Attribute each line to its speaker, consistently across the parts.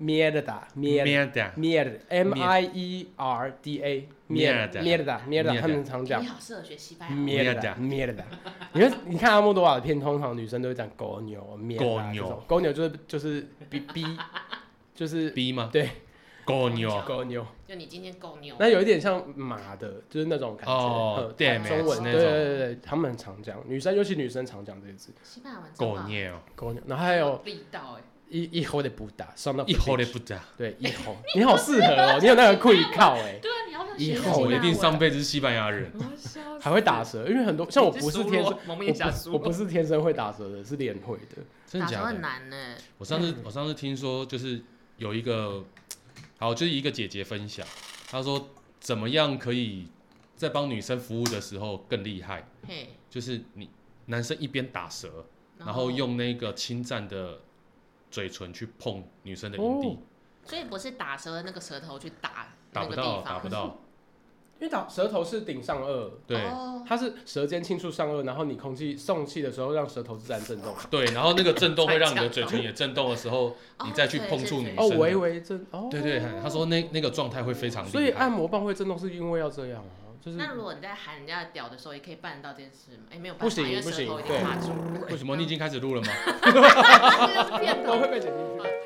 Speaker 1: mierda mierda
Speaker 2: ，mierda，
Speaker 1: mierda m i e r d a mierda mierda mierda，他们常讲
Speaker 3: 哎你好适合学西班牙哦
Speaker 2: 嗯
Speaker 3: 文，
Speaker 1: mierda mierda。你看你看阿莫多瓦的片，通常女生都会讲狗牛 mierda
Speaker 2: 狗
Speaker 1: 这
Speaker 2: 牛
Speaker 1: 种，狗牛就是就是 b b 就是
Speaker 2: 逼吗？
Speaker 1: 对
Speaker 2: 狗牛，
Speaker 1: 狗牛，
Speaker 3: 就你今天够牛，
Speaker 1: 那有一点像马的，就是那种感觉。
Speaker 2: 哦
Speaker 1: 呃
Speaker 2: ，damn
Speaker 1: 中文
Speaker 2: it，
Speaker 1: 对
Speaker 2: 那
Speaker 1: 对
Speaker 2: 种
Speaker 1: 对对，他们很常讲，女生尤其女生常讲这个字
Speaker 3: 西班牙文真
Speaker 2: 狗
Speaker 3: 的好
Speaker 2: 牛，
Speaker 1: 狗牛，然后还有
Speaker 3: 力道哎，
Speaker 1: 一一吼的不打，上到
Speaker 2: 一吼的不打，
Speaker 1: 对一吼， 你好适合哦，你有那个跪靠哎，
Speaker 3: 对啊，你要不要学
Speaker 1: 以
Speaker 3: 西班
Speaker 1: 后
Speaker 3: 牙
Speaker 2: 哦我
Speaker 3: 文
Speaker 2: 一定上辈子是西班牙人，
Speaker 3: 我笑死
Speaker 1: 还会打舌，因为很多像我不是天生，
Speaker 3: 我们
Speaker 1: 我
Speaker 3: 也想
Speaker 1: 不我不是天生会打舌的，是练会的。
Speaker 2: 真的
Speaker 3: 打
Speaker 2: 假
Speaker 3: 很
Speaker 2: 的？
Speaker 3: 难呢，
Speaker 2: 我上次我上次听说就是有一个，好，就是一个姐姐分享，她说怎么样可以在帮女生服务的时候更厉害，
Speaker 3: 嘿，
Speaker 2: 就是你男生一边打舌，然后，用那个侵占的嘴唇去碰女生的阴蒂
Speaker 1: 哦，
Speaker 3: 所以不是打舌的那个舌头去打
Speaker 2: 打
Speaker 3: 那
Speaker 2: 不
Speaker 3: 个地
Speaker 2: 到，
Speaker 3: 方，
Speaker 2: 打不到，
Speaker 1: 因为打舌头是顶上颚，
Speaker 2: 对
Speaker 3: 哦
Speaker 1: 它是舌尖轻触上颚，然后你空气送气的时候让舌头自然震动。
Speaker 2: 对，然后那个震动会让你 的嘴唇也震动的时候，你再去碰触
Speaker 3: 对
Speaker 2: 女
Speaker 1: 哦
Speaker 2: 生，的
Speaker 1: 微微震哦，
Speaker 2: 对对，他说那那个状态会非常
Speaker 1: 所以
Speaker 2: 厉
Speaker 1: 按
Speaker 2: 害。
Speaker 1: 摩棒会震动是因为要这样啊，就是
Speaker 3: 那如果你在喊人家的屌的时候，也可以办得到这件事吗？哎，没有
Speaker 1: 不
Speaker 3: 办法，
Speaker 1: 行
Speaker 3: 因为
Speaker 1: 不
Speaker 3: 舌
Speaker 1: 行
Speaker 3: 头已经卡住了。
Speaker 2: 为什么你已经开始录了吗？
Speaker 3: 这个是骗
Speaker 1: 我
Speaker 3: 头
Speaker 1: 会被剪进去。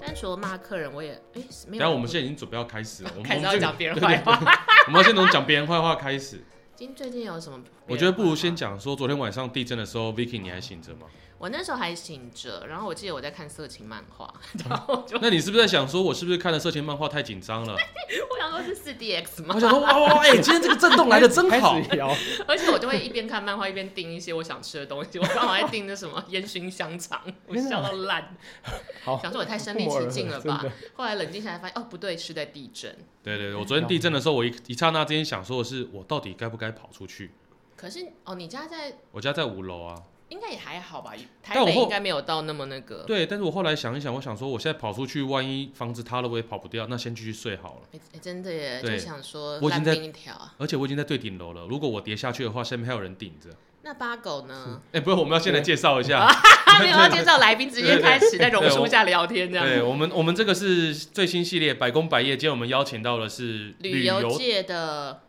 Speaker 3: 但除了骂客人，我也哎、没有。
Speaker 2: 然后我们现在已经准备要开始了，我们
Speaker 3: 开始要讲别人
Speaker 2: 对对
Speaker 3: 坏
Speaker 2: 对
Speaker 3: 话。
Speaker 2: 我们要先从讲别人坏话开始。
Speaker 3: 今最近有什么？
Speaker 2: 我觉得不如先。讲说，昨天晚上地震的时候，Vicky 你还醒着吗？
Speaker 3: 我那时候还醒着，然后我记得我在看色情漫画， 然后就
Speaker 2: 那你是不是在想说，我是不是看了色情漫画太紧张了？
Speaker 3: 我想说是四 D X 吗
Speaker 2: 我？
Speaker 1: 哦
Speaker 2: 想说，哇哇，哇哎，今天这个震动来的真好
Speaker 1: 开。始摇，
Speaker 3: 而且我就会一边看漫画一边订一些我想吃的东西，我刚好还订那什么烟熏香 肠，我笑到烂，
Speaker 1: 好，
Speaker 3: 想说我 太身临其境了吧。后来冷静下来发现，哦不对，是在地震。
Speaker 2: 对对对，我昨天地震的时候，我一一刹那之间想说的是，我到底该不该跑出去？
Speaker 3: 可是哦，你家在
Speaker 2: 我家在五楼啊。
Speaker 3: 应该也还好吧？台
Speaker 2: 但我
Speaker 3: 北
Speaker 2: 后
Speaker 3: 应该没有到那么那个。
Speaker 2: 对，但是我后来想一想，我想说，我现在跑出去，万一房子塌了，我也跑不掉，那先继续睡好了。
Speaker 3: 哎、哎真的耶，
Speaker 2: 对
Speaker 3: 就想说
Speaker 2: 我已
Speaker 3: 烂
Speaker 2: 经在
Speaker 3: 命一条啊。
Speaker 2: 而且我已经在最顶楼了，如果我跌下去的话，下面还有人顶着。
Speaker 3: 那八狗呢？
Speaker 2: 哎、不是，我们要先来介绍一 下，
Speaker 3: 他没有要介绍来宾，直接开始在榕
Speaker 2: 对
Speaker 3: 树
Speaker 2: 我
Speaker 3: 下聊天这样。
Speaker 2: 对我们，我们这个是最新系列《百工百业》，今天我们邀请到的是
Speaker 3: 旅游
Speaker 2: 游
Speaker 3: 界的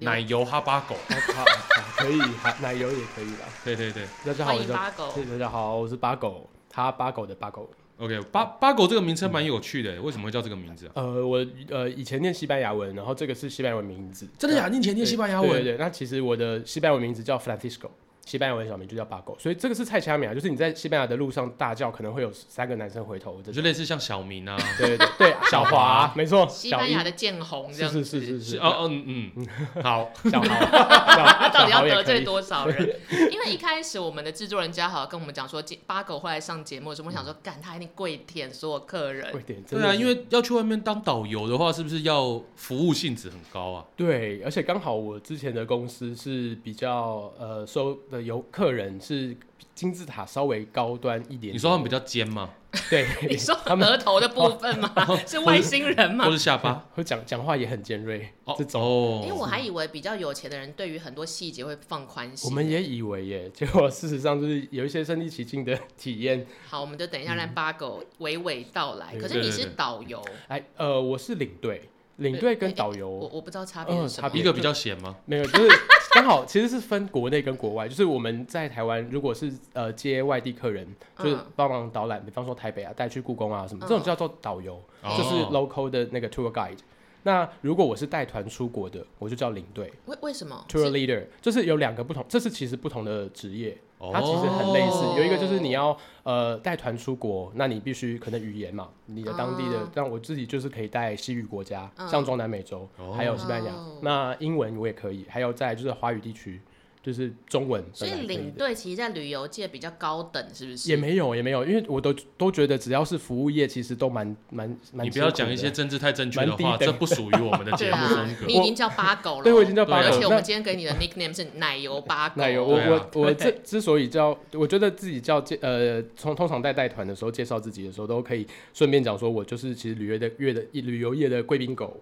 Speaker 2: 奶油哈巴 狗。
Speaker 1: 好好好可以，好奶油也可以啦。
Speaker 2: 对对对
Speaker 1: 大家好，
Speaker 3: 欢
Speaker 1: 我
Speaker 3: 迎
Speaker 1: 叫
Speaker 3: 八狗，
Speaker 1: 大家好，我是八狗，他八狗的八狗。
Speaker 2: ，OK，巴巴狗这个名称蛮有趣的，为什么会叫这个名字啊？
Speaker 1: 呃，我呃以前念西班牙文，然后这个是西班牙文名字。
Speaker 2: 真的假的？你以前念西班牙
Speaker 1: 对
Speaker 2: 文？
Speaker 1: 对对，那其实我的西班牙文名字叫 Francisco，西班牙文小名就叫八狗，所以这个是菜掐名啊，就是你在西班牙的路上大叫，可能会有三个男生回头，这
Speaker 2: 就类似像小明啊，
Speaker 1: 对对对对，小华没错，
Speaker 3: 西
Speaker 1: 小
Speaker 3: 班
Speaker 1: 一
Speaker 3: 牙的见红这
Speaker 1: 是
Speaker 3: 样子。
Speaker 1: 是是 是
Speaker 2: 是
Speaker 1: 是，
Speaker 2: 哦哦嗯 嗯，好，
Speaker 1: 小 豪，他
Speaker 3: 他到底要得罪多少人？因为一开始我们的制作人嘉豪跟我们讲说，今八狗会来上节目的时候，我们
Speaker 1: 嗯
Speaker 3: 想说，干他一定跪舔所有客人
Speaker 1: 贵。点，真
Speaker 2: 对
Speaker 1: 的
Speaker 2: 啊，
Speaker 1: 是
Speaker 2: 因为要去外面当导游的话，是不是要服务性质很高啊？
Speaker 1: 对，而且刚好我之前的公司是比较呃收的游客人是金字塔稍微高端一点
Speaker 2: 你说他们比
Speaker 1: 较
Speaker 2: 较尖吗？
Speaker 1: 对，
Speaker 3: 你说
Speaker 1: 他们哦
Speaker 3: 额头的部分吗？是外星人
Speaker 2: 或
Speaker 3: 吗？
Speaker 2: 是下巴？
Speaker 1: 会讲讲话也很尖锐，
Speaker 2: 哦
Speaker 1: 这种
Speaker 3: 因为
Speaker 2: 哦，
Speaker 3: 我还以为比较有钱的人对于很多细节会放宽心。
Speaker 1: 我们也以为耶，结果事实上就是有一些身临其境的 体验。
Speaker 3: 好，我们就等一下让八狗娓娓道来。
Speaker 1: 嗯对
Speaker 3: 可是你
Speaker 2: 对对
Speaker 3: 是
Speaker 2: 对
Speaker 3: 导游，
Speaker 1: 哎，呃，我是领队，领队跟导
Speaker 3: 我
Speaker 1: 游
Speaker 3: 我不知道差别是
Speaker 1: 嗯
Speaker 3: 什
Speaker 1: 差
Speaker 3: 么
Speaker 1: 别。
Speaker 2: 一个比较显吗？
Speaker 1: 没有，就是刚好其实是分国内跟国外，就是我们在台湾如果是呃接外地客人，就是
Speaker 3: 嗯
Speaker 1: 帮忙导览，比方说台北啊，带去故宫啊什么，
Speaker 3: 嗯
Speaker 1: 这种叫做导游。
Speaker 2: 哦
Speaker 1: 就是 local 的那个 tour guide。那如果我是带团出国的，我就叫领队
Speaker 3: 为为什么？
Speaker 1: tour
Speaker 3: 是
Speaker 1: leader，就是有两个不同，这是其实不同的职业，它其实很
Speaker 2: 哦
Speaker 1: 类似。
Speaker 3: 哦
Speaker 1: 有一个就是你要呃带团出国，那你必须可能语言嘛，你的当地的
Speaker 3: 哦，
Speaker 1: 像我自己就是可以带西域国家，
Speaker 3: 嗯
Speaker 1: 像中南美洲
Speaker 2: 哦
Speaker 1: 还有西班牙
Speaker 3: 哦，
Speaker 1: 那英文我也可以，还有在就是华语地区，就是中文
Speaker 3: 所
Speaker 1: 本
Speaker 3: 以
Speaker 1: 来可以的。
Speaker 3: 领队其实，在旅游界比较高等，是不是？
Speaker 1: 也没有也没有，因为我都都觉得只要是服务业，其实都蛮蛮蛮。
Speaker 2: 你不要讲一些政治太正确的
Speaker 1: 蛮
Speaker 2: 话，
Speaker 1: 低等
Speaker 2: 这不属于我们的节
Speaker 3: 对
Speaker 2: 目
Speaker 3: 啊
Speaker 2: 风格。
Speaker 3: 你已经叫八狗了，
Speaker 1: 对我已经叫
Speaker 2: 八狗
Speaker 3: 而且我
Speaker 1: 那
Speaker 3: 们今天给你的 nickname 是奶油 八狗。
Speaker 1: 奶油，我
Speaker 2: 对
Speaker 1: 我
Speaker 2: 啊
Speaker 1: 我
Speaker 3: 对
Speaker 1: 这之 所以叫，我觉得自己叫介呃，从通常在带 团的时候介绍自己的时候，都可以顺便讲说我就是其实旅游的月的旅游业的贵宾狗，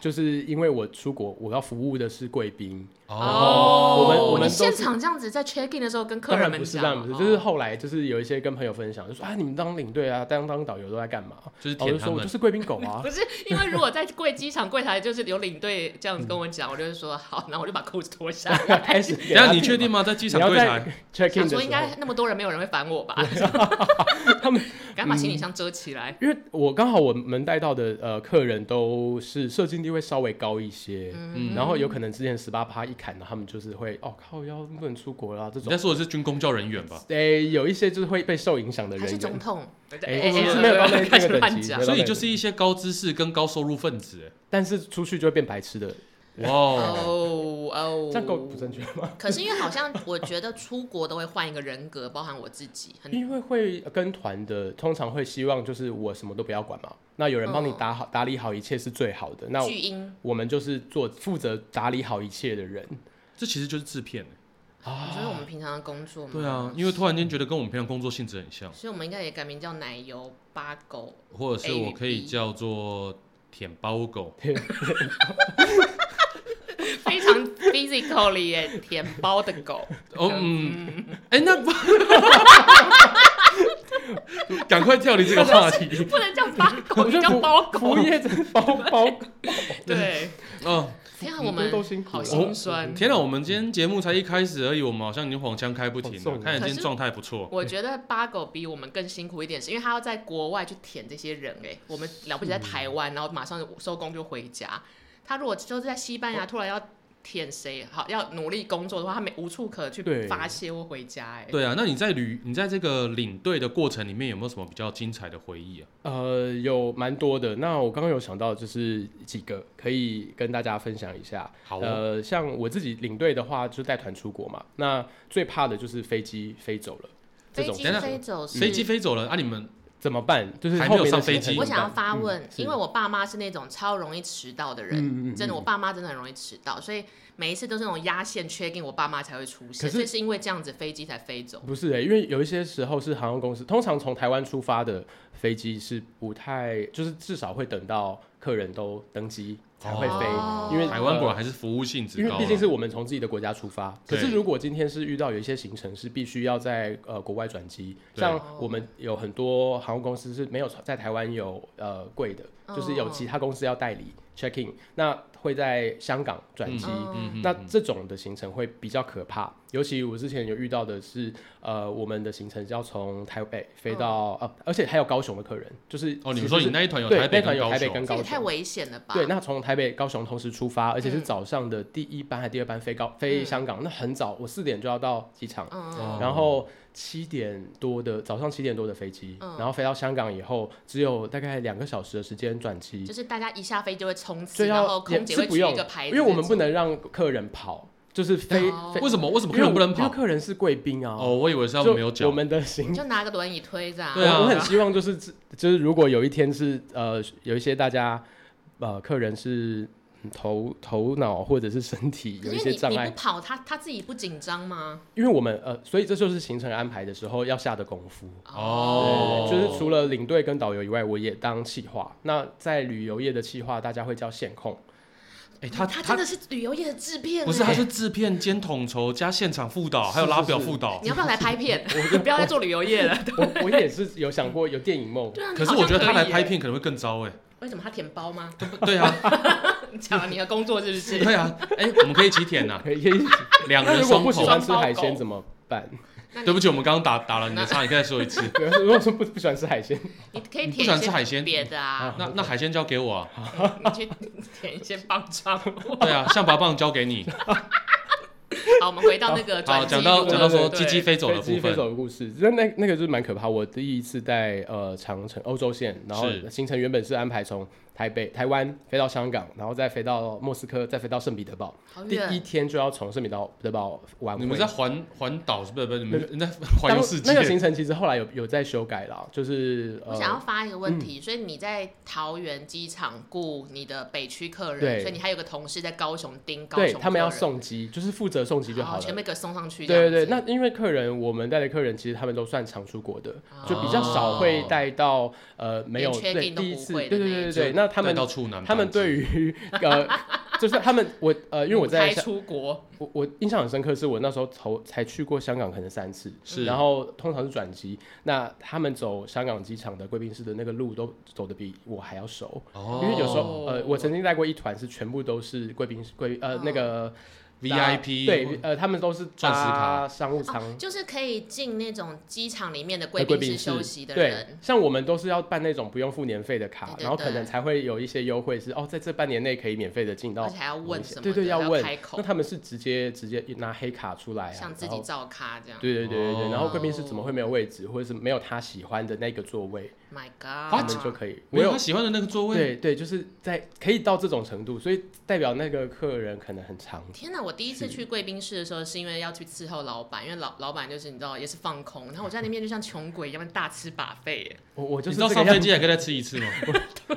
Speaker 1: 就是因为我出国，我要服务的是贵宾，
Speaker 2: 哦，
Speaker 1: 我们我们
Speaker 3: 你
Speaker 1: 都是
Speaker 3: 现场这样子在 check in 的时候跟客
Speaker 1: 当
Speaker 3: 人
Speaker 1: 然
Speaker 3: 们
Speaker 1: 不是，
Speaker 3: 讲，哦
Speaker 1: 当然不是，就是后来就是有一些跟朋友分享，就说啊，你们当领队啊，当当导游都在干嘛？
Speaker 2: 就是
Speaker 1: 然后我
Speaker 2: 舔
Speaker 1: 就
Speaker 2: 他
Speaker 1: 说我
Speaker 2: 们
Speaker 1: 就。是贵宾狗 啊，
Speaker 3: 不是因为如果在柜机场柜台就是有领队这样子跟我讲，我就会说好，然后我就把裤子脱下来，
Speaker 1: 开始给
Speaker 2: 等一下
Speaker 1: 他
Speaker 2: 你
Speaker 1: 舔
Speaker 2: 确定
Speaker 1: 嘛
Speaker 2: 吗？在机
Speaker 1: 你
Speaker 2: 场
Speaker 1: 要
Speaker 2: 柜
Speaker 1: 在
Speaker 2: 台，
Speaker 1: check
Speaker 3: 想
Speaker 1: in 的
Speaker 3: 说应
Speaker 1: 时候
Speaker 3: 该？那么多人没有人会烦我吧？
Speaker 1: 他们 嗯
Speaker 3: 赶快把行李箱遮起来。
Speaker 1: 因为我刚好我们带到的呃客人都是社经地位稍微高一些，
Speaker 2: 嗯
Speaker 1: 然后有可能之前十八趴一砍了，他们就是会哦靠腰不能出国啦这
Speaker 2: 你
Speaker 1: 种
Speaker 2: 在，说的是军工教人员吧？
Speaker 1: 诶、有一些就是会被受影响的
Speaker 3: 还
Speaker 1: 人
Speaker 3: 是总
Speaker 1: 员，
Speaker 3: 统？
Speaker 1: 哎我
Speaker 2: 们是
Speaker 1: 没有到那
Speaker 3: 开始
Speaker 1: 那个等
Speaker 3: 乱
Speaker 1: 级
Speaker 3: 讲
Speaker 1: 没。
Speaker 2: 所以就是一些高知识跟高收入分子。
Speaker 1: 但是出去就会变白痴的，
Speaker 2: 哎哇哦，
Speaker 3: 哦哦，
Speaker 1: 这样够不正确吗？
Speaker 3: 可是因为好像我觉得出国都会换一个人格，包含我自己，很
Speaker 1: 因为会跟团的，通常会希望就是我什么都不要管嘛，那有人帮你
Speaker 3: 嗯
Speaker 1: 打好、打理好一切是最好的，那
Speaker 3: 巨婴。
Speaker 1: 我们就是做负责打理好一切的人。
Speaker 2: 这其实就是制片欸。
Speaker 3: 你说我们平常的工作吗？
Speaker 2: 对啊，，因为突然间觉得跟我们平常工作性质很像，
Speaker 3: 所以我们应该也改名叫奶油八狗。
Speaker 2: 或者是
Speaker 3: A 与
Speaker 2: 我可以
Speaker 3: B
Speaker 2: 叫做舔包狗。
Speaker 3: 非常 physically 耶，甜包的狗，
Speaker 2: 哦，嗯， 哎、那不，赶快跳离这个话 题。
Speaker 3: 不能叫八狗，
Speaker 1: 我觉
Speaker 3: 哦你
Speaker 1: 得
Speaker 3: 叫
Speaker 1: 服
Speaker 3: 包
Speaker 1: 服
Speaker 3: 狗
Speaker 1: 务。业真的 包包，
Speaker 3: 对，
Speaker 2: 哦，
Speaker 3: 天啊，
Speaker 1: 你
Speaker 3: 我们
Speaker 1: 都辛苦
Speaker 3: 好
Speaker 1: 了
Speaker 3: 心酸。
Speaker 2: 天哪，我们今天节目才一开始而已，我们好像已经黄腔开不停
Speaker 1: 好重
Speaker 2: 了。
Speaker 1: 啊
Speaker 2: 看来今
Speaker 3: 可
Speaker 2: 天
Speaker 3: 是
Speaker 2: 状态不错。
Speaker 3: 我觉得八狗比我们更辛苦一点，是因为他要在国外去舔这些人哎、我们了不起在台湾，然后马上收工就回家。他如果就是在西班牙突然要舔谁，好要努力工作的话，他没无处可去
Speaker 1: 对
Speaker 3: 发泄或回家哎、
Speaker 2: 对啊，那你在旅，你在这个领队的过程里面有没有什么比较精彩的回忆啊？
Speaker 1: 呃，有蛮多的。那我刚刚有想到就是几个可以跟大家分享一下。
Speaker 2: 好哦
Speaker 1: 呃，像我自己领队的话，就是带团出国嘛。那最怕的就是飞机飞走了，这
Speaker 3: 飞
Speaker 1: 种
Speaker 3: 机
Speaker 2: 等等
Speaker 3: 飞走是
Speaker 2: 飞机飞走了啊，你们
Speaker 1: 怎么办？就是
Speaker 2: 还没
Speaker 1: 后
Speaker 2: 有
Speaker 1: 面的
Speaker 2: 上飞
Speaker 1: 行程
Speaker 2: 机
Speaker 3: 我
Speaker 1: 怎
Speaker 3: 想
Speaker 1: 么
Speaker 3: 要
Speaker 1: 办
Speaker 3: 发问，
Speaker 1: 嗯是
Speaker 3: 因为我爸妈是那种超容易迟到的
Speaker 1: 嗯嗯
Speaker 3: 人，
Speaker 1: 嗯
Speaker 3: 真的，
Speaker 1: 嗯
Speaker 3: 我爸妈真的很容易迟到，所以每一次都是那种压线 check in，我爸妈才会出
Speaker 1: 可
Speaker 3: 现，
Speaker 1: 是
Speaker 3: 所以是因为这样子飞机才飞走。
Speaker 1: 不是、欸，因为有一些时候是航空公司，通常从台湾出发的飞机是不太，就是至少会等到客人都登机才会飞，
Speaker 3: 哦
Speaker 1: 因为
Speaker 2: 台湾
Speaker 1: 呃
Speaker 2: 果然还是服务性质
Speaker 1: 因为
Speaker 2: 高
Speaker 1: 毕竟
Speaker 2: 啊。
Speaker 1: 是我们从自己的国家出发，可
Speaker 2: 对
Speaker 1: 是如果今天是遇到有一些行程是必须要在呃国外转机，
Speaker 2: 对
Speaker 1: 像我们有很多航空公司是没有在台湾有呃柜的，就是有
Speaker 3: 哦
Speaker 1: 其他公司要代理 check in，那会在香港转机。
Speaker 3: 嗯
Speaker 2: 嗯嗯
Speaker 1: 那
Speaker 2: 嗯
Speaker 1: 这种的行程会比较可怕，尤其我之前有遇到的是，呃，我们的行程要从台北
Speaker 3: 哦
Speaker 1: 飞到、呃，而且还有高雄的客人，就是
Speaker 2: 哦，
Speaker 1: 其
Speaker 2: 你们
Speaker 1: 实
Speaker 2: 说你
Speaker 1: 是
Speaker 2: 那一团有
Speaker 1: 对
Speaker 2: 台北
Speaker 1: 那一团
Speaker 2: 跟
Speaker 1: 有
Speaker 2: 高
Speaker 1: 台北
Speaker 2: 雄
Speaker 1: 跟，
Speaker 3: 这
Speaker 1: 嗯高
Speaker 3: 也
Speaker 1: 雄
Speaker 3: 太危险了吧？
Speaker 1: 对，那从台北、高雄同时出发，而且是
Speaker 3: 嗯
Speaker 1: 早上的第一班还第二班飞高飞
Speaker 3: 嗯
Speaker 1: 香港，那很早，我四点就要到机场，
Speaker 3: 嗯，
Speaker 1: 然后七点多的早上七点多的飞机，
Speaker 3: 嗯
Speaker 1: 然后飞到香港以后，只有大概两个小时的时间转机，
Speaker 3: 就是大家一下飞就会冲
Speaker 1: 所
Speaker 3: 刺，
Speaker 1: 以
Speaker 3: 然后
Speaker 1: 要
Speaker 3: 空
Speaker 1: 啊也
Speaker 3: 姐
Speaker 1: 是
Speaker 3: 会
Speaker 1: 不
Speaker 3: 举
Speaker 1: 用
Speaker 3: 一个牌，子，
Speaker 1: 因为我们不能让客人跑，就是飞
Speaker 3: 哦
Speaker 1: 飞，
Speaker 2: 为什么为什么
Speaker 1: 因
Speaker 2: 客
Speaker 1: 为
Speaker 2: 人不能
Speaker 1: 因为
Speaker 2: 跑？
Speaker 1: 客人是贵宾啊，
Speaker 2: 哦，我以为是他
Speaker 1: 就
Speaker 2: 们没有
Speaker 1: 我
Speaker 2: 脚。
Speaker 1: 们的行
Speaker 3: 你就拿个轮椅推着。
Speaker 2: 对啊
Speaker 1: 我我很希望就是自就是如果有一天是呃有一些大家呃客人是嗯头头脑或者是身体
Speaker 3: 可
Speaker 1: 有
Speaker 3: 是
Speaker 1: 一
Speaker 3: 因
Speaker 1: 些
Speaker 3: 为
Speaker 1: 障
Speaker 3: 你你不
Speaker 1: 碍，
Speaker 3: 跑，他他自己不紧张吗？
Speaker 1: 因为我们呃所以这就是行程安排的时候要下的功夫。
Speaker 2: 哦
Speaker 1: 对对对就是除了领队跟导游以外，我也当企划。那在旅游业的企划，大家会叫线 控，
Speaker 2: 哎，他
Speaker 3: 他真的是旅游业的制片，
Speaker 2: 不是，他
Speaker 3: 哎
Speaker 2: 是制片兼统筹加现场副导，还有
Speaker 1: 是
Speaker 2: 拉
Speaker 1: 是
Speaker 2: 表
Speaker 1: 是
Speaker 2: 副导
Speaker 3: 你。要不要来 拍片？你 不要再做旅游业了。
Speaker 1: 我我也是有想过有电影梦，
Speaker 3: 对啊，你
Speaker 2: 可是
Speaker 3: 好
Speaker 2: 我
Speaker 3: 像
Speaker 2: 觉得他
Speaker 3: 以
Speaker 2: 来
Speaker 3: 耶
Speaker 2: 拍，片可能会更糟 哎。
Speaker 3: 为什么他舔包吗？
Speaker 2: 对啊，
Speaker 3: 你讲了你的工作是不是？
Speaker 2: 对啊，哎，我们可以一起舔呐，
Speaker 1: 可以。 可以
Speaker 2: 两
Speaker 1: 那
Speaker 2: 人
Speaker 1: 如果
Speaker 2: 双
Speaker 1: 不喜
Speaker 2: 口。
Speaker 1: 欢吃
Speaker 3: 双胞
Speaker 1: 海 鲜
Speaker 3: 狗
Speaker 1: 怎么办？
Speaker 3: 那你
Speaker 2: 对不起，我们刚刚打打了你的岔，你可以再说一次。
Speaker 1: 对，如果说不不喜欢吃海鲜，
Speaker 3: 你可以
Speaker 2: 你
Speaker 3: 舔
Speaker 2: 不喜欢
Speaker 3: 一些
Speaker 2: 吃海鲜
Speaker 3: 别的啊，
Speaker 2: 那那海鲜交给我啊，
Speaker 1: 嗯
Speaker 3: 你去舔一些棒状。
Speaker 2: 对啊，象拔蚌交 给你。
Speaker 3: 好，我们回到那个转
Speaker 2: 好，
Speaker 3: 机
Speaker 2: 讲到
Speaker 3: 的
Speaker 2: 讲到说
Speaker 3: 对
Speaker 2: 鸡鸡飞走的
Speaker 1: 飞机飞
Speaker 2: 部分，
Speaker 1: 走的故事，那那那个就是蛮可怕。我第一次带呃长城欧洲线，然后
Speaker 2: 是
Speaker 1: 行程原本是安排从台北台湾飞到香港，然后再飞到莫斯科，再飞到圣彼得堡。
Speaker 3: 好
Speaker 1: 第一
Speaker 3: 远，
Speaker 1: 天就要从圣彼得堡玩回。
Speaker 2: 你们在环环岛是不是？不是，你们你在环
Speaker 1: 当
Speaker 2: 游世界
Speaker 1: 那个行程其实后来有有在修改啦，就是
Speaker 3: 我
Speaker 1: 呃
Speaker 3: 想要发一个问题，所以你在桃园机场雇你的北区客人，
Speaker 1: 对
Speaker 3: 所以你还有个同事在高雄盯高
Speaker 1: 对
Speaker 3: 雄客人，
Speaker 1: 他们要送机，就是负责送机机就好了。
Speaker 3: 前面给送上去这样
Speaker 1: 对对
Speaker 3: 子。
Speaker 1: 对，那因为客人，我们带的客人其实他们都算常出国的，就比较少会
Speaker 2: 哦
Speaker 1: 带到呃没有
Speaker 3: 连 check-in
Speaker 1: 对
Speaker 3: 都
Speaker 1: 第一
Speaker 3: 不
Speaker 1: 次，
Speaker 3: 会
Speaker 1: 对
Speaker 3: 的
Speaker 1: 对
Speaker 3: 那一
Speaker 1: 对对
Speaker 2: 种
Speaker 1: 对，那他们
Speaker 2: 到处男班机，
Speaker 1: 他们对于呃 就是他们我呃因为我在
Speaker 3: 母胎
Speaker 1: 香
Speaker 3: 出国，
Speaker 1: 我我印象很深刻，是我那时候头才去过香港可能三次，
Speaker 2: 是
Speaker 1: 然后通常是转机，那他们走香港机场的贵宾室的那个路都走的比我还要熟，
Speaker 2: 哦，
Speaker 1: 因为有时候
Speaker 3: 哦
Speaker 1: 呃我曾经带过一团是全部都是贵宾贵呃、那个搭
Speaker 2: VIP
Speaker 1: 对呃他们都是
Speaker 2: 钻石
Speaker 1: 搭
Speaker 2: 卡
Speaker 1: 商务舱。
Speaker 3: 就是可以进那种机场里面的
Speaker 1: 呃
Speaker 3: 哦贵宾室休息的
Speaker 1: 对
Speaker 3: 人，，
Speaker 1: 像我们都是要办那种不用付年费的卡，
Speaker 3: 对对
Speaker 1: 然后可
Speaker 3: 对
Speaker 1: 能才会有一些优惠是哦，在这半年内可以免费的进到
Speaker 3: 而且还要问什么的，
Speaker 1: 对对，要问
Speaker 3: 开
Speaker 1: 那
Speaker 3: 口，
Speaker 1: 他们是直接直接拿黑卡出来、啊，
Speaker 3: 像自
Speaker 1: 然
Speaker 3: 己
Speaker 1: 后
Speaker 3: 照咖这样。
Speaker 1: 对对对对对，然后贵宾室
Speaker 3: 哦
Speaker 1: 怎么会没有位置，或者是没有他喜欢的那个座位，
Speaker 3: My
Speaker 1: 他们
Speaker 3: God，
Speaker 1: 就可以。我
Speaker 2: 没有
Speaker 1: 有
Speaker 2: 他喜欢的那个座位，
Speaker 1: 对对，就是在可以到这种程度，所以代表那个客人可能很长。
Speaker 3: 天哪！我第一次去贵宾室的时候，是因为要去伺候老板，因为老老板就是你知道也是放空，然后我在那边就像穷鬼一样大吃把费耶。
Speaker 1: 我我就
Speaker 2: 你
Speaker 1: 是
Speaker 2: 知
Speaker 1: 这个
Speaker 2: 道上飞
Speaker 1: 样
Speaker 2: 机
Speaker 1: 子，
Speaker 2: 还可以再吃一次吗？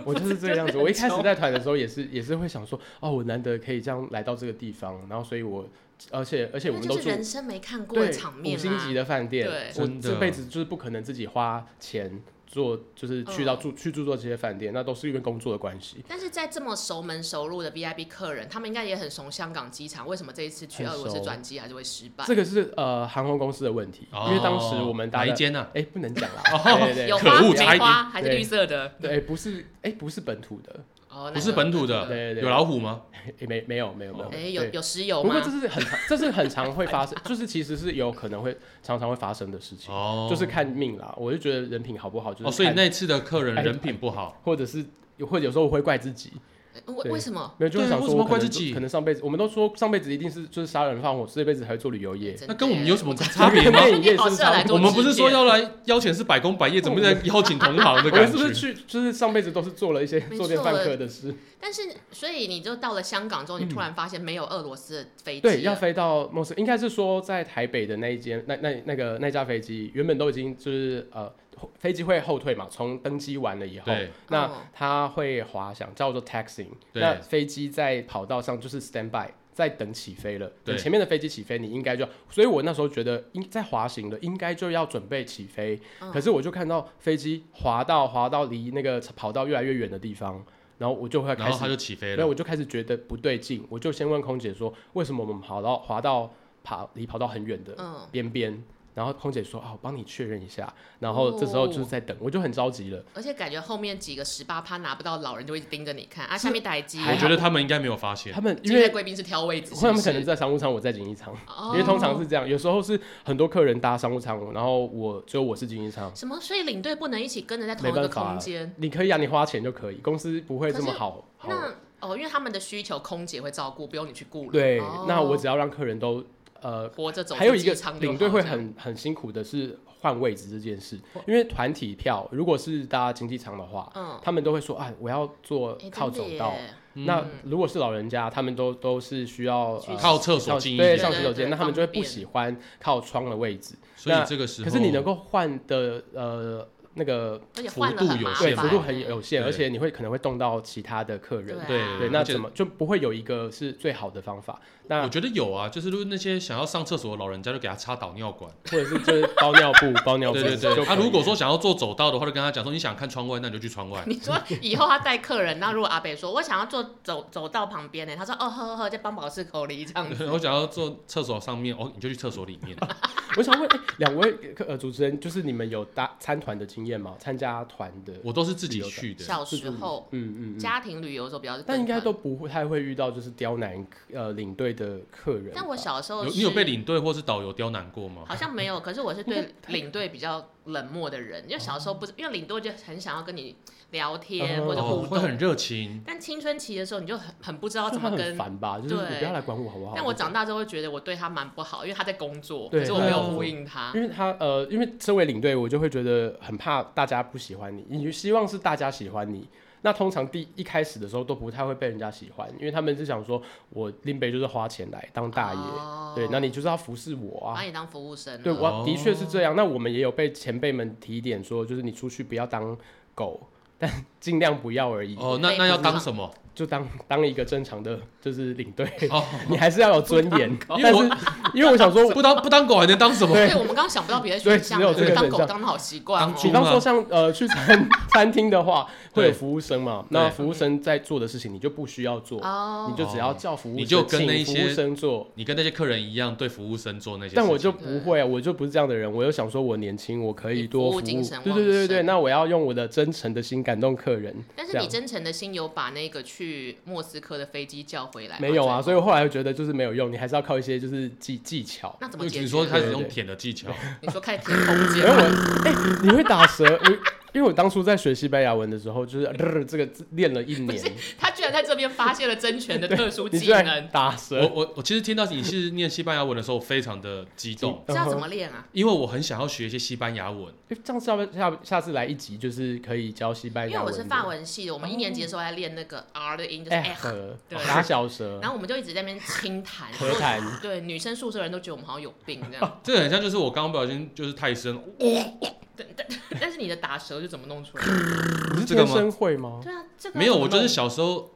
Speaker 1: 我就是这个样子。
Speaker 3: 真的
Speaker 1: 我一 开始
Speaker 3: 很
Speaker 1: 在团的时候也是也是会想说，哦，我难得可以这样来到这个地方，然后所以我而且而且我
Speaker 3: 那
Speaker 1: 们
Speaker 3: 就
Speaker 1: 都
Speaker 3: 是
Speaker 1: 住
Speaker 3: 人生没看过
Speaker 1: 对
Speaker 3: 的场面
Speaker 1: 五星级
Speaker 3: 啊！
Speaker 1: 的饭店，
Speaker 3: 对
Speaker 1: 我
Speaker 2: 真的
Speaker 1: 这辈子就是不可能自己花钱做，就是去
Speaker 3: 嗯
Speaker 1: 到住、去住做这些饭店，那都是因为工作的关系。
Speaker 3: 但是在这么熟门熟路的 VIP 客人，他们应该也很熟香港机场。为什么这一次去
Speaker 1: 很
Speaker 3: 俄罗斯
Speaker 1: 熟
Speaker 3: 转机还是会失败？
Speaker 1: 这个是呃航空公司的问题，
Speaker 2: 哦
Speaker 1: 因为当时我们搭
Speaker 2: 哪一
Speaker 1: 的，
Speaker 2: 间啊哦呢？
Speaker 1: 哎不能讲啦，对对
Speaker 3: 有
Speaker 1: 对，
Speaker 2: 可
Speaker 3: 花
Speaker 2: 恶差一
Speaker 3: 梅
Speaker 2: 点
Speaker 3: 花还是
Speaker 1: 对
Speaker 3: 绿色的？
Speaker 1: 对不是哎不是本土的，
Speaker 3: 哦，那
Speaker 2: 不是
Speaker 3: 个
Speaker 2: 本土
Speaker 1: 对
Speaker 2: 的，
Speaker 1: 对对，
Speaker 2: 有老虎吗？
Speaker 1: 诶没没有没有没有，
Speaker 3: 哎，有
Speaker 1: 对
Speaker 3: 有石油
Speaker 1: 不过
Speaker 3: 吗
Speaker 1: 这？是很常，这是很常会发生，就是其实是有可能会常常会发生的事情，
Speaker 2: 哦，
Speaker 1: 就是看命啦。我就觉得人品好不好，就是
Speaker 2: 哦，所以
Speaker 1: 看
Speaker 2: 那次的客人
Speaker 1: 哎
Speaker 2: 人品不好，
Speaker 1: 或者是或者有时候我会怪自己，
Speaker 3: 哎为为什么？
Speaker 1: 没有，就
Speaker 2: 对
Speaker 1: 是想
Speaker 2: 为
Speaker 1: 说
Speaker 2: 什
Speaker 1: 我
Speaker 2: 么
Speaker 1: 可
Speaker 2: 怪
Speaker 1: 能
Speaker 2: 自
Speaker 1: 就
Speaker 2: 己
Speaker 1: 可能上辈子我们都说上辈子一定是就是杀人放火，这辈子还会做旅游业。
Speaker 3: 真的
Speaker 2: 那跟我们有什么差
Speaker 1: 我
Speaker 2: 别
Speaker 1: 们
Speaker 2: 吗？
Speaker 1: 电影业
Speaker 3: 你好
Speaker 1: 是
Speaker 3: 适合来
Speaker 1: 差不
Speaker 3: 做
Speaker 2: 我们不是
Speaker 3: 直
Speaker 2: 说
Speaker 3: 接
Speaker 2: 要来邀请是百工百业，怎么在邀请同行的
Speaker 1: 哦 我们
Speaker 2: 感
Speaker 1: 是不是
Speaker 2: 觉？
Speaker 1: 去就是上辈子都是做了一些
Speaker 3: 没
Speaker 1: 做奸
Speaker 3: 错
Speaker 1: 犯
Speaker 3: 了
Speaker 1: 科的事？
Speaker 3: 但是，所以你就到了香港之后，你突然发现没有俄罗斯的飞机了，
Speaker 1: 嗯对，要飞到莫斯，应该是说在台北的那一间那那那个那架飞机原本都已经就是呃后飞机会后退嘛，从登机完了以后，
Speaker 2: 对，
Speaker 1: 那
Speaker 3: 哦
Speaker 1: 它会滑翔，叫做 taxing。
Speaker 2: 对
Speaker 1: 那飞机在跑道上就是 stand by，在等起飞了。
Speaker 2: 对
Speaker 1: 等前面的飞机起飞，你应该就，所以我那时候觉得应在滑行了，应该就要准备起飞。
Speaker 3: 嗯
Speaker 1: 可是我就看到飞机滑到滑到离那个跑道越来越远的地方，然后我就会
Speaker 2: 然
Speaker 1: 开
Speaker 2: 后他
Speaker 1: 始，
Speaker 2: 就起飞
Speaker 1: 没有
Speaker 2: 了。
Speaker 1: 我就开始觉得不对劲，我就先问空姐说，为什么我们跑到滑到跑离跑道很远的
Speaker 3: 嗯，
Speaker 1: 边边？然后空姐说：“啊，我帮你确认一下。”然后这时
Speaker 3: 哦
Speaker 1: 候就是在等，我就很着急了。
Speaker 3: 而且感觉后面几个十八趴拿不到，老人就会一直盯着你看啊，下面待机，
Speaker 1: 还
Speaker 2: 我觉得他们应该没有发现
Speaker 1: 他们因
Speaker 3: 今
Speaker 1: 为
Speaker 3: 天贵宾室挑位置是不是，
Speaker 1: 他们可能在商务舱，我在经济舱，
Speaker 3: 哦
Speaker 1: 因为通常是这样，有时候是很多客人搭商务舱，然后我只有我是经济舱，
Speaker 3: 什么，所以领队不能一起跟着在同
Speaker 1: 没
Speaker 3: 一个
Speaker 1: 办法
Speaker 3: 空，间。
Speaker 1: 你可以啊，你花钱就可以，公司不会这么好。好
Speaker 3: 那哦，因为他们的需求空姐会照顾，不用你去顾了。
Speaker 1: 对，
Speaker 3: 哦
Speaker 1: 那我只要让客人都呃，
Speaker 3: 活着走出
Speaker 1: 还有一个
Speaker 3: 机舱就好
Speaker 1: 领队会
Speaker 3: 这样
Speaker 1: 很很辛苦的是换位置这件事，因为团体票如果是搭经济舱的话，
Speaker 3: 嗯，哎
Speaker 1: 他们都会说啊，我要坐
Speaker 3: 诶
Speaker 1: 靠走道。，
Speaker 2: 嗯
Speaker 1: 那如果是老人家，他们都都是需要
Speaker 3: 去
Speaker 1: 呃
Speaker 2: 靠厕所近一
Speaker 1: 对
Speaker 2: 点，
Speaker 1: 上洗手
Speaker 3: 对对
Speaker 1: 间，
Speaker 3: 对
Speaker 1: 那他们就会
Speaker 3: 方
Speaker 1: 不
Speaker 3: 便
Speaker 1: 喜欢靠窗的位置。
Speaker 2: 所以
Speaker 1: 那
Speaker 2: 这个时候，
Speaker 1: 可是你能够换的呃那个
Speaker 3: 真的耶而且换了
Speaker 2: 幅度
Speaker 3: 很
Speaker 2: 有
Speaker 3: 麻
Speaker 2: 限
Speaker 1: 对
Speaker 3: 烦，
Speaker 1: 幅度很有限，
Speaker 2: 对
Speaker 1: 而且你会可能会动到其他的客人。
Speaker 3: 对
Speaker 2: 对
Speaker 3: 啊
Speaker 1: 对，那
Speaker 2: 而且
Speaker 1: 怎么就不会有一个是最好的方法？那
Speaker 2: 我觉得有啊，就是如果那些想要上厕所的老人家，就给他插导尿管。
Speaker 1: 或者是就是包尿布，包尿布就
Speaker 2: 对
Speaker 1: 可
Speaker 2: 对
Speaker 1: 以。
Speaker 2: 对，啊他如果说想要做走道的话，就跟他讲说，你想看窗外，那你就去窗外。
Speaker 3: 你说以后他带客人，那如果阿北说我想要坐走走道旁边呢，他说哦呵呵呵，在帮保士口里这样子，
Speaker 2: 对我想要坐厕所上面，哦，你就去厕所里 面。
Speaker 1: 我想问哎两位呃主持人，就是你们有搭参团的经验吗？参加团的，
Speaker 2: 我都是自己去的，
Speaker 3: 小时候
Speaker 1: 嗯嗯嗯，
Speaker 3: 家庭旅游的时候比较，
Speaker 1: 但应该都。不太会遇到就是刁难呃领队的客人吧。
Speaker 3: 但我小时候
Speaker 2: 有
Speaker 3: 是
Speaker 2: 你有被领队或是导游刁难过吗？
Speaker 3: 好像没有，可是我是对领队比较冷漠的人，因为小时候不是，因为领队就很想要跟你聊天
Speaker 1: 哦
Speaker 3: 或者
Speaker 2: 哦
Speaker 3: 互，
Speaker 2: 会
Speaker 3: 动，
Speaker 2: 很热情，
Speaker 3: 但青春期的时候你就很很不知道
Speaker 1: 就
Speaker 3: 怎
Speaker 1: 他
Speaker 3: 么
Speaker 1: 很
Speaker 3: 跟。
Speaker 1: 烦吧，就是
Speaker 3: 对
Speaker 1: 你不要来管我好不好？
Speaker 3: 但我长大之后会觉得我对他蛮不好，因为他在工作，
Speaker 1: 对
Speaker 3: 可是我没有
Speaker 2: 对啊
Speaker 3: 呼应他。
Speaker 1: 因为他呃，因为身为领队，我就会觉得很怕大家不喜欢你，你希望是大家喜欢你。那通常第一开始的时候都不太会被人家喜欢，因为他们是想说，我林北就是花钱来当大爷，
Speaker 3: 哦哎
Speaker 1: 对，那你就是要服侍我
Speaker 3: 把
Speaker 1: 啊。
Speaker 3: 你当服务生了。
Speaker 1: 对，
Speaker 2: 哦
Speaker 1: 我的确是这样。那我们也有被前辈们提点说，就是你出去不要当狗，但尽量不要而已。
Speaker 2: 哦 哦，那那要当什么？
Speaker 1: 就当当一个正常的就是领队，
Speaker 2: 哦，
Speaker 1: 你还是要有尊严。
Speaker 2: 因为
Speaker 1: 但是
Speaker 2: 我
Speaker 1: 因为我想说，
Speaker 2: 不当不当狗还能当什么？
Speaker 1: 对
Speaker 3: 对，我们刚刚想不到别的
Speaker 1: 对
Speaker 3: 选项
Speaker 1: 只有
Speaker 3: 了，
Speaker 1: 这
Speaker 3: 我觉得
Speaker 1: 个
Speaker 3: 当
Speaker 1: 选
Speaker 3: 狗
Speaker 1: 项
Speaker 3: 当的好习惯
Speaker 2: 当猪
Speaker 1: 比
Speaker 3: 哦。
Speaker 1: 方说像呃去餐 餐厅的话，会有
Speaker 2: 对
Speaker 1: 服务生嘛，
Speaker 2: 对
Speaker 1: 那服务生在做的事情你就不需要做，
Speaker 3: 哦，
Speaker 1: 你就只要叫服务生，
Speaker 2: 你就跟那
Speaker 1: 请
Speaker 2: 些
Speaker 1: 服务生做。
Speaker 2: 你跟那些客人一样，对服务生做那些事情，
Speaker 1: 但我就不会啊，我就不是这样的人。我又想说，我年轻，我可以
Speaker 3: 你
Speaker 1: 多
Speaker 3: 服
Speaker 1: 服
Speaker 3: 务
Speaker 1: 务。
Speaker 3: 精神
Speaker 1: 对对
Speaker 3: 旺
Speaker 1: 对对对，
Speaker 3: 盛
Speaker 1: 那我要用我的真诚的心感动客人。
Speaker 3: 但
Speaker 1: 这
Speaker 3: 是
Speaker 1: 样
Speaker 3: 你真诚的心有把那个去莫斯科的飞机叫回来吗？
Speaker 1: 没有啊，所
Speaker 3: 最
Speaker 1: 以
Speaker 3: 后
Speaker 1: 我后来觉得就是没有用，你还是要靠一些就是技技巧。
Speaker 3: 那怎么
Speaker 2: 就
Speaker 3: 解决？
Speaker 2: 你说开始用
Speaker 1: 对对
Speaker 2: 舔的技巧，
Speaker 3: 你说开始填空
Speaker 1: 因为我
Speaker 3: 间，
Speaker 1: 哎、你会打舌，我因为我当初在学西班牙文的时候，就是、 呃、这个字练了一年，
Speaker 3: 他居然在这边发现了真拳的 特殊
Speaker 1: 你
Speaker 3: 技
Speaker 1: 居
Speaker 3: 能
Speaker 1: 然，打
Speaker 2: 我
Speaker 1: 舌，
Speaker 2: 我我其实听到你是念西班牙文的时候，我非常的激动，
Speaker 3: 这要怎么练
Speaker 1: 嗯
Speaker 3: 啊？
Speaker 2: 因为我很想要学一些西班牙文。
Speaker 1: 哎这样下不下下次来一集就是可以教西班
Speaker 3: 因为
Speaker 1: 牙
Speaker 3: 我
Speaker 1: 文的。
Speaker 3: 是法文系的，我们一年级的时候在练那个 R 的音，就是
Speaker 1: 哎
Speaker 3: eh
Speaker 1: 和
Speaker 3: 对
Speaker 1: 打小舌
Speaker 3: 然，后我们就一直在那边轻弹，
Speaker 1: 和谈
Speaker 3: 然后对，女生宿舍人都觉得我们好像有病 这样。
Speaker 2: 这个很像就是我刚刚不小心就是太深，
Speaker 3: 但是你的打舌就怎么弄出来？
Speaker 1: 你是
Speaker 2: 这个
Speaker 1: 天
Speaker 2: 吗
Speaker 1: 生会 吗？
Speaker 3: 对啊，这个
Speaker 2: 没有，我
Speaker 3: 怎
Speaker 2: 就
Speaker 3: 么
Speaker 2: 是
Speaker 3: 弄
Speaker 2: 小时候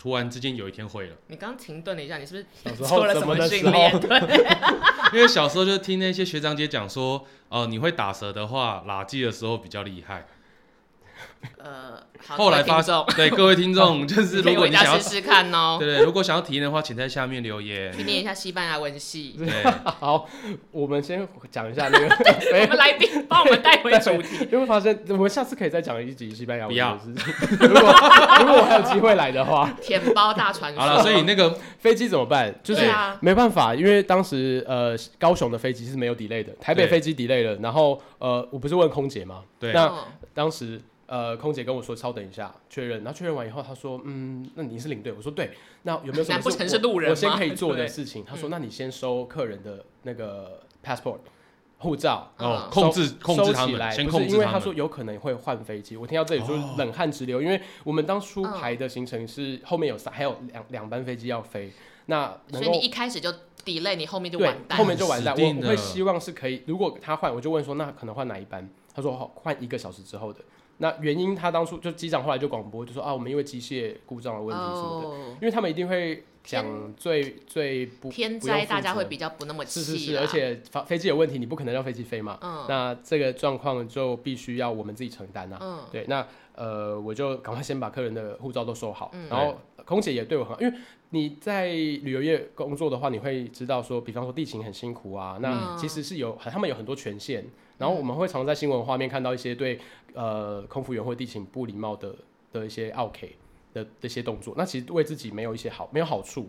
Speaker 2: 突然之间有一天会了，
Speaker 3: 你刚刚停顿了一下，你是不
Speaker 1: 小
Speaker 3: 是
Speaker 1: 时候
Speaker 3: 做了
Speaker 1: 怎么
Speaker 3: 么
Speaker 1: 的
Speaker 3: 训
Speaker 1: 时候
Speaker 3: 练？对，
Speaker 2: 因为小时候就听那些学长姐讲说，呃，你会打舌的话，拉记的时候比较厉害。
Speaker 3: 呃，好
Speaker 2: 后来
Speaker 3: 各位
Speaker 2: 发
Speaker 3: 听众，
Speaker 2: 对各位听众，就是
Speaker 3: 你可
Speaker 2: 如
Speaker 3: 以
Speaker 2: 果
Speaker 3: 回
Speaker 2: 你想
Speaker 3: 家
Speaker 2: 要
Speaker 3: 试试看哦，
Speaker 2: 对对，如果想要体验的话，请在下面留言。
Speaker 3: 去念一下西班牙文系。
Speaker 2: 对，
Speaker 1: 好，我们先 讲一下那个
Speaker 3: 我
Speaker 1: 没
Speaker 3: 们来宾帮我们带回主题。
Speaker 1: 有，因为发现我们下次可以再讲一集西班牙
Speaker 2: 不
Speaker 1: 文
Speaker 2: 要
Speaker 1: 的事情。如果如果我还有机会来的话，
Speaker 3: 舔包大传说。
Speaker 2: 好了，所以那个
Speaker 1: 飞机怎么 办？就是
Speaker 3: 对啊
Speaker 1: 没办法，因为当时呃高雄的飞机是没有 delay 的，台北
Speaker 2: 对
Speaker 1: 飞机 delay 了，然后呃我不是问空姐吗？
Speaker 2: 对
Speaker 1: 那
Speaker 3: 哦
Speaker 1: 当时呃空姐跟我说稍等一下确认，然后确认完以后她说嗯那你是领队，我说对，那有没有什么
Speaker 3: 难不
Speaker 1: 我
Speaker 3: 成是路人
Speaker 1: 我先
Speaker 3: 吗嗯
Speaker 1: 可以做的
Speaker 2: 对
Speaker 1: 事情？她说那你先收客人的那个 passport 护照。
Speaker 2: 哦，
Speaker 3: 嗯
Speaker 2: 控制控制
Speaker 1: 收
Speaker 2: 他
Speaker 1: 起
Speaker 2: 们，
Speaker 1: 来，
Speaker 2: 先
Speaker 1: 不是
Speaker 2: 控制
Speaker 1: 因为
Speaker 2: 他
Speaker 1: 他说
Speaker 2: 们。
Speaker 1: 有可能会换飞机，我听到这里就是
Speaker 2: 哦
Speaker 1: 冷汗直流，因为我们当初
Speaker 3: 嗯
Speaker 1: 排的行程是后面有三，还有两两班飞机要飞，那
Speaker 3: 所
Speaker 1: 能
Speaker 3: 以你
Speaker 1: 够
Speaker 3: 一开始就 delay，你后面就
Speaker 1: 对
Speaker 3: 完蛋。
Speaker 1: 后面就完蛋。
Speaker 2: 死定
Speaker 1: 我
Speaker 2: 了
Speaker 1: 我会希望是可以，如果他换，我就问说那可能换哪一班？他说好换一个小时之后的。那原因他当初就机长后来就广播就说啊，我们因为机械故障的问题什么的，
Speaker 3: 哦，
Speaker 1: 因为他们一定会讲
Speaker 3: 天
Speaker 1: 最最不
Speaker 3: 天
Speaker 1: 不用
Speaker 3: 灾
Speaker 1: 负
Speaker 3: 大家
Speaker 1: 责
Speaker 3: 会比较不那么气
Speaker 1: 是
Speaker 3: 啦。
Speaker 1: 是是，而且啊发飞机有问题，你不可能让飞机飞嘛。
Speaker 3: 嗯
Speaker 1: 那这个状况就必须要我们自己承担啊。
Speaker 3: 嗯，
Speaker 1: 对，那呃，我就赶快先把客人的护照都收好，
Speaker 3: 嗯
Speaker 1: 然后空姐也对我很好，因为你在旅游业工作的话，你会知道说，比方说地勤很辛苦啊，那
Speaker 3: 嗯
Speaker 1: 其实是有他们有很多权限，然后我们会常在新闻画面看到一些对呃空服员或地勤不礼貌的的一些 OK 的这些动作，那其实为自己没有一些好没有好处。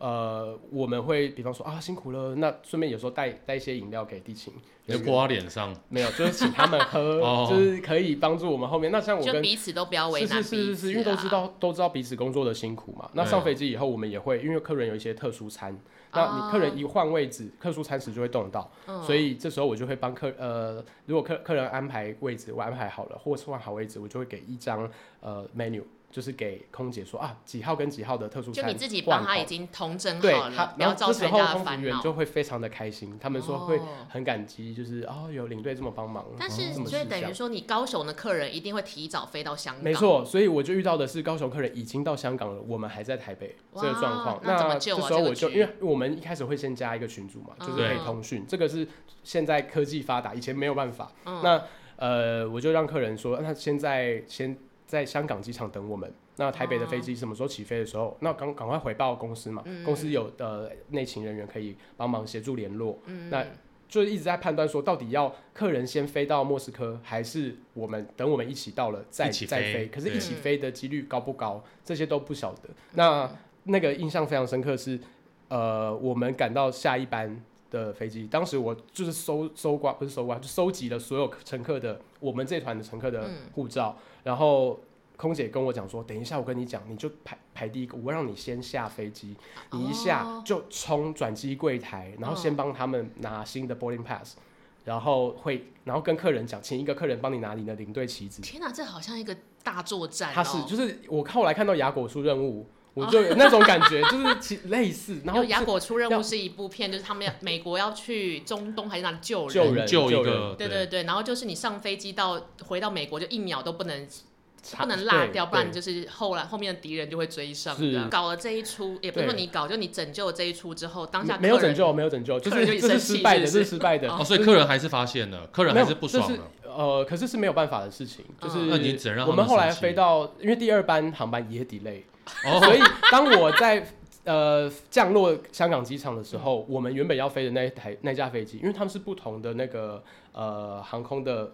Speaker 1: 呃，我们会比方说啊辛苦了，那顺便有时候带带一些饮料给地勤，
Speaker 2: 你就泼他脸上，
Speaker 1: 没有，就是请他们
Speaker 2: 哦
Speaker 1: 喝，就是可以帮助我们后面。那像我
Speaker 3: 就
Speaker 1: 跟
Speaker 3: 彼此都不要为
Speaker 1: 是
Speaker 3: 难
Speaker 1: 是
Speaker 3: 彼此啊。
Speaker 1: 是是是，因为都知道都知道彼此工作的辛苦嘛。那
Speaker 2: 对啊
Speaker 1: 上飞机以后，我们也会因为客人有一些特殊餐，那
Speaker 3: 哦
Speaker 1: 你客人一换位置，特殊餐食就会动到，
Speaker 3: 嗯，
Speaker 1: 所以这时候我就会帮客呃，如果客客人安排位置，我安排好了，或是换好位置，我就会给一张呃 menu，就是给空姐说啊几号跟几号的特殊
Speaker 3: 就
Speaker 1: 餐换
Speaker 3: 你
Speaker 1: 好，
Speaker 3: 自己帮他已经童真
Speaker 1: 对
Speaker 3: 好了
Speaker 1: 他，，
Speaker 3: 不
Speaker 1: 然
Speaker 3: 要
Speaker 1: 后
Speaker 3: 造
Speaker 1: 这时
Speaker 3: 成
Speaker 1: 候
Speaker 3: 人家的
Speaker 1: 空服
Speaker 3: 烦
Speaker 1: 员
Speaker 3: 恼。
Speaker 1: 就会非常的开心，他们说会
Speaker 3: 哦
Speaker 1: 很感激，就是哦有领队这么帮忙，
Speaker 3: 但是，
Speaker 1: 哦这么
Speaker 3: 所以
Speaker 1: 细
Speaker 3: 等
Speaker 1: 想
Speaker 3: 于说，你高雄的客人一定会提早飞到香港。
Speaker 1: 没，错，所以我就遇到的是高雄客人已经到香港了，我们还在台北这
Speaker 3: 哇
Speaker 1: 个状况。
Speaker 3: 那怎么
Speaker 1: 这
Speaker 3: 救啊
Speaker 1: 时候我就
Speaker 3: 这个局
Speaker 1: 因为我们一开始会先加一个群组嘛，就是可以
Speaker 2: 嗯
Speaker 1: 通讯，这个是现在科技发达，以前没有办法。
Speaker 3: 嗯，
Speaker 1: 那呃，我就让客人说，那现在先在香港机场等我们。那台北的飞机什么时候起飞的时候，那赶赶快回报公司嘛，
Speaker 3: 哦嗯
Speaker 1: 公司有呃内勤人员可以帮忙协助联络。
Speaker 3: 嗯
Speaker 1: 那就一直在判断说，到底要客人先飞到莫斯科，还是我们等我们一起到了再
Speaker 2: 一起飞
Speaker 1: 再飞？可是，
Speaker 2: 对
Speaker 1: 一起飞的几率高不高？这些都不晓得。那那个印象非常深刻是，呃，我们赶到下一班的飞机，当时我就是搜搜刮，不是搜刮，就收集了所有乘客的我们这团的乘客的
Speaker 3: 嗯
Speaker 1: 护照，然后。空姐跟我讲说，等一下，我跟你讲，你就排排第一个，我让你先下飞机，你一下
Speaker 3: 哦
Speaker 1: 就冲转机柜台，然后
Speaker 3: 嗯
Speaker 1: 先帮他们拿新的 boarding pass，、然后会，然后跟客人讲，请一个客人帮你拿你的领队旗子。
Speaker 3: 天哪，这好像一个大作战哦。
Speaker 1: 他是就是我后来看到雅果出任务，我就有那种感觉，就是其类似，然
Speaker 3: 因
Speaker 1: 后
Speaker 3: 为雅果出任
Speaker 1: 要
Speaker 3: 务是一部片，就是他们要美国要去中东还是哪里救人？
Speaker 1: 救人
Speaker 2: 救一
Speaker 1: 救
Speaker 2: 个，
Speaker 3: 对对对，然后就是你上飞机到回到美国就一秒都不能
Speaker 1: 差
Speaker 3: 不能落
Speaker 1: 对
Speaker 3: 掉，不然
Speaker 1: 对
Speaker 3: 就是后来后面的敌人就会追上。
Speaker 1: 是
Speaker 3: 这样搞了这一出，也不
Speaker 1: 对
Speaker 3: 是说你搞，就你拯救了这一出之后，当下
Speaker 1: 没没有
Speaker 3: 客
Speaker 1: 拯
Speaker 3: 人
Speaker 1: 救，没有拯救，就
Speaker 3: 客人就是已
Speaker 1: 这是
Speaker 3: 生气
Speaker 1: 失败的，
Speaker 3: 是不
Speaker 1: 这
Speaker 3: 是
Speaker 1: 是失败的。
Speaker 2: 哦，所以客人还是发现了，客人还是不爽
Speaker 1: 没有
Speaker 2: 了。
Speaker 1: 这是呃，可是是没有办法的事情，就是、
Speaker 3: 嗯
Speaker 2: 那你只能让他
Speaker 1: 我们后来
Speaker 2: 生气
Speaker 1: 飞到，因为第二班航班也 delay，、所
Speaker 2: 哦，
Speaker 1: 以当我在呃降落香港机场的时候，我们原本要飞的那一台那架飞机，因为他们是不同的那个呃航空的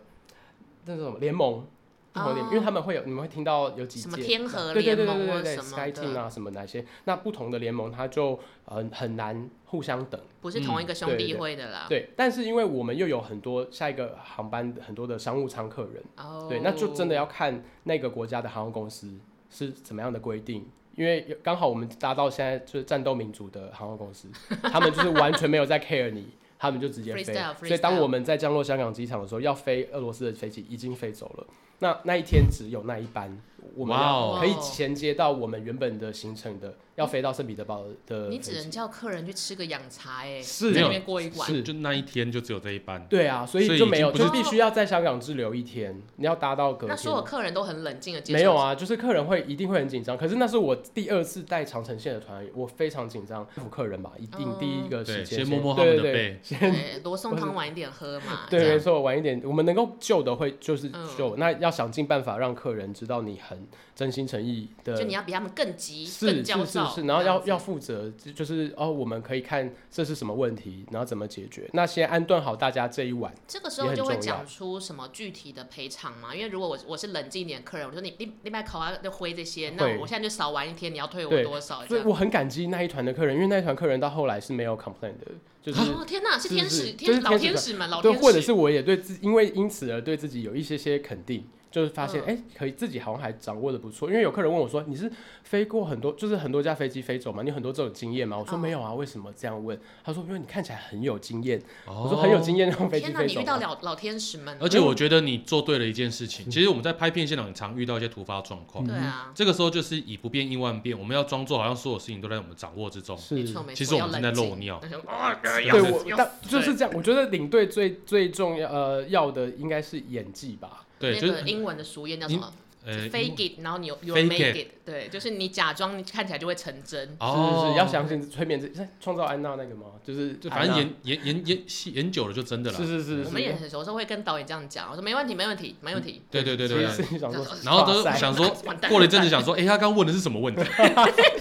Speaker 1: 那种联盟，不同的联盟，
Speaker 3: 哦
Speaker 1: 因为他们会有你们会听到有几
Speaker 3: 什么
Speaker 1: 届
Speaker 3: 天河
Speaker 1: 对对
Speaker 3: 联
Speaker 1: 对
Speaker 3: 盟
Speaker 1: 对对
Speaker 3: 或
Speaker 1: 对
Speaker 3: 什么
Speaker 1: ，Sky Team
Speaker 3: 的，
Speaker 1: 啊什么哪些，那不同的联盟它就很、很难互相等。
Speaker 3: 不是同一个兄
Speaker 1: 嗯对
Speaker 3: 弟
Speaker 1: 对
Speaker 3: 会的啦。
Speaker 1: 对，但是因为我们又有很多下一个航班很多的商务舱客人，
Speaker 3: 哦，
Speaker 1: 对，那就真的要看那个国家的航空公司是怎么样的规定。因为有刚好我们搭到现在就是战斗民族的航空公司，他们就是完全没有在 care 你，他们就直接飞。
Speaker 3: Freestyle，
Speaker 1: 所以当
Speaker 3: freestyle
Speaker 1: 我们在降落香港机场的时候，要飞俄罗斯的飞机已经飞走了。那那一天只有那一班，我们
Speaker 2: 哇
Speaker 1: 要
Speaker 2: 哦
Speaker 1: 可以衔接到我们原本的行程的，要飞到圣彼得堡的
Speaker 3: 哦你
Speaker 1: 飞
Speaker 3: 只能
Speaker 1: 机。
Speaker 3: 叫客人去吃个养茶哎，
Speaker 1: 是
Speaker 2: 没
Speaker 3: 在那
Speaker 2: 有
Speaker 3: 边过一晚。
Speaker 1: 是
Speaker 2: 就那一天就只有这一班，
Speaker 1: 对啊，所以
Speaker 2: 所以
Speaker 1: 就
Speaker 2: 已
Speaker 1: 没
Speaker 2: 经
Speaker 1: 有，
Speaker 2: 不
Speaker 1: 就是必须要在香港滞留一天，你要搭到隔
Speaker 3: 那
Speaker 1: 天。
Speaker 3: 所有客人都很冷静的接受，
Speaker 1: 没有，啊，就是客人会一定会很紧张。可是那是我第二次带长城线的团，我非常紧张，服客人吧，一定
Speaker 3: 哦
Speaker 1: 第一个时
Speaker 2: 对，
Speaker 1: 间、
Speaker 2: 先摸摸他们的背，
Speaker 3: 对，罗宋汤晚一点喝嘛，
Speaker 1: 对，
Speaker 3: 啊这
Speaker 1: 对，没
Speaker 3: 样
Speaker 1: 错，晚一点，我们能够救的会就是
Speaker 3: 嗯
Speaker 1: 救，那要想尽办法让客人知道你很真心诚意的，
Speaker 3: 就你要比他们更急、
Speaker 1: 是
Speaker 3: 更
Speaker 1: 是
Speaker 3: 焦
Speaker 1: 是
Speaker 3: 躁，
Speaker 1: 是，然后
Speaker 3: 这样
Speaker 1: 要
Speaker 3: 子
Speaker 1: 要负责，就就是哦，我们可以看这是什么问题，然后怎么解决。那先安顿好大家这一晚，
Speaker 3: 这个时
Speaker 1: 也
Speaker 3: 候
Speaker 1: 很
Speaker 3: 就会
Speaker 1: 重要
Speaker 3: 讲出什么具体的赔偿嘛？因为如果我我是冷静一点的客人，我说你你你买烤啊就挥这些，那
Speaker 1: 会
Speaker 3: 我现在就少玩一天，你要退我
Speaker 1: 对
Speaker 3: 多少？
Speaker 1: 所
Speaker 3: 这
Speaker 1: 以
Speaker 3: 样。
Speaker 1: 我很感激那一团的客人，因为那一团客人到后来是没有 complain 的，就是
Speaker 3: 哦天哪，是天
Speaker 1: 是
Speaker 3: 使
Speaker 1: 是
Speaker 3: 天
Speaker 1: 就是
Speaker 3: 老
Speaker 1: 天
Speaker 3: 天
Speaker 1: 使
Speaker 3: 使嘛，老
Speaker 1: 对，
Speaker 3: 天使，
Speaker 1: 或者是我也对自，因为因此而对自己有一些些肯定，就是发现哎、
Speaker 3: 嗯
Speaker 1: 诶可以自己好像还掌握的不错。因为有客人问我说，你是飞过很多，
Speaker 3: 嗯
Speaker 1: 就是很多架飞机飞走吗？你有很多这种经验吗？我说
Speaker 3: 哦
Speaker 1: 没有啊，为什么这样问？他说因为你看起来很有经验。
Speaker 2: 我
Speaker 1: 我说很有经验，用飞机
Speaker 3: 哦天哪，
Speaker 1: 飞
Speaker 3: 你
Speaker 1: 走啊
Speaker 3: 遇到
Speaker 1: 吗。
Speaker 3: 老老天使们了，
Speaker 2: 哦而且我觉得你做对了一件事
Speaker 1: 嗯
Speaker 2: 情。其实我们在拍片现场很常遇到一些突发状况，
Speaker 3: 对啊，
Speaker 2: 这个时候就是以不变应万变，我们要装作好像所有事情都在我们掌握之中。
Speaker 1: 嗯是
Speaker 3: 没错没错，
Speaker 2: 其实我
Speaker 3: 要
Speaker 2: 们正在
Speaker 3: 冷静
Speaker 2: 漏尿。
Speaker 3: 那就哦
Speaker 1: 对
Speaker 2: 要
Speaker 1: 我，但就是这样。我觉得领队最最重要呃要的应该是演技吧。
Speaker 2: 对，
Speaker 3: 呃那
Speaker 2: 就
Speaker 3: 个
Speaker 2: 是
Speaker 3: 英文的俗谚叫什么？
Speaker 2: 呃，
Speaker 3: fake it，然后你有 you
Speaker 2: fake
Speaker 3: make it，对，就是你假装你看起来就会成真。
Speaker 1: 是
Speaker 2: 哦
Speaker 1: 是，是要相信催眠自己，是创造安娜那个吗？就是
Speaker 2: 就
Speaker 1: 安
Speaker 2: 反
Speaker 1: 娜
Speaker 2: 正演演演演戏演久了就真的了。
Speaker 1: 是是是，
Speaker 3: 我
Speaker 1: 是
Speaker 3: 们也很有时候会跟导演这样讲，我说没问题，没问题，没问题。
Speaker 2: 对对对对
Speaker 1: 其
Speaker 2: 对
Speaker 1: 实是想嗯说，
Speaker 2: 然后都
Speaker 1: 哇塞
Speaker 2: 想说
Speaker 3: 完，蛋
Speaker 2: 过了一阵子想 说，哎，他刚问的是什么问题？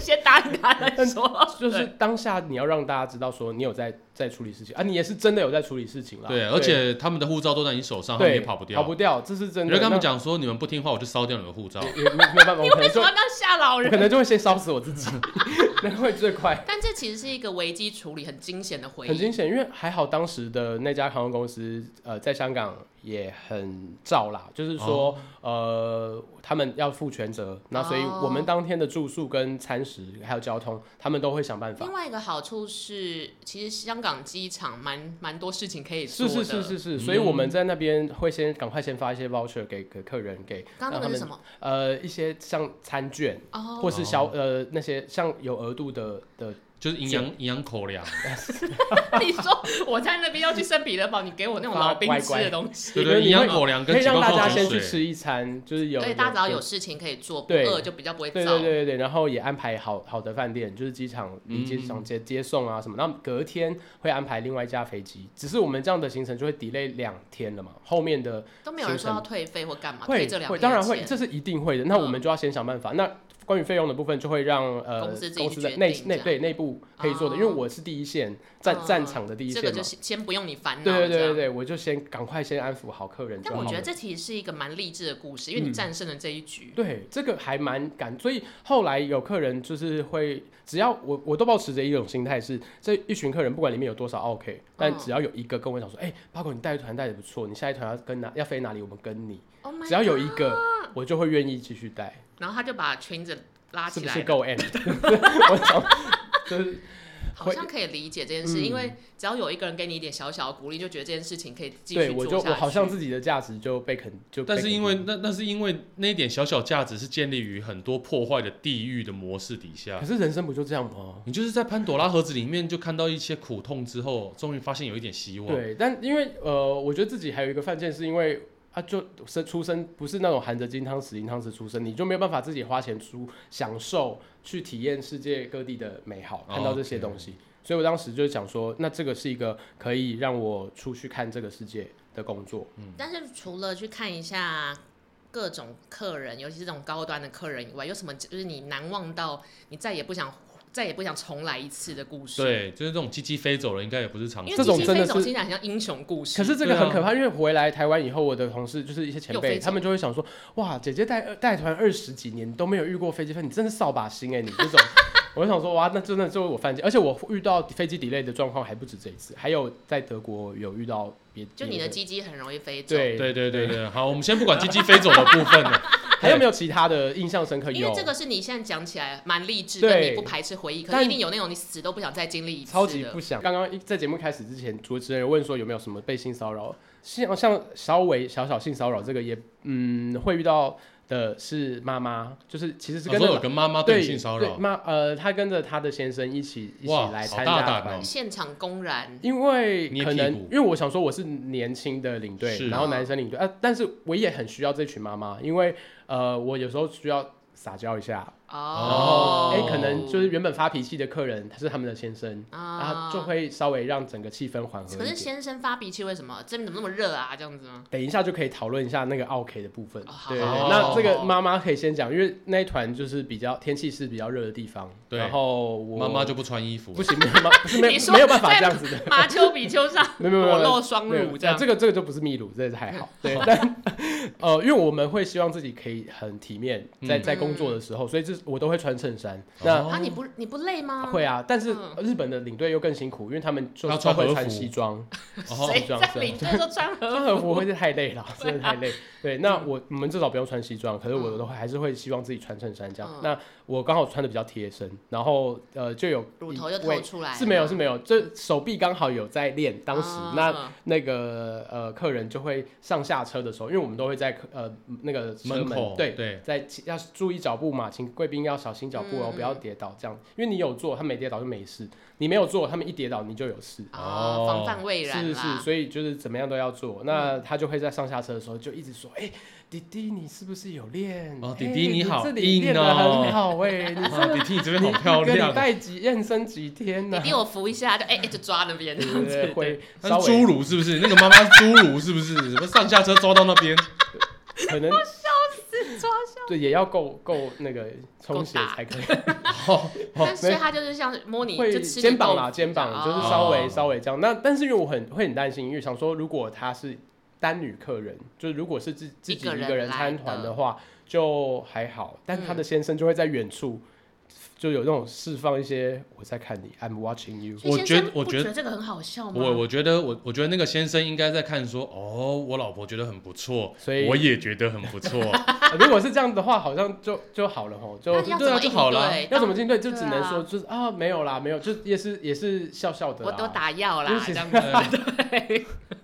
Speaker 3: 先打你他再说。
Speaker 1: 就是当下你要让大家知道说你有在在处理事情啊，你也是真的有在处理事情啦。
Speaker 2: 对，而且他们的护照都在你手上，他们
Speaker 1: 对
Speaker 2: 也跑不掉。
Speaker 1: 跑不掉，这是真
Speaker 2: 你
Speaker 1: 的。
Speaker 2: 就跟他们
Speaker 1: 那
Speaker 2: 讲说，你们不听话，我就烧掉你们护照。
Speaker 1: 也也没没有办法，我可
Speaker 3: 为
Speaker 1: 能
Speaker 3: 什
Speaker 1: 就
Speaker 3: 么要吓老
Speaker 1: 我可
Speaker 3: 人？啊
Speaker 1: 能就会先烧死我自己， 那会最快。
Speaker 3: 但这其实是一个危机处理很惊险的回
Speaker 1: 很
Speaker 3: 忆。
Speaker 1: 惊险，因为还好当时的那家航空公司，呃，在香港也很照啦，就是说，呃，他们要负全责，那所以
Speaker 3: 哦
Speaker 1: 我们当天的住宿跟餐食还有交通，他们都会想办法
Speaker 3: 另。外一个好处是，其实香港机场蛮蛮多事情可以做
Speaker 1: 是
Speaker 3: 的。
Speaker 1: 是是是是，所以我们在那边会先赶快先发一些 voucher 给给客人，给
Speaker 3: 刚刚那
Speaker 1: 让他
Speaker 3: 个是
Speaker 1: 们
Speaker 3: 什么？
Speaker 1: 呃一些像餐券，
Speaker 3: 哦，
Speaker 1: 或是消呃那些像有额度的的，
Speaker 2: 就是营养营养口粮，
Speaker 3: 你说我在那边要去圣彼得堡，你给我那种老兵吃的东西。
Speaker 2: 对不
Speaker 1: 因为
Speaker 2: 对？
Speaker 1: 你
Speaker 2: 营养
Speaker 1: 会
Speaker 2: 口粮
Speaker 1: 可
Speaker 2: 哦跟
Speaker 1: 以
Speaker 2: 几
Speaker 1: 让
Speaker 2: 罐
Speaker 1: 大
Speaker 2: 矿
Speaker 1: 家
Speaker 2: 泉
Speaker 1: 先去
Speaker 2: 水。
Speaker 1: 吃一餐，就是有
Speaker 3: 对，大家只要
Speaker 1: 有
Speaker 3: 有事情可以做，不
Speaker 1: 对
Speaker 3: 饿就比较不会
Speaker 1: 对
Speaker 3: 燥
Speaker 1: 对。对对，然后也安排好好的饭店，就是机场离机场接接送啊什么，那隔天会安排另外一架飞机，只是我们这样的行程就会 delay 两天了嘛，后面的
Speaker 3: 都没有人说要退费或干嘛，退
Speaker 1: 会
Speaker 3: 这两
Speaker 1: 会
Speaker 3: 天
Speaker 1: 当然
Speaker 3: 的
Speaker 1: 会，
Speaker 3: 钱
Speaker 1: 这是一定会的。那我们就要先想办法。那关于费用的部分，就会让呃
Speaker 3: 公司自己
Speaker 1: 公司的
Speaker 3: 决定
Speaker 1: 内
Speaker 3: 这
Speaker 1: 内
Speaker 3: 样
Speaker 1: 对内部可以做的，
Speaker 3: 哦
Speaker 1: 因为我是第一线战
Speaker 3: 嗯
Speaker 1: 战场的第一
Speaker 3: 这
Speaker 1: 线嘛
Speaker 3: 个就。先先不用你烦恼。
Speaker 1: 对对对
Speaker 3: 这
Speaker 1: 对
Speaker 3: 样
Speaker 1: 对，我就先赶快先安抚好客人就
Speaker 3: 但
Speaker 1: 好
Speaker 3: 我觉得
Speaker 1: 了。
Speaker 3: 这其实是一个蛮励志的故事，因为你战胜了这一局。
Speaker 1: 对，这个还蛮感，所以后来有客人就是会，只要我我都保持着一种心态是，这一群客人不管里面有多少 OK，但
Speaker 3: 嗯
Speaker 1: 只要有一个跟我讲说，哎、八狗你带团带的不错，你下一团要跟哪要飞哪里，我们跟你，
Speaker 3: Oh my
Speaker 1: 只要有一个，我就会愿意继续带。
Speaker 3: God，然后他就把裙子拉
Speaker 1: 是
Speaker 3: 起
Speaker 1: 不
Speaker 3: 来
Speaker 1: 是
Speaker 3: 了，
Speaker 1: 够 M？我 想就是
Speaker 3: 好像可以理解这件事，
Speaker 1: 嗯
Speaker 3: 因为只要有一个人给你一点小小的鼓励，就觉得这件事情可以继
Speaker 1: 对
Speaker 3: 续
Speaker 1: 我
Speaker 3: 做
Speaker 1: 就
Speaker 3: 下去。
Speaker 1: 我好像自己的价值就被肯就被
Speaker 2: 但
Speaker 1: 肯定，
Speaker 2: 是因为那那是因为那一点小小价值是建立于很多破坏的地域的模式底下
Speaker 1: 可。是人生不就这样吗？
Speaker 2: 你就是在潘朵拉盒子里面就看到一些苦痛之后，终于发现有一点希望。
Speaker 1: 对，但因为呃，我觉得自己还有一个犯贱，是因为啊，就生出生不是那种含着金汤匙银汤匙出生，你就没有办法自己花钱出享受去体验世界各地的美好，
Speaker 2: 哦
Speaker 1: 看到这些东西。所以我当时就想说，那这个是一个可以让我出去看这个世界的工作。
Speaker 3: 但是除了去看一下各种客人，尤其是这种高端的客人以外，有什么就是你难忘到你再也不想再也不想重来一次的故事？，
Speaker 2: 对，就是这种鸡鸡飞走了，应该也不是常
Speaker 3: 因为
Speaker 1: 这种
Speaker 3: 机器
Speaker 1: 真的
Speaker 3: 飞走
Speaker 1: 是
Speaker 3: 听起来很像英雄故事。
Speaker 1: 可是这个
Speaker 2: 对啊
Speaker 1: 很可怕，因为回来台湾以后，我的同事就是一些前
Speaker 3: 又飞
Speaker 1: 辈，
Speaker 3: 走
Speaker 1: 他们就会想说，哇，姐姐带带团二十几年都没有遇过飞机飞，你真是扫把星哎、你 这种。我就想说，哇，那真的就是我犯贱，而且我遇到飞机 delay 的状况还不止这一次，还有在德国有遇到别，
Speaker 3: 就你的鸡鸡很容易飞走，
Speaker 1: 对
Speaker 2: 对对对对，好，我们先不管鸡鸡飞走的部分了，
Speaker 1: 还有没有其他的印象深刻？
Speaker 3: 因为这
Speaker 1: 有，
Speaker 3: 个是你现在讲起来蛮励志，
Speaker 1: 对
Speaker 3: 跟你不排斥回忆，可是
Speaker 1: 但
Speaker 3: 一定有那种你死都不想再经历一次的。
Speaker 1: 超级不想。刚刚一在节目开始之前，主持人问说有没有什么被性骚扰，像像稍微小小性骚扰这个也，嗯，会遇到的是妈妈， 就是其实是
Speaker 2: 我
Speaker 1: 跟
Speaker 2: 说
Speaker 1: 那
Speaker 2: 有
Speaker 1: 个
Speaker 2: 跟妈妈
Speaker 1: 对
Speaker 2: 对性骚
Speaker 1: 对
Speaker 2: 扰，
Speaker 1: 妈呃，她跟着她的先生一起一起
Speaker 2: 哇
Speaker 1: 来
Speaker 2: 好
Speaker 1: 参
Speaker 2: 大
Speaker 1: 加
Speaker 2: 胆
Speaker 1: 团
Speaker 2: 哦
Speaker 3: 现场公然，
Speaker 1: 因为
Speaker 2: 捏
Speaker 1: 可
Speaker 2: 屁
Speaker 1: 能
Speaker 2: 股
Speaker 1: 因为我想说我是年轻的领队，
Speaker 2: 是
Speaker 1: 然后男生领队啊，但是我也很需要这群妈妈，因为呃，我有时候需要撒娇一下，然后
Speaker 3: 哦，
Speaker 1: 哎、可能就是原本发脾气的客人，他是他们的先生，啊，就。会稍微让整个气氛缓和一
Speaker 3: 哦可是
Speaker 1: 点。
Speaker 3: 先生发脾气为什么？这边怎么那么热啊？这样 子吗？
Speaker 1: 等一下就可以讨论一下那个 OK 的部分。
Speaker 3: 哦好
Speaker 1: 对对
Speaker 2: 好
Speaker 1: 对
Speaker 2: 好
Speaker 1: 那
Speaker 2: 好
Speaker 1: 这个
Speaker 3: 好
Speaker 1: 妈妈可以先讲，因为那一团就是比较天气是比较热的地方，
Speaker 2: 对
Speaker 1: 然后我
Speaker 2: 妈妈就不穿衣 服
Speaker 1: 不，行，妈妈不是没
Speaker 3: 你
Speaker 1: 有
Speaker 3: 说
Speaker 1: 没有办法这样子的。
Speaker 3: 马丘比丘上
Speaker 1: 没有没有没有
Speaker 3: 裸露双
Speaker 1: 没有呃
Speaker 3: 乳这样
Speaker 1: 这。个这个就不是秘鲁，这个还好。对， 但呃，因为我们会希望自己可以很体面，在
Speaker 2: 嗯
Speaker 1: 在工作的时候，所以这我都会穿衬衫。那
Speaker 2: 哦
Speaker 3: 啊，你不你不累吗？
Speaker 1: 会啊，但是
Speaker 3: 嗯
Speaker 1: 日本的领队又更辛苦，因为他们就
Speaker 2: 要
Speaker 1: 是
Speaker 2: 穿
Speaker 1: 都会
Speaker 2: 和
Speaker 1: 穿
Speaker 2: 服
Speaker 1: 西 装，
Speaker 2: 哦
Speaker 1: 西
Speaker 3: 谁
Speaker 1: 装
Speaker 3: 在
Speaker 1: 是啊
Speaker 3: 领队都 穿和
Speaker 1: 穿
Speaker 3: 服？
Speaker 1: 和服会是太累 了，真的太累。
Speaker 3: 啊
Speaker 1: 对，那我我们至少不用穿西装，可是我都会还是会希望自己穿衬衫这样
Speaker 3: 嗯。
Speaker 1: 那我刚好穿的比较贴身，然后呃就有
Speaker 3: 乳
Speaker 1: 一
Speaker 3: 头就
Speaker 1: 位
Speaker 3: 透出来了
Speaker 1: 是没有是没有，这手臂刚好有在练，当时
Speaker 3: 啊
Speaker 1: 那那个呃客人就会上下车的时候，因为我们都会在客呃那个车
Speaker 2: 门口
Speaker 1: 对。
Speaker 2: 对，
Speaker 1: 在要注意脚步嘛，请贵宾要小心脚步哦，
Speaker 3: 嗯
Speaker 1: 不要跌倒。这样，因为你有做，他没跌倒就没事；你没有做，他们一跌倒你就有事。
Speaker 3: 啊，防范未然
Speaker 1: 是
Speaker 3: 啦。嗯
Speaker 1: 是，所以就是怎么样都要做。那他就会在上下车的时候就一直说：“哎、弟弟，你是不是有练？哎
Speaker 2: 哦弟弟
Speaker 1: 你
Speaker 2: 好
Speaker 1: 这里练
Speaker 2: 硬
Speaker 1: 得
Speaker 2: 哦
Speaker 1: 很好哎、你
Speaker 2: 哇，迪啊迪你这边
Speaker 1: 你
Speaker 2: 好漂
Speaker 1: 一个
Speaker 2: 亮
Speaker 1: 礼，拜几验身几天呢、
Speaker 3: 你逼我扶一下，就哎哎就抓那边这
Speaker 1: 对
Speaker 3: 样
Speaker 1: 对对，
Speaker 3: 子。
Speaker 1: 会稍
Speaker 2: 那是侏
Speaker 1: 微
Speaker 2: 儒是不是？那个妈妈是侏儒是不是？怎么上下车抓到那边？
Speaker 1: 可 能
Speaker 3: 抓
Speaker 1: 对也要够够那个充血
Speaker 3: 够大
Speaker 1: 才可以，
Speaker 3: 但所以他就是像摸你，
Speaker 1: 哦会
Speaker 3: 就吃你
Speaker 1: 肩膀
Speaker 3: 豆
Speaker 1: 啦
Speaker 3: 腐
Speaker 1: 肩膀
Speaker 3: 这
Speaker 1: 就
Speaker 3: 样
Speaker 1: 是
Speaker 3: 哦
Speaker 1: 稍微
Speaker 2: 哦
Speaker 1: 稍微这样。那但是因为我很会很担心，因为想说如果他是单女客人，就是如果是自自己
Speaker 3: 一个人
Speaker 1: 一个人参团的话，就还好。但他的先生就会在远处，就有那种释放一些我在看你，I'm watching you。
Speaker 3: 所以
Speaker 2: 我
Speaker 3: 先
Speaker 2: 觉
Speaker 3: 生
Speaker 2: 得我
Speaker 3: 不
Speaker 2: 觉
Speaker 3: 得这个很好笑吗？
Speaker 2: 我我觉得我我觉得那个先生应该在看说，哦，我老婆觉得很不错，
Speaker 1: 所以
Speaker 2: 我也觉得很 不错，
Speaker 1: 呃如果是这样的话，好像就就好了吼，就
Speaker 3: 那要
Speaker 2: 对
Speaker 3: 怎
Speaker 2: 啊
Speaker 3: 么
Speaker 2: 就
Speaker 3: 应
Speaker 2: 好啦
Speaker 3: 对
Speaker 1: 要怎么
Speaker 3: 当
Speaker 1: 进队就
Speaker 3: 对
Speaker 1: 只能
Speaker 3: 啊
Speaker 1: 说就是啊没有啦，没有，就也是也是笑笑的啦。
Speaker 3: 我都打药啦
Speaker 1: 因为，其
Speaker 3: 这
Speaker 1: 实
Speaker 3: 样子。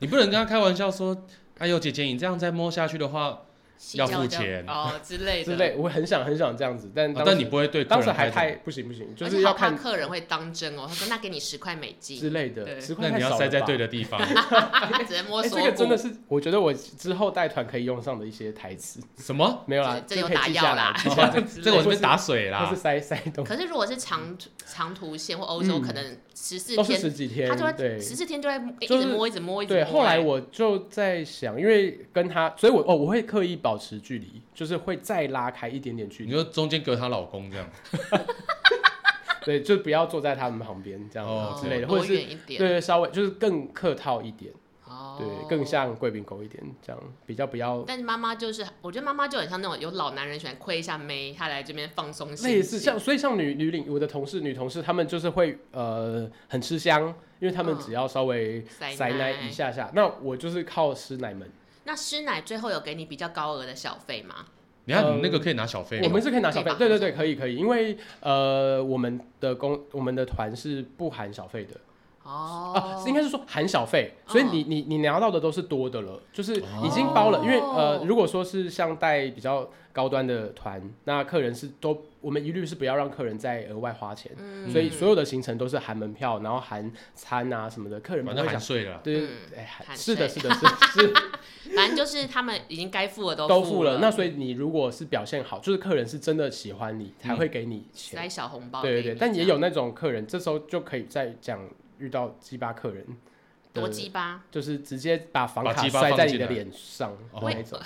Speaker 2: 你不能跟他开玩笑说，哎呦姐姐，你这样再摸下去的话，
Speaker 3: 洗
Speaker 2: 要
Speaker 3: 脚
Speaker 2: 付
Speaker 3: 这样
Speaker 2: 钱
Speaker 3: 哦之类的。
Speaker 1: 之类，我很想很想这样子，但
Speaker 2: 啊
Speaker 1: 当时
Speaker 2: 但你不会对客
Speaker 1: 当
Speaker 2: 人
Speaker 1: 时还
Speaker 2: 开
Speaker 1: 太
Speaker 2: 头，
Speaker 1: 不行不行，就
Speaker 3: 而
Speaker 1: 是
Speaker 3: 且
Speaker 1: 要
Speaker 3: 好怕
Speaker 1: 看
Speaker 3: 客人会当真哦，他说那给你十块美金，
Speaker 1: 之类的，
Speaker 3: 对
Speaker 1: 十块
Speaker 2: 那
Speaker 1: 太
Speaker 2: 你要
Speaker 1: 少
Speaker 2: 塞
Speaker 1: 了
Speaker 2: 在
Speaker 1: 吧
Speaker 2: 对的地方，
Speaker 3: 他只能摸
Speaker 1: 哎、
Speaker 3: 锁
Speaker 1: 这
Speaker 3: 骨。
Speaker 1: 个真的是，我觉得我之后带团可以用上的一些台词，
Speaker 2: 什么？
Speaker 1: 没有啦，
Speaker 3: 这
Speaker 1: 就
Speaker 3: 有
Speaker 1: 可以
Speaker 3: 打
Speaker 1: 记
Speaker 3: 药
Speaker 1: 下
Speaker 3: 啦
Speaker 1: 来，，
Speaker 3: 这
Speaker 1: 记下来，
Speaker 3: 样之
Speaker 2: 这个我
Speaker 3: 类
Speaker 2: 这
Speaker 3: 的
Speaker 2: 边打水
Speaker 1: 就
Speaker 2: 啦
Speaker 1: 是，塞塞东西，
Speaker 3: 可是如果是长途长途线或欧洲，
Speaker 1: 嗯
Speaker 3: 可能十四
Speaker 1: 都是
Speaker 3: 天，
Speaker 1: 十几天
Speaker 3: 他就，
Speaker 1: 对
Speaker 3: 会十四天就会一
Speaker 1: 就是
Speaker 3: 直摸，一直摸，一直摸。
Speaker 1: 对。后来
Speaker 3: 哎
Speaker 1: 我就在想，因为跟他，所以我哦，我会刻意保持距离，就是会再拉开一点点距
Speaker 2: 你
Speaker 1: 离，
Speaker 2: 就中间隔她老公这样，
Speaker 1: 对，就不要坐在他们旁边这样、
Speaker 2: 哦
Speaker 1: 之类的，
Speaker 3: 多
Speaker 1: 或者是
Speaker 3: 远一点，
Speaker 1: 对稍微就是更客套一点，
Speaker 3: 哦
Speaker 1: 对，更。像贵宾狗一点，这样比较不要
Speaker 3: 但是妈妈就是，我觉得妈妈就很像那种有老男人喜欢亏一下妹，他来这边放松心情。
Speaker 1: 类似像，所以像女女领我的同事女同事，她们就是会呃很吃香，因为她们
Speaker 3: 嗯
Speaker 1: 只要稍微
Speaker 3: 塞
Speaker 1: 塞奶一下下，那我就是靠师奶们，
Speaker 3: 那师奶最后有给你比较高额的小费吗？
Speaker 2: 你看
Speaker 1: 呃
Speaker 2: 你那个可以拿小费
Speaker 1: 我
Speaker 2: 吗？
Speaker 1: 们是可以拿小
Speaker 3: 可以
Speaker 1: 费
Speaker 3: 吧，
Speaker 1: 对对对，可以可以，因为呃我们的工我们的团是不含小费的，啊
Speaker 3: 哦，，嗯
Speaker 1: 应该是说含小费，所以你你你拿到的都是多的了，就是已经包了。因为呃
Speaker 3: 哦，
Speaker 1: 如果说是像带比较高端的团，那客人是都我们一律是不要让客人再额外花钱，
Speaker 3: 嗯
Speaker 1: 所以所有的行程都是含门票，然后含餐啊什么的，客人不
Speaker 2: 反
Speaker 1: 会
Speaker 2: 正含
Speaker 1: 想。
Speaker 2: 税了，
Speaker 1: 对对
Speaker 3: 嗯，
Speaker 1: 哎，含
Speaker 3: 含
Speaker 1: 是的，是
Speaker 3: 税
Speaker 1: 的，是的是
Speaker 3: 反正就是他们已经该付的都
Speaker 1: 都
Speaker 3: 付
Speaker 1: 付了。那所以你如果是表现好，就是客人是真的喜欢你，
Speaker 2: 嗯
Speaker 1: 才会给你钱。
Speaker 3: 塞小红包给
Speaker 1: 对
Speaker 3: 你，
Speaker 1: 对对，但也
Speaker 3: 这样
Speaker 1: 有那种客人，这时候就可以再讲遇到鸡巴客人的
Speaker 3: 多鸡巴，
Speaker 1: 就是直接把房
Speaker 2: 把
Speaker 1: 卡
Speaker 2: 鸡巴
Speaker 1: 摔
Speaker 2: 放
Speaker 1: 在你
Speaker 2: 进
Speaker 1: 的
Speaker 2: 来
Speaker 1: 脸上
Speaker 2: 哦
Speaker 1: 那一种，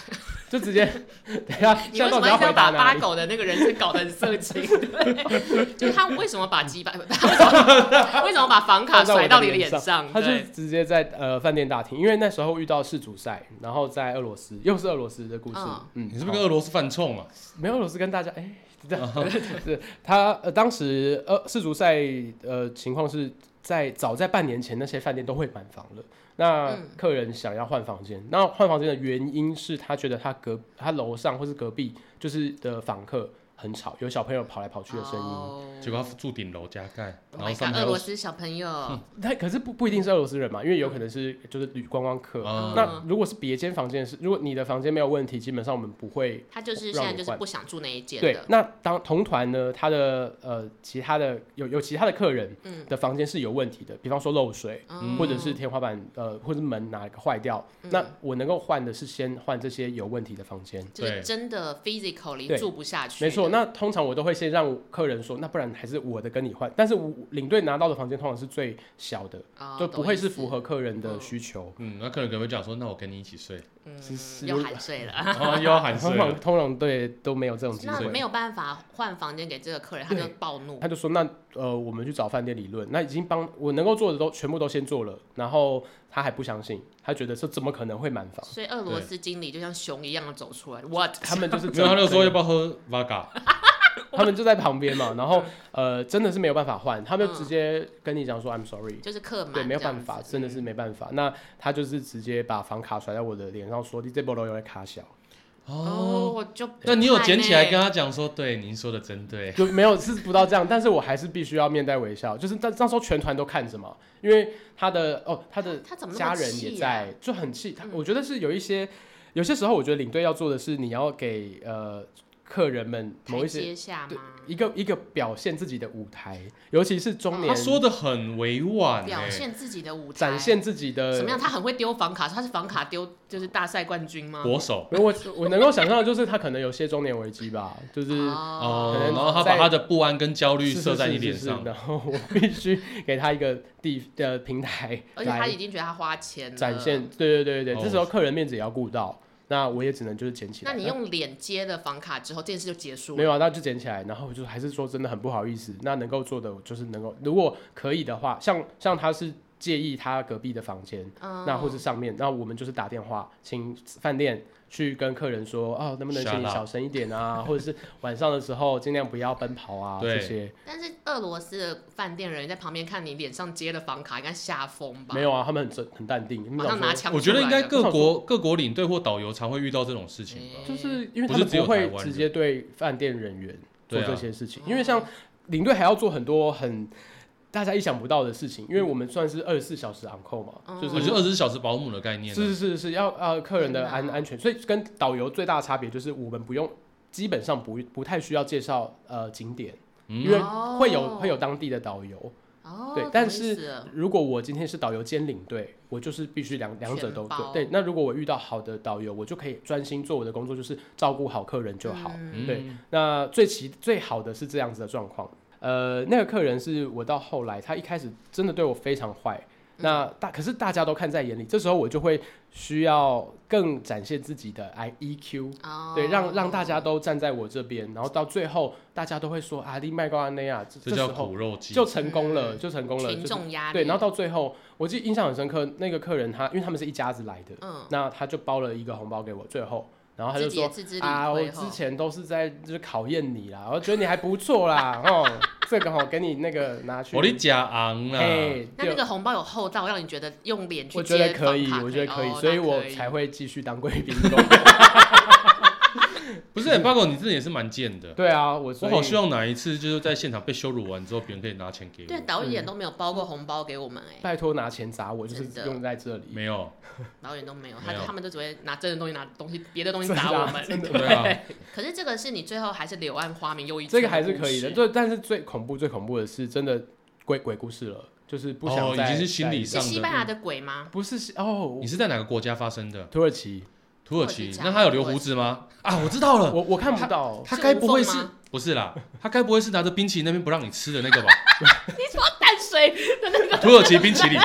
Speaker 1: 就直接 等一下，
Speaker 3: 你为
Speaker 1: 现在
Speaker 3: 什
Speaker 1: 到
Speaker 3: 么
Speaker 1: 底
Speaker 3: 一直
Speaker 1: 回
Speaker 3: 要
Speaker 1: 答
Speaker 3: 把
Speaker 1: 哪
Speaker 3: 八
Speaker 1: 里？
Speaker 3: 狗的那个人是搞得很色 情？对，就是他为什么把鸡巴， 为什么把房卡甩到你的脸上？
Speaker 1: 他就
Speaker 3: 对，
Speaker 1: 直接在呃饭店大厅，因为那时候遇到世足赛，然后在俄罗斯，又是俄罗斯的故事
Speaker 3: 嗯，
Speaker 1: 嗯，
Speaker 2: 你是不
Speaker 1: 好
Speaker 2: 是跟俄罗斯犯冲啊？
Speaker 1: 没有，老师跟大家哎。对，
Speaker 3: 啊
Speaker 1: 是他呃，当时呃世足赛呃情况是在早在半年前，那些饭店都会满房了。那
Speaker 3: 嗯
Speaker 1: 客人想要换房间，那换房间的原因是他觉得他隔他楼上或是隔壁就是的房客很吵，有小朋友跑来跑去的声音。
Speaker 3: 哦
Speaker 2: 结果他住顶楼加盖，然
Speaker 3: Oh
Speaker 2: 后
Speaker 3: my
Speaker 2: 上面
Speaker 3: god！俄
Speaker 2: 还有
Speaker 3: 罗斯小朋友，
Speaker 1: 他、可是不不一定是俄罗斯人嘛，因为有可能是就是旅观光客。
Speaker 3: 啊
Speaker 2: 嗯
Speaker 1: 那如果是别间房间的是，如果你的房间没有问题，基本上我们不会
Speaker 3: 他就是
Speaker 1: 让
Speaker 3: 现
Speaker 1: 你
Speaker 3: 在就是
Speaker 1: 换
Speaker 3: 不想住那一间
Speaker 1: 对
Speaker 3: 的，，
Speaker 1: 那当同团呢，他的呃其他的有有其他的客人
Speaker 3: 嗯
Speaker 1: 的房间是有问题的，比方说漏水，
Speaker 3: 嗯
Speaker 1: 或者是天花板呃或者门哪个坏掉，那我能够换的是先换这些有问题的房间。
Speaker 3: 就是
Speaker 2: 对
Speaker 3: 真的 physically
Speaker 1: 对
Speaker 3: 住不下去的，
Speaker 1: 没错，那通常我都会先让客人说，那不然还是我的跟你换。但是我领队拿到的房间通常是最小的，
Speaker 3: 哦
Speaker 1: 就不会是符。
Speaker 3: 懂意思
Speaker 1: 合客人的
Speaker 3: 嗯
Speaker 1: 需求。
Speaker 2: 嗯，那客人可能会讲说，那我跟你一起睡，
Speaker 1: 是是
Speaker 3: 嗯，又 含税 了。
Speaker 2: 然后又要喊
Speaker 1: 通
Speaker 2: 睡
Speaker 1: 常
Speaker 2: 了，
Speaker 1: 通常对都没有这种机
Speaker 3: 那
Speaker 1: 哦会。
Speaker 3: 没有办法换房间给这个客人，他就
Speaker 1: 对
Speaker 3: 暴怒。
Speaker 1: 他就说：“那呃，我们去找饭店理论，那已经帮我能够做的都全部都先做了，然后他还不相信，他觉得说怎么可能会满房？
Speaker 3: 所以俄罗斯经理就像熊一样走出来，what？
Speaker 1: 他们就是
Speaker 2: 没有他就说要
Speaker 1: 真
Speaker 2: 不要喝 v 嘎，
Speaker 1: 他们就在旁边嘛，然后
Speaker 2: 嗯
Speaker 1: 呃，真的是没有办法换，他们就直接跟你讲说 I'm sorry，
Speaker 3: 就是客满，
Speaker 1: 对，没有办法，真的
Speaker 3: 是。
Speaker 1: 是没办法。那他就是直接把房卡甩在我的脸上，说你这波楼有点卡小，
Speaker 3: 哦，
Speaker 2: 哦，
Speaker 3: 我就
Speaker 2: 但你有捡起来跟
Speaker 3: 他
Speaker 2: 他讲说，对，您说的真对，
Speaker 1: 就没有是不到这样，但是我还是必须要面带微笑，就是但那时候全团都看着嘛，因为他的哦他的
Speaker 3: 他怎么那
Speaker 1: 家
Speaker 3: 么
Speaker 1: 人
Speaker 3: 气
Speaker 1: 也
Speaker 3: 啊
Speaker 1: 在，就很气。他
Speaker 3: 嗯
Speaker 1: 我觉得是有一些，有些时候我觉得领队要做的是，你要给呃客人们某一些
Speaker 3: 接下
Speaker 1: 对
Speaker 3: 吗？
Speaker 1: 一个一个表现自己的舞台，尤其是中年
Speaker 2: 他，说的很委婉
Speaker 3: 表
Speaker 2: 欸，
Speaker 3: 现自己哦的舞台，
Speaker 1: 展现自己的
Speaker 3: 什么样？他很会丢房卡，他是房卡丢就是大赛冠军吗？
Speaker 2: 国手
Speaker 1: 我我我能够想象的就是他可能有些中年危机吧，就是。
Speaker 2: 哦
Speaker 1: 可，能
Speaker 2: 然后他
Speaker 1: 在
Speaker 2: 把他的不安跟焦虑
Speaker 1: 是是
Speaker 2: 射在你
Speaker 1: 是
Speaker 2: 脸
Speaker 1: 是是
Speaker 2: 上，
Speaker 1: 然后我必须给他一个地呃平台，
Speaker 3: 而且他
Speaker 1: 来
Speaker 3: 已经觉得他花钱了
Speaker 1: 展现，。对对对对对，
Speaker 2: 哦
Speaker 1: 这时候客人面子也要顾到，那我也只能就是捡起来。
Speaker 3: 那你用脸接了房卡之后，这件事就结束
Speaker 1: 没
Speaker 3: 了。
Speaker 1: 有啊？那就捡起来，然后我就还是说真的很不好意思。那能够做的我就是能够，如果可以的话，像像他是介意他隔壁的房间，
Speaker 3: 嗯
Speaker 1: 那或是上面，那我们就是打电话请饭店去跟客人说，哦，能不能请你
Speaker 2: Shut up
Speaker 1: 小声一点啊？或者是晚上的时候尽量不要奔跑啊这
Speaker 2: 对
Speaker 1: 些。
Speaker 3: 但是俄罗斯的饭店人员在旁边看你脸上接了房卡，应该吓疯吧？
Speaker 1: 没有啊，他们很真很淡定，他们
Speaker 3: 马
Speaker 1: 想
Speaker 3: 上
Speaker 1: 说
Speaker 3: 拿枪出来了。
Speaker 2: 我觉得应该
Speaker 1: 我
Speaker 2: 各
Speaker 1: 想
Speaker 2: 国各国领队或导游常会遇到这种事情吧。
Speaker 1: 就
Speaker 3: 嗯
Speaker 1: 是因为他
Speaker 2: 不是
Speaker 1: 们
Speaker 2: 只有
Speaker 1: 不
Speaker 2: 台
Speaker 1: 会
Speaker 2: 湾人
Speaker 1: 直接对饭店人员做
Speaker 2: 对啊
Speaker 1: 这些事情，因为
Speaker 3: 哦
Speaker 1: 像领队还要做很多很大家意想不到的事情，因为我们算是二十四小时 on call 嘛，
Speaker 3: 哦
Speaker 1: 就
Speaker 2: 我
Speaker 1: 是
Speaker 2: 觉得二十四小时保姆的概念啊呢，
Speaker 1: 是是是要呃客人的安
Speaker 3: 天哪
Speaker 1: 安全，所以跟导游最大的差别就是我们不用。基本上不不太需要介绍呃景点，因为
Speaker 2: 嗯，
Speaker 1: 会有
Speaker 3: 哦
Speaker 1: 会有当地的导游。
Speaker 3: 哦，
Speaker 1: 对
Speaker 3: 懂
Speaker 1: 但
Speaker 3: 意
Speaker 1: 是
Speaker 3: 思了
Speaker 1: 如果我今天是导游兼领队，我就是必须两两者
Speaker 3: 全
Speaker 1: 都
Speaker 3: 包
Speaker 1: 对。对，那如果我遇到好的导游，我就可以专心做我的工作，就是照顾好客人就好。
Speaker 3: 嗯
Speaker 1: 对那最奇最好的是这样子的状况，呃，那个客人是我到后来，他一开始真的对我非常坏，那
Speaker 3: 嗯
Speaker 1: 大可是大家都看在眼里，这时候我就会需要更展现自己的 I E Q，
Speaker 3: 哦
Speaker 1: 对，让让大家都站在我这边，然后到最后大家都会说啊，你卖高安内亚，这
Speaker 2: 这
Speaker 1: 时
Speaker 2: 叫
Speaker 1: 候
Speaker 2: 苦肉计，
Speaker 1: 就成功了，就成功了，
Speaker 3: 嗯群
Speaker 1: 就是
Speaker 3: 众压力。
Speaker 1: 对，然后到最后，我记得印象很深刻，那个客人他因为他们是一家子来的，
Speaker 3: 嗯，
Speaker 1: 那他就包了一个红包给我，最后，然后他就
Speaker 3: 自己也
Speaker 1: 说。
Speaker 3: 自知理
Speaker 1: 啊，我
Speaker 3: 亏
Speaker 1: 之
Speaker 3: 后，
Speaker 1: 前都是在就是考验你啦，我觉得你还不错啦，哦，这个哦，给你那个拿去，哎
Speaker 2: 我啊的假昂啦，
Speaker 1: 嘿，
Speaker 3: 那那
Speaker 1: 对
Speaker 3: 个红包有厚到让你觉得用脸去
Speaker 1: 我
Speaker 3: 接
Speaker 1: 觉得
Speaker 3: 房卡
Speaker 1: 可以，我觉得可以，
Speaker 3: 哦
Speaker 1: 所以
Speaker 3: 那
Speaker 1: 我
Speaker 3: 可以
Speaker 1: 才会继续当贵宾。
Speaker 2: 不是、欸、八狗，你真的也是蛮贱的。
Speaker 1: 对啊，我
Speaker 2: 我
Speaker 1: 所以
Speaker 2: 好希望哪一次就是在现场被羞辱完之后，别人可以拿钱给
Speaker 3: 对，
Speaker 2: 我。
Speaker 3: 导演都没有包过红包给我们哎、
Speaker 1: 拜托拿钱砸我，就是
Speaker 3: 真的
Speaker 1: 用在这里。
Speaker 2: 没有，
Speaker 3: 导演都没有，
Speaker 2: 没
Speaker 3: 他
Speaker 2: 有
Speaker 3: 他们都只会拿真的东西拿东西，别的东西
Speaker 1: 真的
Speaker 3: 打
Speaker 1: 啊
Speaker 3: 我们。
Speaker 1: 真的
Speaker 2: 对啊，
Speaker 3: 可是这个是你最后还是柳暗花明又一
Speaker 1: 这
Speaker 3: 村
Speaker 1: 个
Speaker 3: 的
Speaker 1: 还是
Speaker 3: 故
Speaker 1: 可以的，
Speaker 3: 事
Speaker 1: 就但是最恐怖、最恐怖的是真的鬼鬼故事了，就是不想
Speaker 2: 哦
Speaker 1: 再、
Speaker 2: 已经是心理
Speaker 1: 再
Speaker 2: 上
Speaker 3: 是
Speaker 2: 的
Speaker 3: 西班牙的鬼吗？
Speaker 1: 不是哦
Speaker 2: 你，是在哪个国家发生的？
Speaker 1: 土耳其，
Speaker 2: 土耳其
Speaker 3: 土耳其？
Speaker 2: 那他有留胡子吗？啊，我知道了，
Speaker 1: 我我看不到，
Speaker 2: 他
Speaker 3: 是
Speaker 2: 该不会
Speaker 3: 无缝
Speaker 2: 是
Speaker 3: 吗
Speaker 2: 不是啦？他该不会是拿着冰淇淋那边不让你吃的那 个吧？
Speaker 3: 你说淡水的那个
Speaker 2: 土耳其冰淇淋，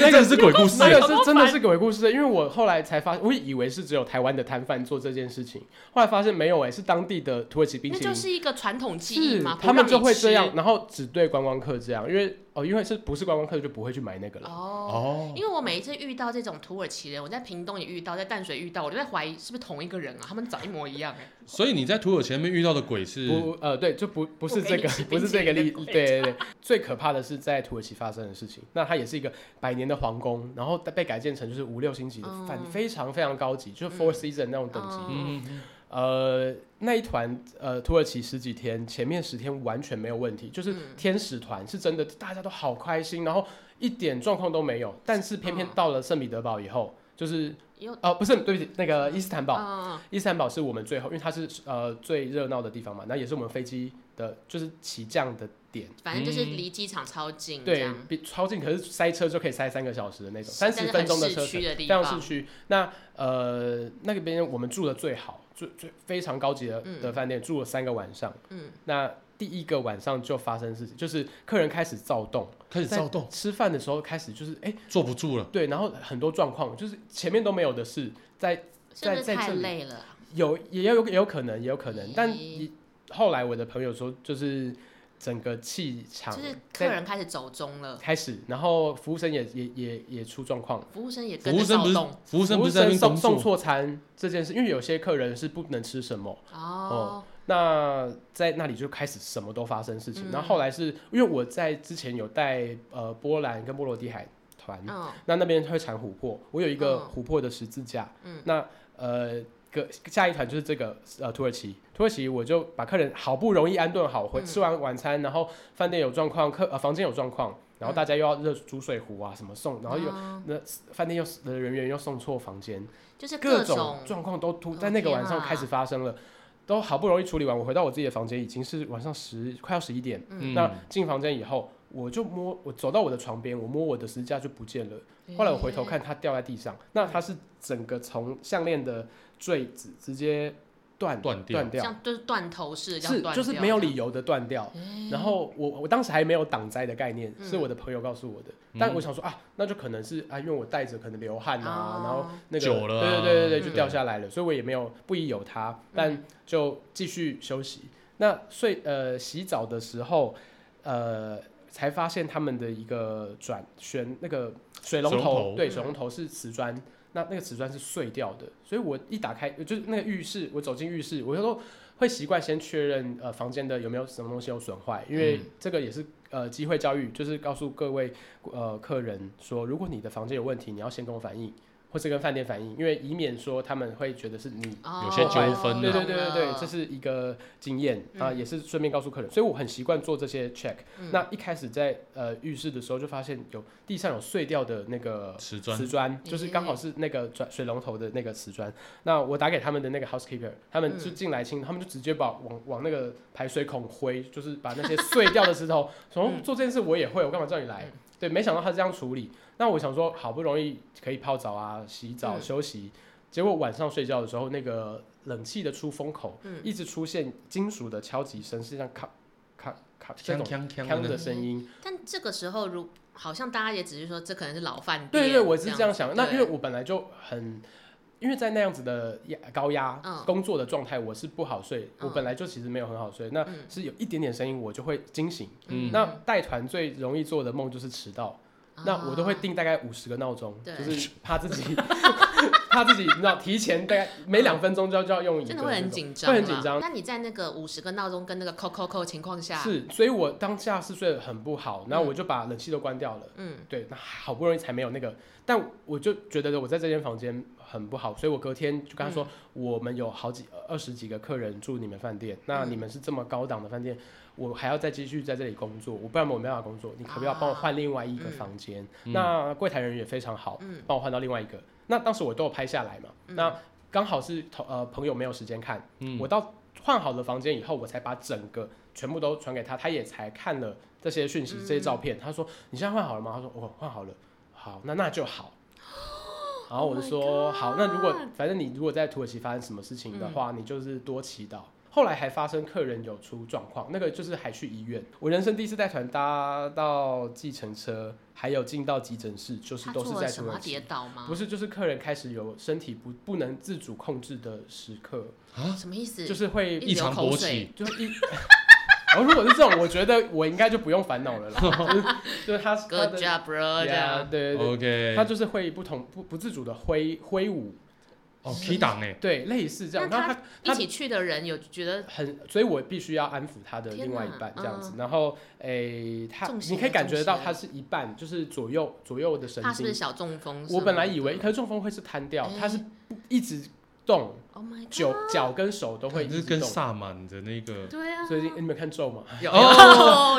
Speaker 2: 那个是鬼故事
Speaker 1: 那
Speaker 2: 欸
Speaker 1: 个是真的是鬼故事，因为我后来才发，我以为是只有台湾的摊贩做这件事情，后来发现没有哎、是当地的土耳其冰
Speaker 3: 那
Speaker 1: 淇
Speaker 3: 就
Speaker 1: 淋。
Speaker 3: 是一个传统技艺
Speaker 1: 是
Speaker 3: 嘛，，不
Speaker 1: 他们
Speaker 3: 让
Speaker 1: 就
Speaker 3: 你
Speaker 1: 会
Speaker 3: 吃
Speaker 1: 这样，然后只对观光客这样，因为哦，因为是不是观光客就不会去买那个了。
Speaker 3: 哦。
Speaker 2: 哦
Speaker 3: 因。为我每一次遇到这种土耳其人，我在屏东也遇到，在淡水遇到，我就在怀疑是不是同一个人啊？他们长一模一样哎、
Speaker 2: 所以你在土耳其那边遇到的鬼是
Speaker 1: 不，呃，对，就不不是
Speaker 3: 不
Speaker 1: 这
Speaker 3: 给你
Speaker 1: 个
Speaker 3: 吃，
Speaker 1: 不
Speaker 3: 冰
Speaker 1: 是
Speaker 3: 淇
Speaker 1: 这个
Speaker 3: 淋
Speaker 1: 例，对
Speaker 3: 的鬼
Speaker 1: 对对。最可怕的是在土耳其发生的事情，那它也是一个百年的皇宫，然后被改建成就是五六星级的饭，
Speaker 3: 嗯
Speaker 1: 非常非常高级，就是 Four Season 那种等级。
Speaker 2: 嗯嗯
Speaker 1: 呃，那一团呃土耳其十几天，前面十天完全没有问题，就是
Speaker 3: 嗯
Speaker 1: 天使团是真的，大家都好开心，然后一点状况都没有。但是偏
Speaker 3: 嗯
Speaker 1: 偏到了圣彼得堡以后，就是
Speaker 3: 又
Speaker 1: 呃不是对不起，那个伊斯坦堡。
Speaker 3: 嗯，
Speaker 1: 伊斯坦堡是我们最后，因为它是呃最热闹的地方嘛，那也是我们飞机的，就是起降的点，
Speaker 3: 反正就是
Speaker 2: 嗯
Speaker 3: 离机场超近这
Speaker 1: 对
Speaker 3: 样，，
Speaker 1: 比超近，可是塞车就可以塞三个小时的那种，
Speaker 3: 是
Speaker 1: 三十分钟的车程
Speaker 3: 但是很市区，的
Speaker 1: 非
Speaker 3: 地
Speaker 1: 常
Speaker 3: 方
Speaker 1: 市区。那呃那个边我们住的最好，最最非常高级的
Speaker 3: 嗯
Speaker 1: 的饭店，住了三个晚上。
Speaker 3: 嗯，
Speaker 1: 那第一个晚上就发生事情，就是客人开始躁动，
Speaker 2: 开始躁动，
Speaker 1: 吃饭的时候开始就是哎、
Speaker 2: 坐不住了。
Speaker 1: 对，然后很多状况，就是前面都没有的事，在
Speaker 3: 是不
Speaker 1: 在
Speaker 3: 是
Speaker 1: 在
Speaker 3: 太
Speaker 1: 这里
Speaker 3: 累了？
Speaker 1: 有也有也有可能，也有可能，但
Speaker 3: 咦
Speaker 1: 你后来我的朋友说，就是整个气场
Speaker 3: 就是客
Speaker 1: 在
Speaker 3: 人开始走中了，
Speaker 1: 开始，然后服务生也也也也出状况，
Speaker 3: 服务生也
Speaker 2: 服
Speaker 3: 跟
Speaker 2: 务
Speaker 3: 着
Speaker 2: 生
Speaker 3: 躁
Speaker 2: 不是
Speaker 3: 动
Speaker 2: 服务生不是在那边
Speaker 1: 送
Speaker 2: 工
Speaker 1: 送
Speaker 2: 作，
Speaker 1: 错餐这件事，因为有些客人是不能吃什么，
Speaker 3: 哦，
Speaker 1: 那在那里就开始什么都发生事情。
Speaker 3: 嗯
Speaker 1: 然后后来是因为我在之前有带呃波兰跟波罗的海团，
Speaker 3: 嗯
Speaker 1: 那那边会产琥珀，我有一个琥
Speaker 3: 嗯
Speaker 1: 珀的十字架。
Speaker 3: 嗯
Speaker 1: 那呃，个下一团就是这个呃土耳其，土耳其我就把客人好不容易安顿好，回、
Speaker 3: 嗯
Speaker 1: 吃完晚餐，然后饭店有状况，客呃房间有状况，然后大家又要热煮水壶啊什么送，然后又、
Speaker 3: 嗯
Speaker 1: 那饭店又的人员又送错房间，
Speaker 3: 就是
Speaker 1: 各种
Speaker 3: 种
Speaker 1: 状况都突
Speaker 3: 哦
Speaker 1: 在那个
Speaker 3: 天
Speaker 1: 晚上开始
Speaker 3: 啊
Speaker 1: 发生了。都好不容易处理完，我回到我自己的房间，已经是晚上十快要十一点，
Speaker 2: 嗯
Speaker 1: 那进房间以后，我就摸，我走到我的床边，我摸我的十字架就不见了。后来我回
Speaker 3: 嗯
Speaker 1: 头看，它掉在地上，那它是整个从项链的坠子直接断
Speaker 2: 断掉
Speaker 1: 断掉，
Speaker 3: 像就是断头式这样
Speaker 1: 是
Speaker 3: 断
Speaker 1: 就
Speaker 3: 掉，
Speaker 1: 是没有理由的断掉。然后我我当时还没有挡灾的概念，
Speaker 3: 嗯
Speaker 1: 是我的朋友告诉我的。
Speaker 2: 嗯
Speaker 1: 但我想说啊，那就可能是啊，因为我带着可能流汗啊，
Speaker 3: 哦
Speaker 1: 然后那个
Speaker 2: 久了
Speaker 1: 对对
Speaker 2: 啊
Speaker 1: 对对对，就
Speaker 2: 嗯
Speaker 1: 掉下来了，所以我也没有不疑有他，但就继续休息。那睡呃洗澡的时候，呃才发现他们的一个转旋那个水龙
Speaker 2: 水龙
Speaker 1: 头
Speaker 2: 头，
Speaker 1: 对，
Speaker 3: 嗯
Speaker 1: 水龙头是瓷砖。那那个瓷砖是碎掉的，所以我一打开就是那个浴室，我走进浴室，我就说会习惯先确认呃房间的有没有什么东西有损坏，因为
Speaker 2: 嗯
Speaker 1: 这个也是呃机会教育，就是告诉各位呃客人说，如果你的房间有问题，你要先跟我反映，或是跟饭店反映，因为以免说他们会觉得是你
Speaker 3: 哦，嗯
Speaker 2: 有些纠纷啊
Speaker 1: 对对对对对，
Speaker 3: 懂
Speaker 1: 这
Speaker 3: 了
Speaker 1: 是一个经验啊，也是顺便告诉客人，所以我很习惯做这些 check。
Speaker 3: 嗯
Speaker 1: 那一开始在呃浴室的时候，就发现有地上有碎掉的那个
Speaker 2: 瓷砖
Speaker 1: 瓷
Speaker 3: 嗯
Speaker 1: 砖就是刚好是那个砖水龙头的那个瓷砖。那我打给他们的那个 housekeeper，他们就进来
Speaker 3: 嗯
Speaker 1: 清，他们就直接把往往那个排水孔挥，就是把那些碎掉的石 头。
Speaker 3: 嗯
Speaker 1: 从做这件事我也会，我干嘛叫你来？对，没想到他是这样处理。那我想说，好不容易可以泡澡啊、洗澡、
Speaker 3: 嗯
Speaker 1: 休息，结果晚上睡觉的时候，那个冷气的出风口、
Speaker 3: 嗯
Speaker 1: 一直出现金属的敲击声，是像咔咔咔这
Speaker 2: 锵
Speaker 1: 种
Speaker 2: 锵
Speaker 1: 锵
Speaker 2: 锵
Speaker 1: 的
Speaker 2: 的呢，
Speaker 1: 声音。
Speaker 3: 但这个时候如好像大家也只是说这可能是老饭店，
Speaker 1: 对对，我是这样
Speaker 3: 子
Speaker 1: 想。那因为
Speaker 3: 对嗯
Speaker 1: 我本来就很。因为在那样子的压高压
Speaker 3: 嗯
Speaker 1: 工作的状态，我是不好睡。我
Speaker 3: 嗯
Speaker 1: 本来就其实没有很好睡，那
Speaker 3: 嗯
Speaker 1: 是有一点点声音我就会惊醒。
Speaker 2: 嗯
Speaker 1: 那带团最容易做的梦就是迟到，那我都会
Speaker 3: 啊
Speaker 1: 定大概五十个闹钟，
Speaker 3: 对
Speaker 1: 就是怕自己 怕自己你知道提前大概每两分钟就要就要用一个
Speaker 3: 嗯真
Speaker 1: 那
Speaker 3: 的
Speaker 1: 种，
Speaker 3: 会很紧张，
Speaker 1: 会很紧张。
Speaker 3: 那你在那个五十个闹钟跟那个扣扣扣情况下，
Speaker 1: 是，所以我当下是睡得很不好，然后我就把冷气都关掉了。
Speaker 3: 嗯，
Speaker 1: 对，那好不容易才没有那个，但我就觉得我在这间房间很不好，所以我隔天就跟他说，
Speaker 3: 嗯
Speaker 1: 我们有好几呃二十几个客人住你们饭店，那
Speaker 3: 嗯
Speaker 1: 你们是这么高档的饭店，我还要再继续在这里工作，我不然我没办法工作，你可不可以帮我
Speaker 3: 啊
Speaker 1: 换另外一个
Speaker 3: 嗯
Speaker 1: 房间？
Speaker 2: 嗯
Speaker 1: 那柜台人员也非常好，
Speaker 3: 嗯
Speaker 1: 帮我换到另外一个。那当时我都有拍下来嘛，
Speaker 3: 嗯
Speaker 1: 那刚好是同呃朋友没有时间看，
Speaker 2: 嗯
Speaker 1: 我到换好了房间以后，我才把整个全部都传给他，他也才看了这些讯息、
Speaker 3: 嗯
Speaker 1: 这些照片。他说：“你现在换好了吗？”他说：“哦，换好了。”好，那那就好。然后我就
Speaker 3: 哦，Oh my
Speaker 1: 说：“
Speaker 3: God 嗯
Speaker 1: 好，那如果反正你如果在土耳其发生什么事情的话，你就是多祈祷。”后来还发生客人有出状况，那个就是还去医院。我人生第一次带团搭到计程车，还有进到急诊室，就是
Speaker 3: 他
Speaker 1: 都是
Speaker 3: 做
Speaker 1: 在
Speaker 3: 了什
Speaker 1: 土
Speaker 3: 么
Speaker 1: 耳
Speaker 3: 他
Speaker 1: 其
Speaker 3: 跌。倒吗？
Speaker 1: 不是，就是客人开始有身体不不能自主控制的时刻，
Speaker 2: 啊，
Speaker 3: 什么意思？
Speaker 1: 就是会
Speaker 2: 异常勃起，
Speaker 1: 就是一。 然后如果是这种，我觉得我应该就不用烦恼 了啦。就是就是他
Speaker 3: Good
Speaker 1: 他
Speaker 3: job, bro，
Speaker 1: 的
Speaker 3: 这
Speaker 1: yeah，
Speaker 3: 样。
Speaker 1: 对对
Speaker 2: OK，
Speaker 1: 对，他就是会不同不不自主的挥挥舞，
Speaker 2: 哦 K 档哎，
Speaker 1: 对，类似这样。
Speaker 3: 那
Speaker 1: 然
Speaker 3: 他
Speaker 1: 后他
Speaker 3: 一起去的人有觉得
Speaker 1: 很，所以我必须要安抚他的
Speaker 3: 天
Speaker 1: 另外一
Speaker 3: 哪
Speaker 1: 半这样子。然后诶，他
Speaker 3: 中邪
Speaker 1: 你可以
Speaker 3: 了
Speaker 1: 感
Speaker 3: 中
Speaker 1: 觉得到
Speaker 3: 邪
Speaker 1: 他是一半，就是左右左右的神
Speaker 3: 啊他是不
Speaker 1: 经
Speaker 3: 是。小中风什么的？
Speaker 1: 我本来以为，可是中风会是瘫掉，他是不一直动，
Speaker 3: Oh my God，
Speaker 1: 脚脚跟手都会一
Speaker 2: 就是
Speaker 1: 直
Speaker 2: 跟
Speaker 1: 动。
Speaker 2: 萨满的那个。
Speaker 3: 对啊，
Speaker 1: 最近你们看咒吗？
Speaker 3: 有
Speaker 2: 哦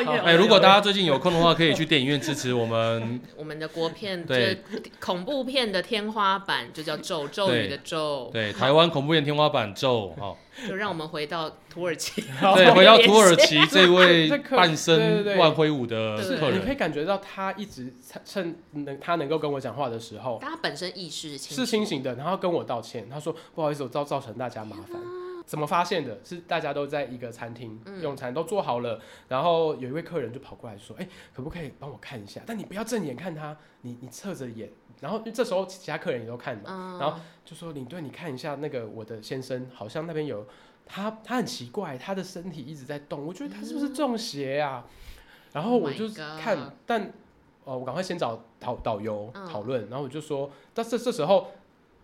Speaker 3: 有有
Speaker 2: 哎，如果大家最近有空的话，可以去电影院支持 我们。
Speaker 3: 我们的国片，
Speaker 2: 对
Speaker 3: 就是恐怖片的天花板就叫咒，咒语的咒，
Speaker 2: 对，台湾恐怖片天花 板咒哦，
Speaker 3: 就让我们回到土耳其。
Speaker 2: 对，回到土耳其这位
Speaker 1: 这客
Speaker 2: 半
Speaker 1: 对对
Speaker 2: 身
Speaker 1: 对
Speaker 2: 乱挥舞的
Speaker 3: 对
Speaker 2: 呃客
Speaker 1: 你可
Speaker 2: 人，
Speaker 1: 以感觉到他一直趁趁能他能够跟我讲话的时候
Speaker 3: 但他本身意识是清
Speaker 1: 是
Speaker 3: 楚
Speaker 1: 清醒的，然后跟我道歉，他说不好意思，我造造成大家麻烦。怎么发现的？是大家都在一个餐厅
Speaker 3: 嗯
Speaker 1: 用餐，都做好了，然后有一位客人就跑过来说：“哎，可不可以帮我看一下？但你不要正眼看他，你你侧着眼。”然后因为这时候其他客人也都看嘛，
Speaker 3: 嗯，
Speaker 1: 然后就说领队，你看一下那个我的先生，好像那边有他，他很奇怪，他的身体一直在动，我觉得他是不是中邪啊？然后
Speaker 3: Oh
Speaker 1: 我
Speaker 3: my
Speaker 1: 就
Speaker 3: God
Speaker 1: 看但哦，我赶快先找导导游
Speaker 3: 嗯
Speaker 1: 讨论，然后我就说，但这这时候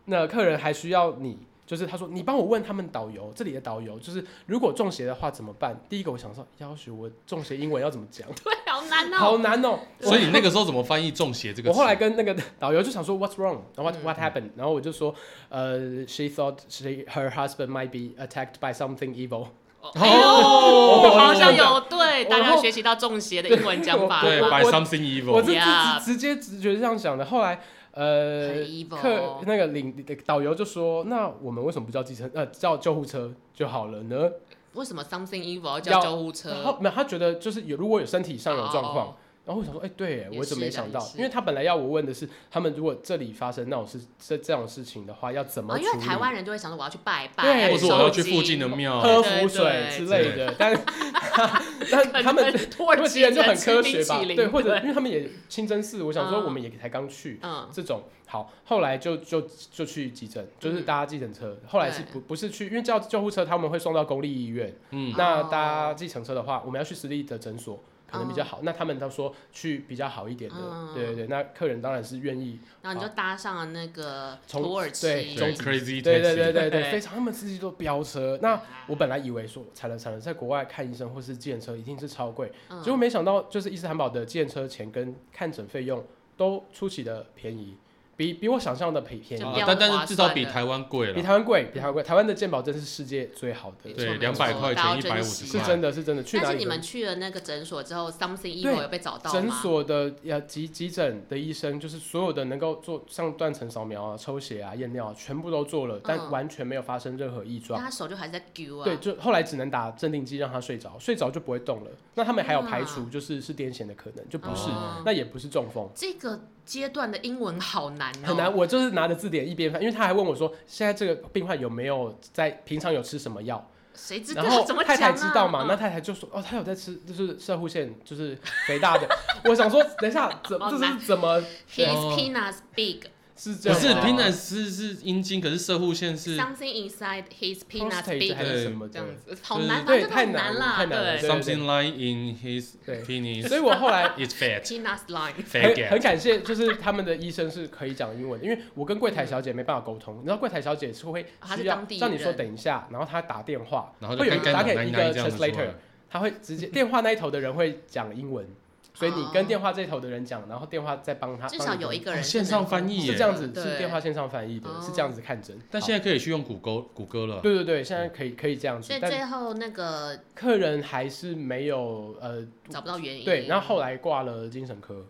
Speaker 1: 那客人还需要你。就是他说，你帮我问他们导游，这里的导游，就是如果中邪的话怎么办？第一个我想说，要求我中邪英文要怎么讲，
Speaker 3: 对，好难
Speaker 1: 好
Speaker 3: 哦。
Speaker 1: 难哦、
Speaker 2: 所以你那个时候怎么翻译“中邪”这个
Speaker 1: 我
Speaker 2: 词？
Speaker 1: 后来跟那个 导游就想说 What's wrong？然后 What
Speaker 3: 嗯
Speaker 1: What happened？、然后我就说，呃，She thought she her husband might be attacked by something evil。
Speaker 2: 哦
Speaker 3: 哎呦，好像有啊对，
Speaker 1: 我
Speaker 3: 大家有学习到中邪的英文讲法
Speaker 2: 对
Speaker 1: 我
Speaker 2: ，by
Speaker 1: 我
Speaker 2: something
Speaker 1: 我
Speaker 2: evil，
Speaker 1: 是直
Speaker 3: Yeah
Speaker 1: 直直接直觉这样想的。后来，
Speaker 3: 很
Speaker 1: 呃，
Speaker 3: evil
Speaker 1: 客那个领导游就说，那我们为什么不叫计程呃叫救护车就好了呢？
Speaker 3: 为什么 something evil 叫救护
Speaker 1: 然
Speaker 3: 车？
Speaker 1: 后没有，他觉得就是有如果有身体上有状况。
Speaker 3: 哦
Speaker 1: 然后我想说，哎、对耶，
Speaker 3: 也
Speaker 1: 我怎么没
Speaker 3: 是啦
Speaker 1: 想
Speaker 3: 也
Speaker 1: 到？
Speaker 3: 是
Speaker 1: 因为他本来要我问的是，他们如果这里发生那种事这这种事情的话，要怎么
Speaker 3: 哦，
Speaker 1: 处
Speaker 3: 因
Speaker 1: 理？
Speaker 3: 为台湾人就会想说我要去拜
Speaker 1: 对
Speaker 3: 拜，
Speaker 2: 或
Speaker 1: 我
Speaker 2: 是
Speaker 1: 说
Speaker 2: 我要去
Speaker 3: 收
Speaker 2: 附 近的
Speaker 3: 金
Speaker 2: 庙，
Speaker 1: 喝
Speaker 3: 对
Speaker 1: 符水
Speaker 3: 对
Speaker 1: 之类的，但 但 他们
Speaker 3: 土
Speaker 1: 土
Speaker 3: 耳
Speaker 1: 耳
Speaker 3: 其
Speaker 1: 其人就很科学
Speaker 3: 吃冰淇
Speaker 1: 吧？
Speaker 3: 淋
Speaker 1: 对，或者因为他们也清真寺，我想说
Speaker 3: 嗯
Speaker 1: 我们也才刚去
Speaker 3: 嗯，
Speaker 1: 这种。好，后来就就就去急诊，就是
Speaker 3: 嗯
Speaker 1: 搭计程车。后来是
Speaker 3: 对
Speaker 1: 不不是去，因为叫救护车他们会送到公立医院。
Speaker 2: 嗯
Speaker 1: 那
Speaker 3: 哦
Speaker 1: 搭计程车的话，我们要去私立的诊所。可能比较好，那他们都说去比较好一点的，
Speaker 3: 嗯
Speaker 1: 对对对，那客人当然是愿意，
Speaker 3: 然后你就搭上了那个
Speaker 1: 从
Speaker 3: 土耳其，
Speaker 1: 对
Speaker 2: 对，crazy，
Speaker 1: 对对对对
Speaker 2: taxi
Speaker 1: 对，
Speaker 3: 对
Speaker 1: 非常，他们司机都飙车。那我本来以为说惨了惨了，在国外看医生或是见车一定是超贵，
Speaker 3: 嗯
Speaker 1: 结果没想到，就是伊斯坦堡的建车钱跟看诊费用都出奇的便宜，比比我想象的便便
Speaker 3: 就
Speaker 1: 宜
Speaker 2: 啊
Speaker 3: 比，较
Speaker 2: 但但是至少比
Speaker 3: 划算的
Speaker 2: 台湾贵
Speaker 1: 比
Speaker 2: 了，
Speaker 1: 台湾贵，比台湾贵。台湾的健保真是世界最好
Speaker 3: 没
Speaker 1: 的，
Speaker 3: 错
Speaker 2: 对，
Speaker 3: 没
Speaker 2: 两
Speaker 3: 错
Speaker 2: 百块
Speaker 3: 大
Speaker 2: 钱一
Speaker 3: 家
Speaker 2: 百
Speaker 3: 珍
Speaker 2: 五
Speaker 3: 惜
Speaker 2: 十
Speaker 1: 是
Speaker 2: 块，
Speaker 1: 真的是真的。去
Speaker 3: 但
Speaker 1: 哪
Speaker 3: 是
Speaker 1: 里
Speaker 3: 你
Speaker 1: 都？
Speaker 3: 们去了那个诊所之后，something
Speaker 1: 对
Speaker 3: evil 有被找到
Speaker 1: 诊
Speaker 3: 吗？
Speaker 1: 所的呃急急诊的医生，就是所有的能够做像断层扫描啊、抽血啊、验尿啊，全部都做了，但
Speaker 3: 嗯
Speaker 1: 完全没有发生任何异
Speaker 3: 但
Speaker 1: 状。
Speaker 3: 他手就还在揪啊。
Speaker 1: 对，就后来只能打镇定剂让他睡着，睡着就不会动了。那他们还有排除
Speaker 3: 啊
Speaker 1: 就是是癫痫的可能，就不是，
Speaker 3: 哦
Speaker 1: 那也不是中风。
Speaker 3: 这个阶段的英文好难哦，
Speaker 1: 很难，我就是拿着字典一边翻，因为他还问我说，现在这个病患有没有在平常有吃什么药？
Speaker 3: 谁知
Speaker 1: 然后
Speaker 3: 道怎么
Speaker 1: 太
Speaker 3: 讲
Speaker 1: 太
Speaker 3: 啊？
Speaker 1: 知道嘛，
Speaker 3: 嗯
Speaker 1: 那太太就说，哦，他有在吃，就是射护腺，就是肥大的。我想说，等一下，怎
Speaker 3: 好
Speaker 1: 这
Speaker 3: 难
Speaker 1: 是怎么？
Speaker 3: His
Speaker 2: 哦
Speaker 3: penis big，
Speaker 1: 是这
Speaker 2: 不
Speaker 1: 样
Speaker 2: 是
Speaker 1: 吗
Speaker 2: 平南是是阴茎，可是射护线是
Speaker 3: Something inside his peanut
Speaker 1: prostate 还
Speaker 3: big，
Speaker 1: 是什么
Speaker 3: 这
Speaker 1: 的
Speaker 3: 样。子好
Speaker 2: 对
Speaker 3: 难，
Speaker 1: 对
Speaker 3: 反正
Speaker 1: 太
Speaker 3: 很
Speaker 1: 难
Speaker 3: 难
Speaker 1: 了
Speaker 3: 啦，
Speaker 1: 太难了
Speaker 3: 对
Speaker 1: 对
Speaker 2: something lying in his
Speaker 1: 对
Speaker 2: penis
Speaker 1: 所以我后来
Speaker 2: is fat
Speaker 3: ，peanut line，
Speaker 2: fat
Speaker 1: 很
Speaker 2: gap
Speaker 1: 很。感谢，就是他们的医生是可以讲英文的，因为我跟柜台小姐没办法沟通，你知道柜台小姐是会
Speaker 3: 哦她是
Speaker 1: 需要
Speaker 3: 当地
Speaker 1: 像你说
Speaker 3: 人
Speaker 1: 等一下，然后她打电话，
Speaker 2: 然后就
Speaker 1: 会有
Speaker 2: 干
Speaker 1: 人
Speaker 2: 干
Speaker 1: 打
Speaker 2: 奶
Speaker 1: 给
Speaker 2: 奶
Speaker 1: 一
Speaker 2: 奶
Speaker 1: 个
Speaker 2: 这样子出
Speaker 1: translator，
Speaker 2: 来，
Speaker 1: 她会直 接电话那一头的人会讲英文，所以你跟电话这头的人讲，然后电话再帮他，
Speaker 3: 哦至少
Speaker 1: 帮你
Speaker 3: 有一
Speaker 1: 沟
Speaker 3: 个人
Speaker 2: 哦线上翻译
Speaker 1: 通
Speaker 2: 耶
Speaker 1: 是这样子，
Speaker 3: 对
Speaker 1: 是电话线上翻译的
Speaker 3: 哦，
Speaker 1: 是这样子看诊。
Speaker 2: 但现在可以去用谷歌谷歌
Speaker 1: 好
Speaker 2: 了。
Speaker 1: 对对对，现在可以可以这样子
Speaker 3: 所以，
Speaker 1: 但
Speaker 3: 最后那个
Speaker 1: 客人还是没有呃
Speaker 3: 找不到原因。
Speaker 1: 对，然后后来挂了精神科，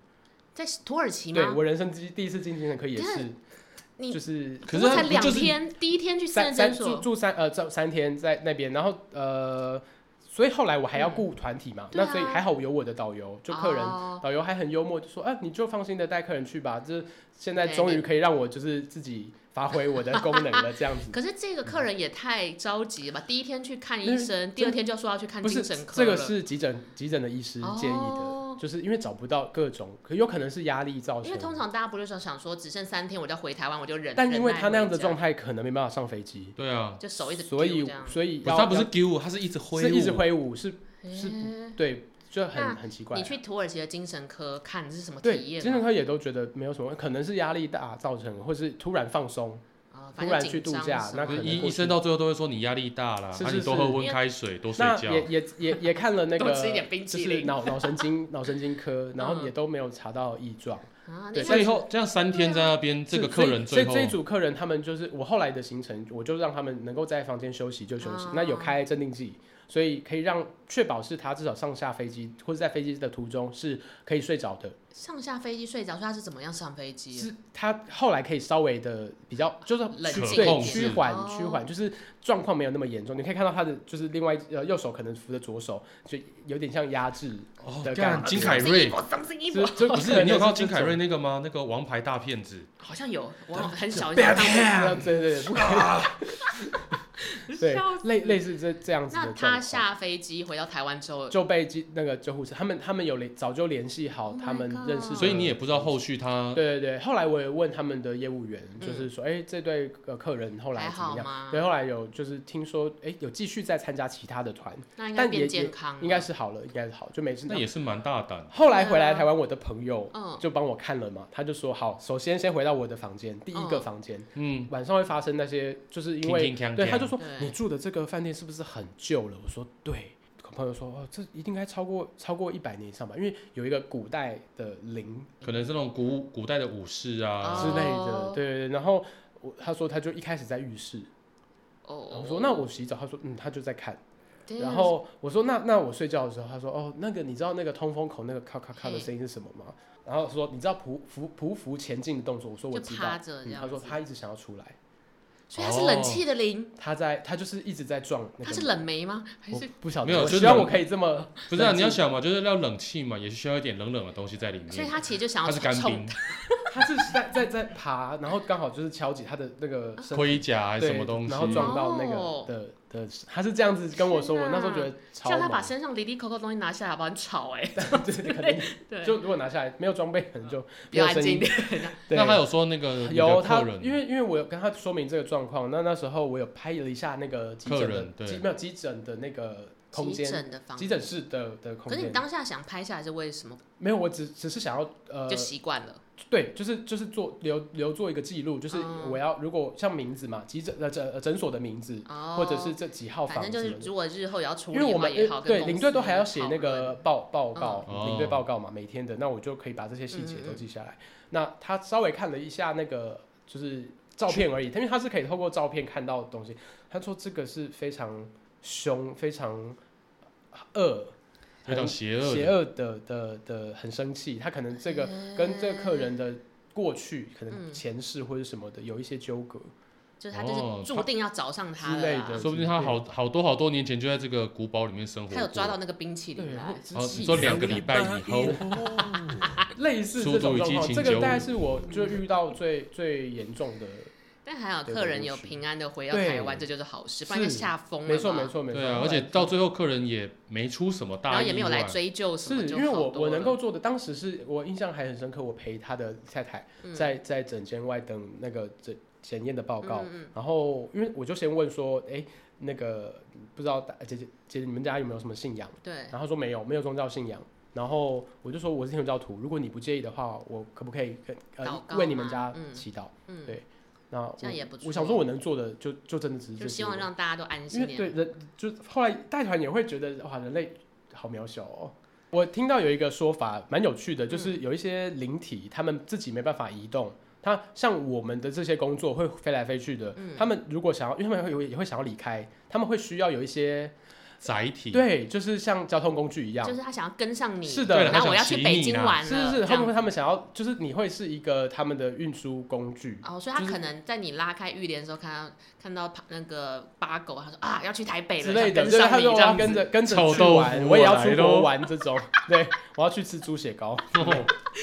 Speaker 3: 在土耳其
Speaker 1: 对
Speaker 3: 吗？
Speaker 1: 我人生第一第一次进精神科也
Speaker 3: 但
Speaker 1: 是，
Speaker 3: 你
Speaker 1: 就是
Speaker 2: 可
Speaker 3: 不
Speaker 2: 是
Speaker 3: 过才
Speaker 2: 它不
Speaker 3: 两
Speaker 2: 就是
Speaker 3: 天，第一天去私
Speaker 1: 三
Speaker 3: 人
Speaker 1: 三
Speaker 3: 诊
Speaker 1: 住
Speaker 3: 所，
Speaker 1: 住三呃这三天在那边，然后呃，所以后来我还要顾团体嘛，
Speaker 3: 嗯对啊
Speaker 1: 那所以还好有我的导游，就客人。
Speaker 3: 哦
Speaker 1: 导游还很幽默，就说：“啊，你就放心的带客人去吧，这现在终于可以让我就是自己发挥我的功能了，这样子。
Speaker 3: 可是这个客人也太着急了吧？第一天去看医
Speaker 1: 嗯
Speaker 3: 生，
Speaker 1: 这
Speaker 3: 第二天就说要去” 看
Speaker 1: 不
Speaker 3: 精
Speaker 1: 是
Speaker 3: 神科
Speaker 1: 这
Speaker 3: 了。
Speaker 1: 个是急诊急诊的医师建议的，
Speaker 3: 哦
Speaker 1: 就是因为找不到各种，可有可能是压力造
Speaker 3: 因
Speaker 1: 成
Speaker 3: 为，通常大家不是说想说只剩三天，我就要回台湾，我就忍。
Speaker 1: 但因为
Speaker 3: 忍耐
Speaker 1: 他那样的
Speaker 3: 回家
Speaker 1: 状态可能没办法上飞机，
Speaker 2: 对啊，
Speaker 3: 就手一直
Speaker 1: 所以
Speaker 3: 丢这样
Speaker 1: 所以
Speaker 2: 不是
Speaker 1: 要
Speaker 2: 哦他不是丢，他是一直挥
Speaker 1: 是
Speaker 2: 舞，
Speaker 1: 一直挥舞，是是
Speaker 3: 诶
Speaker 1: 对，就
Speaker 3: 那
Speaker 1: 很很奇怪啊
Speaker 3: 你。去土耳其的精神科看是什么
Speaker 1: 对
Speaker 3: 体，验啊
Speaker 1: 精
Speaker 3: 吗？
Speaker 1: 神科也都觉得没有什么，可能是压力大造成，或是突然放松，
Speaker 3: 啊，反
Speaker 1: 突
Speaker 3: 正
Speaker 1: 然
Speaker 3: 紧
Speaker 1: 去度
Speaker 3: 张
Speaker 1: 假
Speaker 3: 什
Speaker 1: 那
Speaker 3: 么
Speaker 1: 可能
Speaker 2: 医
Speaker 1: 过
Speaker 2: 医生
Speaker 1: 去
Speaker 2: 到最后都会说你压力大啦，
Speaker 1: 是
Speaker 2: 啊
Speaker 1: 是
Speaker 2: 你多喝
Speaker 1: 是
Speaker 2: 温开水，多睡
Speaker 1: 那
Speaker 2: 觉。
Speaker 1: 也也也也看 了那
Speaker 3: 多吃一
Speaker 1: 个
Speaker 3: 点，冰
Speaker 1: 就
Speaker 3: 淇
Speaker 1: 是
Speaker 3: 淋
Speaker 1: 脑脑神 经脑神经科，然后
Speaker 3: 嗯
Speaker 1: 也都没有查到异状。
Speaker 3: 啊，
Speaker 1: 对
Speaker 3: 那
Speaker 2: 所以后这样三天在那边，这
Speaker 1: 是
Speaker 2: 个客人
Speaker 1: 啊所以
Speaker 2: 最后
Speaker 1: 所以这一组客人他们就是我后来的行程，我就让他们能够在房间休息就休息
Speaker 3: 啊。
Speaker 1: 那有开镇定剂，所以可以让确保是他至少上下飞机或者在飞机的途中是可以睡着的。
Speaker 3: 上下飞机睡着，所以他是怎么样上飞机的？
Speaker 1: 是他后来可以稍微的比较，就是
Speaker 3: 冷
Speaker 1: 趋
Speaker 2: 静一
Speaker 1: 对
Speaker 2: 点
Speaker 1: 趋缓
Speaker 3: 哦
Speaker 1: 趋缓，就是状况没有那么严重。你可以看到他的就是另外一呃右手可能扶着左手，就有点像压制，
Speaker 2: 哦，
Speaker 1: 的感
Speaker 2: 干
Speaker 1: 觉
Speaker 2: 金凯瑞，
Speaker 3: 我上身衣服
Speaker 1: 就，就
Speaker 2: 不
Speaker 1: 可
Speaker 2: 是
Speaker 1: 能
Speaker 2: 你有看到
Speaker 1: 这
Speaker 2: 金凯
Speaker 1: 种
Speaker 2: 瑞那个吗？那个王牌大骗子，
Speaker 3: 好像有，我很小一
Speaker 1: 对
Speaker 3: 下
Speaker 1: 啊
Speaker 3: 看
Speaker 1: 对对对，不可以。对
Speaker 3: 笑，
Speaker 1: 类类似这这样
Speaker 3: 过。
Speaker 1: 子的
Speaker 3: 那
Speaker 1: 状
Speaker 3: 他
Speaker 1: 况
Speaker 3: 下飞机回到台湾之后，
Speaker 1: 就被机那个救护车，他们他们有联早就联系好
Speaker 3: Oh my
Speaker 1: 他们认识
Speaker 3: god
Speaker 1: 的，
Speaker 2: 所以你也不知道后续他
Speaker 1: 嗯对对对。后来我也问他们的业务员，
Speaker 3: 嗯
Speaker 1: 就是说，哎，这对呃客人后来
Speaker 3: 还
Speaker 1: 怎么
Speaker 3: 好
Speaker 1: 样？
Speaker 3: 吗
Speaker 1: 对，？啊后来有就是听说，哎，有继续再参加其他的团，
Speaker 3: 那应该
Speaker 1: 但也
Speaker 3: 变
Speaker 1: 也
Speaker 3: 健康了，
Speaker 1: 应该是好了，应该是好，就没事。
Speaker 2: 那也是蛮大胆。
Speaker 1: 后来回来
Speaker 3: 对啊
Speaker 1: 台湾，我的朋友
Speaker 3: 嗯
Speaker 1: 就帮我看了嘛，他就说好，首先先回到我的房间，第一个
Speaker 3: 嗯
Speaker 1: 房间
Speaker 2: 嗯，
Speaker 1: 晚上会发生那些，就是因为
Speaker 2: 铿铿锵锵。
Speaker 1: 对，他就说
Speaker 3: 对
Speaker 1: 你住的这个饭店是不是很旧了？我说对。朋友说哦，这一定该超过超过一百年以上吧，因为有一个古代的陵
Speaker 2: 可能是那种古古代的武士啊
Speaker 1: 之类的，
Speaker 3: 哦
Speaker 1: 对对对。然后我他说他就一开始在浴室，然后
Speaker 3: 哦
Speaker 1: 我，说那我洗澡，他说嗯，他就在看。
Speaker 3: 对
Speaker 1: 然后我说那那我睡觉的时候，他说哦那个你知道那个通风口那个咔咔咔的声音是什么吗？然后说你知道匍匍匍匐前进的动作，我说我
Speaker 3: 就
Speaker 1: 知道
Speaker 3: 趴。着这
Speaker 1: 嗯
Speaker 3: 样
Speaker 1: 他说
Speaker 3: 子
Speaker 1: 他一直想要出来，
Speaker 3: 所以他是冷气的灵，
Speaker 1: 他在他就是一直在撞那个门。
Speaker 3: 他是冷媒吗？还
Speaker 1: 我
Speaker 3: 是
Speaker 1: 不晓得，
Speaker 2: 没有
Speaker 1: 我
Speaker 2: 就是
Speaker 1: 希望
Speaker 2: 冷
Speaker 1: 我可以这么
Speaker 2: 不是啊，
Speaker 1: 冷
Speaker 2: 你
Speaker 1: 静
Speaker 2: 要想嘛，就是要冷气嘛，也是需要一点冷冷的东西在里
Speaker 3: 所以
Speaker 2: 面。
Speaker 3: 他其实就想
Speaker 2: 它
Speaker 3: 要
Speaker 2: 是干
Speaker 3: 冲
Speaker 2: 冰，
Speaker 1: 他是在在在爬，然后刚好就是敲击他的那个身
Speaker 2: 盔甲还是什么东西？
Speaker 1: 然后撞到那
Speaker 3: 哦
Speaker 1: 个的的，他是这样子跟我说，
Speaker 3: 天
Speaker 1: 我那时候
Speaker 3: 哪
Speaker 1: 觉得超
Speaker 3: 叫他把
Speaker 1: 忙，
Speaker 3: 身上离离扣扣的东西拿下来，好不好？很吵哎、
Speaker 1: 对，可能
Speaker 3: 对，
Speaker 1: 就如果拿下来没有装备，可能就没
Speaker 3: 比较
Speaker 1: 有
Speaker 3: 安
Speaker 1: 声
Speaker 3: 静一
Speaker 1: 音。
Speaker 3: 点。
Speaker 1: 对，
Speaker 2: 那他有说那个你
Speaker 1: 有
Speaker 2: 的
Speaker 1: 他
Speaker 2: 客，人，
Speaker 1: 因为因为我有跟他说明这个状况，那那时候我有拍了一下那个急
Speaker 2: 客
Speaker 1: 诊
Speaker 2: 人
Speaker 1: 的
Speaker 2: 哦对
Speaker 1: 急没有急诊的那个空
Speaker 3: 急
Speaker 1: 间，
Speaker 3: 诊的房
Speaker 1: 急诊室的的空
Speaker 3: 可是你
Speaker 1: 间，
Speaker 3: 当下想拍下来是为什么？
Speaker 1: 没有，我只只是想要呃
Speaker 3: 就习惯了，
Speaker 1: 对，就是就是做留留做一个记录，就是
Speaker 3: 嗯
Speaker 1: 我要如果像名字嘛，急诊呃诊呃诊所的名字，
Speaker 3: 哦，
Speaker 1: 或者是这几号
Speaker 3: 反
Speaker 1: 房
Speaker 3: 正
Speaker 1: 什
Speaker 3: 就是
Speaker 1: 么的。
Speaker 3: 如果日后也要处
Speaker 1: 因
Speaker 3: 理
Speaker 1: 为
Speaker 3: 的
Speaker 1: 我
Speaker 3: 话
Speaker 1: 们
Speaker 3: 也
Speaker 1: 呃
Speaker 3: 好，跟
Speaker 1: 对
Speaker 3: 公司
Speaker 1: 领队都还要写那个报报告，
Speaker 2: 嗯
Speaker 1: 领队
Speaker 2: 哦
Speaker 1: 报告嘛，每天的，那我就可以把这些细
Speaker 3: 嗯
Speaker 1: 节都记下来。那他稍微看了一下那个就是照片而已，因为他是可以透过照片看到的东西。他说这个是非常凶、非常恶、
Speaker 2: 非常邪恶的，
Speaker 1: 邪恶的的的，很生气。他可能这个跟这个客人的过去，可
Speaker 3: 嗯
Speaker 1: 能前世或者什么的，有一些纠葛。
Speaker 3: 就是他
Speaker 2: 哦
Speaker 3: 就是注定要找上他
Speaker 1: 之类
Speaker 3: 啦
Speaker 1: 的
Speaker 2: 说不定他好好多好多年前就在这个古堡里面生活过。
Speaker 3: 他有抓到那个冰淇淋
Speaker 1: 对，
Speaker 3: 来，
Speaker 2: 好，你说哦两个礼拜以后，
Speaker 1: 类似这种状
Speaker 3: 啊
Speaker 2: 速度与
Speaker 1: 况，
Speaker 2: 激情
Speaker 1: 这个大概
Speaker 2: 95
Speaker 1: 是我就遇到最最严重的。
Speaker 3: 但还好
Speaker 1: 对
Speaker 3: 客人有
Speaker 1: 对
Speaker 3: 平安的回到
Speaker 1: 对
Speaker 3: 台湾，这就是好事，不然就是吓疯了嘛。
Speaker 1: 没错没错没错。
Speaker 2: 对啊，而且到最后客人也没出什么
Speaker 3: 然
Speaker 2: 大
Speaker 3: 后
Speaker 2: 意
Speaker 3: 也没有来
Speaker 2: 外，
Speaker 3: 追究什么
Speaker 1: 是
Speaker 3: 就
Speaker 1: 因
Speaker 3: 好多了，
Speaker 1: 为我我能够做的，当时是我印象还很深刻，我陪他的太太
Speaker 3: 嗯
Speaker 1: 在在诊间外等那个检检验的报告，
Speaker 3: 嗯嗯
Speaker 1: 然后因为我就先问说，哎、那个不知道大姐姐姐你们家有没有什么信仰？
Speaker 3: 对，
Speaker 1: 然后他说没有，没有宗教信仰。然后我就说我是天主教徒，如果你不介意的话，我可不可以跟
Speaker 3: 祷
Speaker 1: 呃
Speaker 3: 告
Speaker 1: 为你们
Speaker 3: 吗
Speaker 1: 家
Speaker 3: 嗯
Speaker 1: 祈祷？
Speaker 3: 嗯，
Speaker 1: 对那我
Speaker 3: 这样也不错
Speaker 1: 我想说我能做的就就真的只是
Speaker 3: 就
Speaker 1: 这
Speaker 3: 希
Speaker 1: 些
Speaker 3: 望让大家都安
Speaker 1: 因
Speaker 3: 心
Speaker 1: 为对
Speaker 3: 点。
Speaker 1: 人，就后来带团也会觉得哇，人类好渺小哦。我听到有一个说法蛮有趣的，就是
Speaker 3: 嗯
Speaker 1: 有一些灵体，他们自己没办法移动。他像我们的这些工作会飞来飞去的，
Speaker 3: 嗯
Speaker 1: 他们如果想要，因为他们会有也会想要离开，他们会需要有一些
Speaker 2: 载体，
Speaker 1: 对，就是像交通工具一样
Speaker 3: 就，是他想要跟上你，
Speaker 1: 是的对
Speaker 3: 然后我
Speaker 2: 他
Speaker 3: 要
Speaker 2: 想
Speaker 3: 去
Speaker 2: 骑
Speaker 3: 北
Speaker 2: 你
Speaker 3: 京
Speaker 2: 啦
Speaker 3: 玩了，
Speaker 1: 是是是，
Speaker 3: 这
Speaker 1: 他
Speaker 3: 样
Speaker 1: 们会他们想要，就是你会是一个他们的运输工具，
Speaker 3: 哦，所以他
Speaker 1: 就是
Speaker 3: 可能在你拉开浴帘的时候，看到看到那个八狗，他说啊要去台北了，
Speaker 1: 之类的，就
Speaker 3: 想跟
Speaker 1: 是
Speaker 3: 上
Speaker 1: 他
Speaker 3: 你
Speaker 1: 说
Speaker 3: 这
Speaker 1: 我要
Speaker 3: 样
Speaker 1: 跟
Speaker 3: 子
Speaker 1: 着跟着
Speaker 2: 臭
Speaker 1: 去
Speaker 2: 豆
Speaker 1: 玩，
Speaker 2: 腐
Speaker 1: 我也要
Speaker 2: 我
Speaker 1: 出
Speaker 2: 来
Speaker 1: 国
Speaker 2: 咯
Speaker 1: 玩这种， 对，我要去吃猪血糕，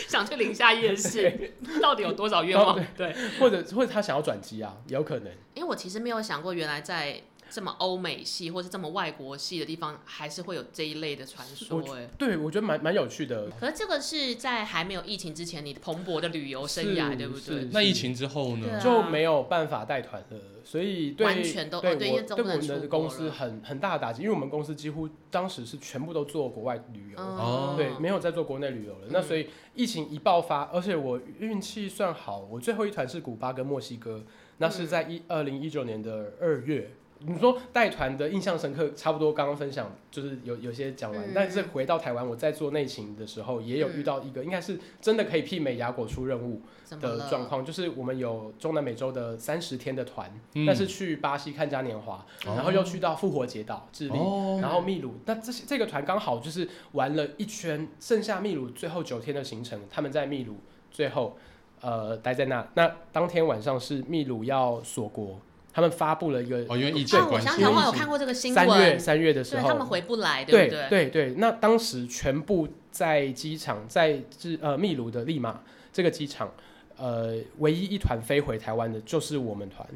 Speaker 3: 想去宁夏夜市，到底有多少愿望？对，
Speaker 1: 或者或者他想要转机啊，有可能。
Speaker 3: 因为我其实没有想过，原来在这么欧美系或是这么外国系的地方，还是会有这一类的传说
Speaker 1: 我觉
Speaker 3: 哎、
Speaker 1: 对，我觉得蛮蛮有趣的。
Speaker 3: 可是这个是在还没有疫情之前，你蓬勃的旅游生涯，
Speaker 1: 是
Speaker 3: 对不对
Speaker 1: 是？
Speaker 2: 那疫情之后
Speaker 3: 对啊
Speaker 2: 呢？
Speaker 1: 就没有办法带团了，所以对
Speaker 3: 完全都
Speaker 1: 对
Speaker 3: 哦对因为
Speaker 1: 我
Speaker 3: 都
Speaker 1: 对
Speaker 3: 不
Speaker 1: 我
Speaker 3: 能
Speaker 1: 们
Speaker 3: 出
Speaker 1: 的
Speaker 3: 国
Speaker 1: 公司
Speaker 3: 了
Speaker 1: 很很大的打击，因为我们公司几乎当时是全部都做国外旅游，
Speaker 3: 嗯
Speaker 2: 哦
Speaker 1: 对，没有在做国内旅游了。那所以疫情一爆发，而且我运气算好，我最后一团是古巴跟墨西哥，那
Speaker 3: 嗯
Speaker 1: 是在一二零一九年的二月。你说带团的印象深刻，差不多刚刚分享就是有有些讲完，
Speaker 3: 嗯
Speaker 1: 但是回到台湾，我在做内勤的时候也有遇到一个，应该是真的可以媲美雅果出任务
Speaker 3: 怎么
Speaker 1: 的状
Speaker 3: 了？
Speaker 1: 况，就是我们有中南美洲的三十天的团，
Speaker 2: 嗯
Speaker 1: 但是去巴西看嘉年华，
Speaker 3: 哦
Speaker 1: 然后又去到复活节岛智利，
Speaker 3: 嗯
Speaker 2: 哦，
Speaker 1: 然后秘鲁，那这些这个团刚好就是玩了一圈，剩下秘鲁最后九天的行程，他们在秘鲁最后呃待在那。那当天晚上是秘鲁要锁国，他们发布了一个
Speaker 2: 哦，因为疫情
Speaker 3: 啊，
Speaker 2: 的
Speaker 3: 我
Speaker 2: 关系
Speaker 3: 想，
Speaker 1: 起
Speaker 3: 想，
Speaker 1: 来
Speaker 3: 我有看过这个新
Speaker 1: 三月
Speaker 3: 闻，
Speaker 1: 三月的时
Speaker 3: 对他们
Speaker 1: 候，
Speaker 3: 回不来，不
Speaker 1: 对？对对，那当时全部在机场，在智呃秘鲁的利马这个机场，呃，唯一一团飞回台湾的就是我们团。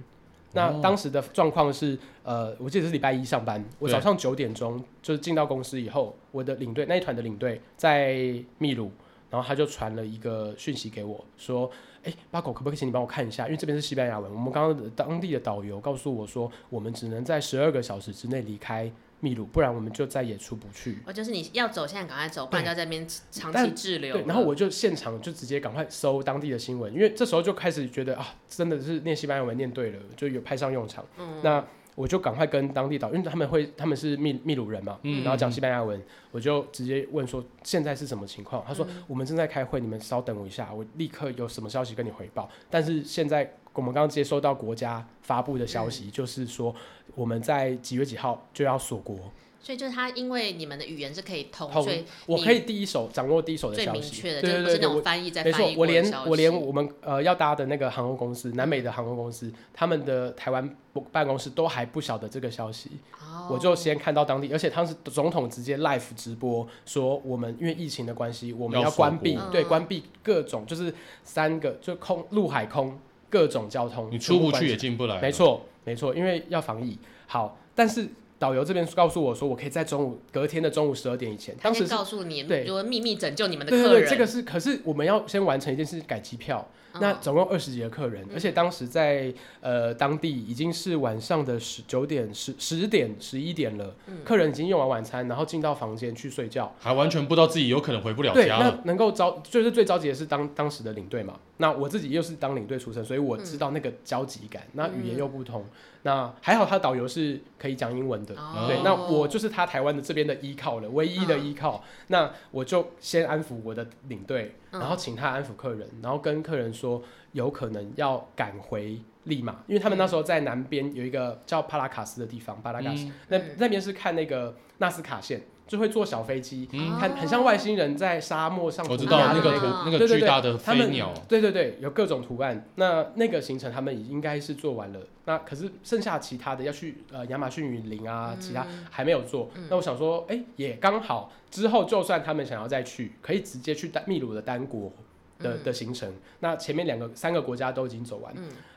Speaker 1: 那
Speaker 2: 哦
Speaker 1: 当时的状况是，呃，我记得是礼拜一上班，我
Speaker 2: 对
Speaker 1: 早上九点钟就是进到公司以后，我的领队那一团的领队在秘鲁，然后他就传了一个讯息给我，说，哎、八狗可不可以请你帮我看一下？因为这边是西班牙文，我们刚刚的当地的导游告诉我说，我们只能在十二个小时之内离开秘鲁，不然我们就再也出不去。
Speaker 3: 哦，就是你要走，现在赶快走，不然
Speaker 1: 对
Speaker 3: 就要在那边长期
Speaker 1: 但
Speaker 3: 滞留了。
Speaker 1: 对，然后我就现场就直接赶快搜当地的新闻，因为这时候就开始觉得啊，真的是念西班牙文念对了，就有派上用场。那我就赶快跟当地导，因为他们会他们是秘秘鲁人嘛，
Speaker 2: 嗯
Speaker 1: 然后讲西班牙文，我就直接问说现在是什么情况？他说、我们正在开会，你们稍等我一下，我立刻有什么消息跟你回报。但是现在我们刚刚接收到国家发布的消息，就是说我们在几月几号就要锁国，
Speaker 3: 所以就是他，因为你们的语言是可以通，
Speaker 1: 通
Speaker 3: 所以
Speaker 1: 我
Speaker 3: 你
Speaker 1: 可以第一手掌握第一手的
Speaker 3: 最
Speaker 1: 消
Speaker 3: 明
Speaker 1: 息，
Speaker 3: 确的，
Speaker 1: 对
Speaker 3: 就
Speaker 1: 对
Speaker 3: 不是
Speaker 1: 对对，
Speaker 3: 那
Speaker 1: 我
Speaker 3: 种翻译在
Speaker 1: 没错
Speaker 3: 翻译，
Speaker 1: 我
Speaker 3: 过的
Speaker 1: 连
Speaker 3: 消息。
Speaker 1: 我连我们呃要搭的那个航空公司，南美的航空公司，他们的台湾办公室都还不晓得这个消息，
Speaker 3: 哦
Speaker 1: 我就先看到当地，而且当时总统直接 live 直播说，我们因为疫情的关系，我们
Speaker 2: 要
Speaker 1: 要
Speaker 2: 锁
Speaker 1: 关闭
Speaker 3: 国，
Speaker 1: 对，
Speaker 3: 嗯
Speaker 1: 关闭各种就是三个就空陆海空各种交通，
Speaker 2: 你出不
Speaker 1: 全部关
Speaker 2: 去也
Speaker 1: 起
Speaker 2: 进不来，
Speaker 1: 没，错，没错，因为要防疫。好，但是导游这边告诉我说，我可以在中午隔天的中午十二点以前，
Speaker 3: 他
Speaker 1: 当时
Speaker 3: 先
Speaker 1: 是
Speaker 3: 告诉你，
Speaker 1: 对
Speaker 3: 如果秘密拯救你们的
Speaker 1: 对
Speaker 3: 客
Speaker 1: 对
Speaker 3: 人，
Speaker 1: 对，这个是，可是我们要先完成一件事，改机票。那
Speaker 3: 嗯
Speaker 1: 总共二十几个客人，而且当时在呃当地已经是晚上的十九点、十十点、十一点了，
Speaker 3: 嗯
Speaker 1: 客人已经用完晚餐，然后进到房间去睡觉。
Speaker 2: 还完全不知道自己有可能回不了
Speaker 1: 对，
Speaker 2: 家
Speaker 1: 那
Speaker 2: 了，
Speaker 1: 能够着就是最着急的是当当时的领队嘛。那我自己又是当领队出身，所以我
Speaker 3: 嗯
Speaker 1: 知道那个焦急感。那语言又不同，那还好他导游是可以讲英文的，
Speaker 3: 哦
Speaker 1: 对，那我就是他台湾的这边的依靠了，唯一的依靠。那我就先安抚我的领队，
Speaker 3: 嗯
Speaker 1: 然后请他安抚客人，然后跟客人说有可能要赶回利马，因为他们那时候在南边有一个叫帕拉卡斯的地方，帕拉卡斯、
Speaker 2: 嗯
Speaker 1: 那
Speaker 3: 嗯
Speaker 1: 那边是看那个纳斯卡线，就会坐小飞机，
Speaker 2: 嗯
Speaker 1: 看很像外星人在沙漠上
Speaker 2: 我知
Speaker 1: 涂
Speaker 2: 道
Speaker 1: 鸦
Speaker 2: 那
Speaker 1: 的
Speaker 2: 个
Speaker 1: 那
Speaker 3: 个
Speaker 2: 那
Speaker 1: 对
Speaker 2: 个
Speaker 1: 对
Speaker 2: 巨
Speaker 1: 对
Speaker 2: 大的
Speaker 1: 他
Speaker 2: 飞
Speaker 1: 们
Speaker 2: 鸟，
Speaker 1: 对对对，有各种图案。那那个行程他们应该是做完了，那可是剩下其他的要去呃亚马逊雨林啊，其他
Speaker 3: 嗯
Speaker 1: 还没有做。那我想说，哎、也刚好之后就算他们想要再去，可以直接去丹秘
Speaker 3: 嗯
Speaker 1: 鲁的单国的的行程。那前面两个三个国家都已经走完，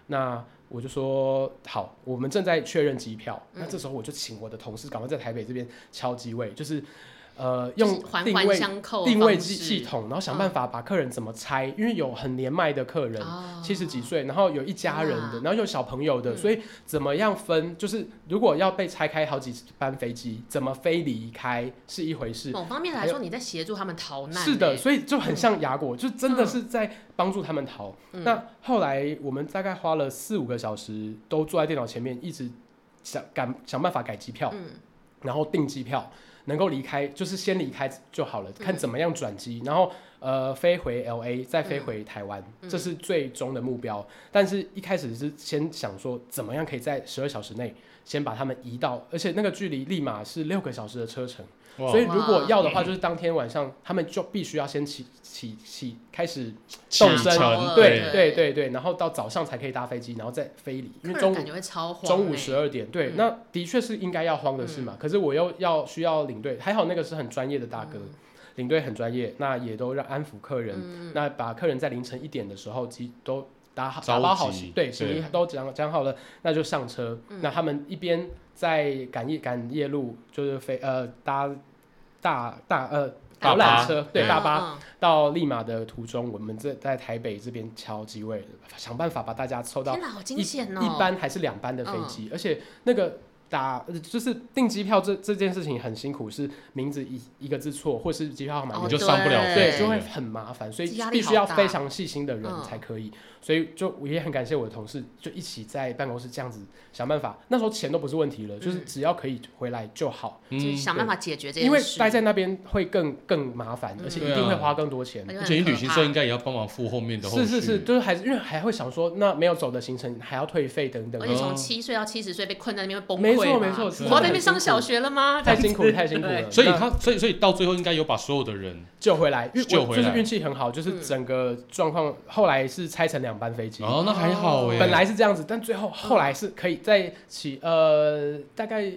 Speaker 1: 那我就说好，我们正在确认机票。
Speaker 3: 嗯
Speaker 1: 那这时候我就请我的同事赶快在台北这边敲机位，就是呃
Speaker 3: 就
Speaker 1: 用
Speaker 3: 是环
Speaker 1: 定
Speaker 3: 环
Speaker 1: 位
Speaker 3: 相扣的
Speaker 1: 定位
Speaker 3: 方
Speaker 1: 系
Speaker 3: 式嗯
Speaker 1: 系统，然后想办法把客人怎么拆，因为有很年迈的客人，
Speaker 3: 哦
Speaker 1: 七十几岁，然后有一家人的
Speaker 3: 哇，
Speaker 1: 然后有小朋友的，
Speaker 3: 嗯
Speaker 1: 所以怎么样分？就是如果要被拆开好几班飞机，怎么飞离开是一回事。
Speaker 3: 某方面来
Speaker 1: 还有
Speaker 3: 说，你在协助他们逃难、
Speaker 1: 是的，
Speaker 3: 欸，
Speaker 1: 所以就很像雅果，就真的是在帮助他们逃。
Speaker 3: 嗯
Speaker 1: 那后来我们大概花了四五个小时，都坐在电脑前面，一直想赶想办法改机票，
Speaker 3: 嗯
Speaker 1: 然后订机票，能够离开就是先离开就好
Speaker 3: 嗯
Speaker 1: 了，看怎么样转机，然后呃飞回 L A，再飞回台湾，
Speaker 3: 嗯
Speaker 1: 这是最终的目标。但是一开始是先想说怎么样可以在十二小时内先把他们移到，而且那个距离立马是六个小时的车程，
Speaker 2: 哇
Speaker 1: 所以如果要的话，
Speaker 3: 哇
Speaker 1: 就是当天晚上他们就必须要先起起起开始
Speaker 2: 启
Speaker 1: 动身
Speaker 2: 程
Speaker 1: 对
Speaker 3: 呃对
Speaker 1: 对对对，然后到早上才可以搭飞机，然后再飞离，因为
Speaker 3: 客人
Speaker 1: 中午
Speaker 3: 感觉会超慌、欸，
Speaker 1: 中午十二点，对，
Speaker 3: 嗯
Speaker 1: 那的确是应该要慌的事嘛。可是我又要需要领队，还好那个是很专业的大哥，领队很专业，那也都让安抚客人，
Speaker 3: 嗯
Speaker 1: 那把客人在凌晨一点的时候机都打好
Speaker 2: 召
Speaker 1: 打包好
Speaker 2: 集
Speaker 1: 行，对，行李
Speaker 2: 对
Speaker 1: 都讲讲好了，那就上车。
Speaker 3: 嗯
Speaker 1: 那他们一边在赶夜赶夜路，就是飞呃搭大大呃
Speaker 2: 大
Speaker 1: 游览
Speaker 2: 巴
Speaker 1: 车，对
Speaker 2: 嗯
Speaker 1: 大巴。，
Speaker 3: 嗯
Speaker 1: 到利马的途中，我们这在台北这边敲机位，想办法把大家凑
Speaker 3: 嗯
Speaker 1: 到
Speaker 3: 天哪，好嗯惊险哦！
Speaker 1: 一班还是两班的飞机，而且那个打呃就是订机票这这件事情很辛苦，是名字一一个字错，或是机票号码
Speaker 3: 哦
Speaker 1: 你
Speaker 2: 你
Speaker 1: 就、
Speaker 2: 就上不了
Speaker 3: 对
Speaker 2: 飞
Speaker 1: 对就会很麻烦，所以
Speaker 3: 压力
Speaker 1: 必
Speaker 3: 好
Speaker 1: 须要
Speaker 3: 大
Speaker 1: 非常细心的人
Speaker 3: 嗯
Speaker 1: 才可以。所以就我也很感谢我的同事，就一起在办公室这样子想办法。那时候钱都不是问题了，就是
Speaker 3: 嗯
Speaker 1: 只要可以回来就好，
Speaker 3: 就是
Speaker 2: 嗯，
Speaker 3: 想办法解决这件事，
Speaker 1: 因为待在那边会更更麻烦，
Speaker 3: 嗯啊
Speaker 1: 而且一定会花更多钱。
Speaker 3: 而且
Speaker 2: 而
Speaker 3: 很
Speaker 2: 且你旅
Speaker 3: 可
Speaker 2: 行
Speaker 3: 怕
Speaker 2: 社应该也要帮忙付后面的后续。
Speaker 1: 是是是，就是还是因为还会想说，那没有走的行程还要退费等等
Speaker 3: 而
Speaker 1: 的，
Speaker 3: 且
Speaker 2: 哦
Speaker 3: 从七岁到七十岁被困在那边会崩溃
Speaker 1: 没错
Speaker 3: 嘛
Speaker 1: 没错是
Speaker 3: 我要
Speaker 1: 真的
Speaker 3: 在那
Speaker 1: 很
Speaker 3: 边
Speaker 1: 辛
Speaker 3: 上
Speaker 1: 苦
Speaker 3: 小学了吗？
Speaker 1: 太辛苦
Speaker 3: 这样子
Speaker 1: 太辛苦
Speaker 3: 对
Speaker 1: 了
Speaker 2: 所以
Speaker 1: 那
Speaker 2: 他，所以所以到最后应该有把所有的人
Speaker 1: 救回来，因为
Speaker 2: 救
Speaker 1: 我
Speaker 2: 回
Speaker 1: 就
Speaker 2: 来
Speaker 1: 是运气很好，
Speaker 3: 嗯
Speaker 1: 就是整个状况后来是拆成两班飞机。
Speaker 2: 哦，那还好哎。
Speaker 1: 本来是这样子，但最后后来是可以在起呃大概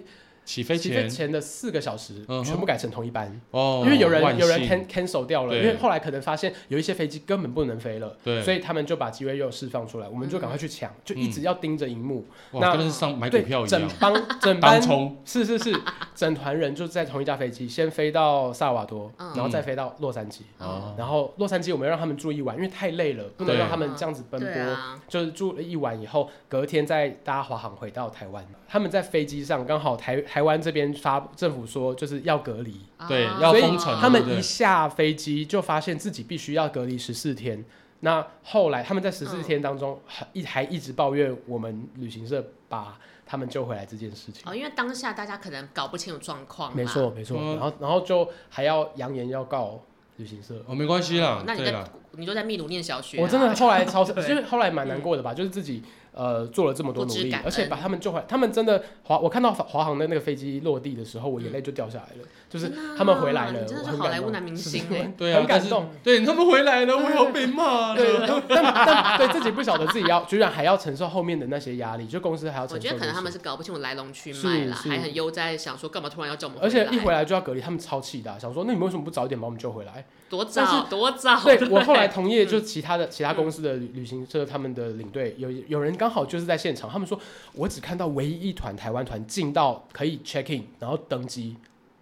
Speaker 2: 起飞
Speaker 1: 起飞
Speaker 2: 前
Speaker 1: 前的四个小时
Speaker 2: 嗯哼
Speaker 1: 全部改成同一班，
Speaker 2: 哦，
Speaker 1: 因为有人
Speaker 2: 万
Speaker 1: 有人
Speaker 2: 幸
Speaker 1: can cancel 掉了，
Speaker 2: 对
Speaker 1: 因为后来可能发现有一些飞机根本不能飞了，
Speaker 2: 对，
Speaker 1: 所
Speaker 2: 以
Speaker 1: 以他们就把机位又释放出来，我们就赶快去抢，就一直要盯着荧幕，
Speaker 2: 哇，
Speaker 1: 那
Speaker 2: 跟是上买股
Speaker 1: 对
Speaker 2: 票，一
Speaker 1: 整
Speaker 2: 样，
Speaker 1: 帮整班
Speaker 2: 当冲
Speaker 1: 是是 是，整团人就在同一架飞机，先飞到萨尔瓦多，
Speaker 3: 嗯
Speaker 1: 然后再飞到洛杉矶。
Speaker 2: 哦，
Speaker 1: 然后洛杉矶我们让他们住一晚，因为太累了，不能
Speaker 2: 对
Speaker 1: 让他们这样子奔
Speaker 3: 对
Speaker 1: 波。
Speaker 3: 啊，
Speaker 1: 就是住了一晚以后，隔天再搭华航回到台湾。他们在飞机上刚好台台湾这边发政府说就是要隔离，
Speaker 2: 对
Speaker 3: 啊
Speaker 2: 要
Speaker 1: 所以
Speaker 2: 封城了
Speaker 1: 他
Speaker 2: 对不
Speaker 1: 们
Speaker 2: 对
Speaker 1: 一下飞机就发现自己必须要隔离十四天。那后来他们在十四天当中还一还一直抱怨我们旅行社把他们救回来这件事情。
Speaker 3: 哦，因为当下大家可能搞不清楚状况，
Speaker 1: 没错，没错。
Speaker 3: 啊
Speaker 2: 嗯
Speaker 1: 然后然后就还要扬言要告旅行社。
Speaker 2: 哦，没关系啦，
Speaker 3: 那你
Speaker 2: 对
Speaker 3: 在
Speaker 2: 啦，
Speaker 3: 你就在秘鲁念小学啊、
Speaker 1: 我真的后来超，就
Speaker 3: 对嗯
Speaker 1: 是后来蛮难过的吧，就是自己呃做了这么多努
Speaker 3: 不知
Speaker 1: 力
Speaker 3: 感，恩
Speaker 1: 而且把他们救回来，他们真的华，我看到华华航的那个飞机落地的时候，我眼泪就掉下来了，就是
Speaker 3: 天哪
Speaker 1: 他们回来了，
Speaker 3: 你真嗯的
Speaker 1: 我
Speaker 3: 是
Speaker 1: 很
Speaker 3: 好莱
Speaker 1: 感
Speaker 3: 坞
Speaker 1: 动
Speaker 3: 男明星 哎、
Speaker 2: 对啊，
Speaker 1: 很感
Speaker 2: 但是
Speaker 1: 动，
Speaker 2: 对他们回来了，我要被骂
Speaker 1: 对
Speaker 2: 了。，
Speaker 1: 但但对自己不晓得自己要，居然还要承受后面的那些压力，就公司还要承
Speaker 3: 我
Speaker 1: 受这
Speaker 3: 觉
Speaker 1: 些。
Speaker 3: 得可能他们是搞不清楚来龙去脉啦，
Speaker 1: 是是
Speaker 3: 还很悠哉，想说干嘛突然要叫我们
Speaker 1: 而且 一回
Speaker 3: 来
Speaker 1: 来就要隔离，他们超气的啊、想说那你们为什么不早一点把我们救回来？
Speaker 3: 多
Speaker 1: 但
Speaker 3: 早多早，
Speaker 1: 对我后来同 业
Speaker 3: 嗯
Speaker 1: 就是其他的、其他公司的旅旅行社，他们的领队有有人刚好就是在现场，他们说我只看到唯一一团台湾团进到可以 check in，然后登机，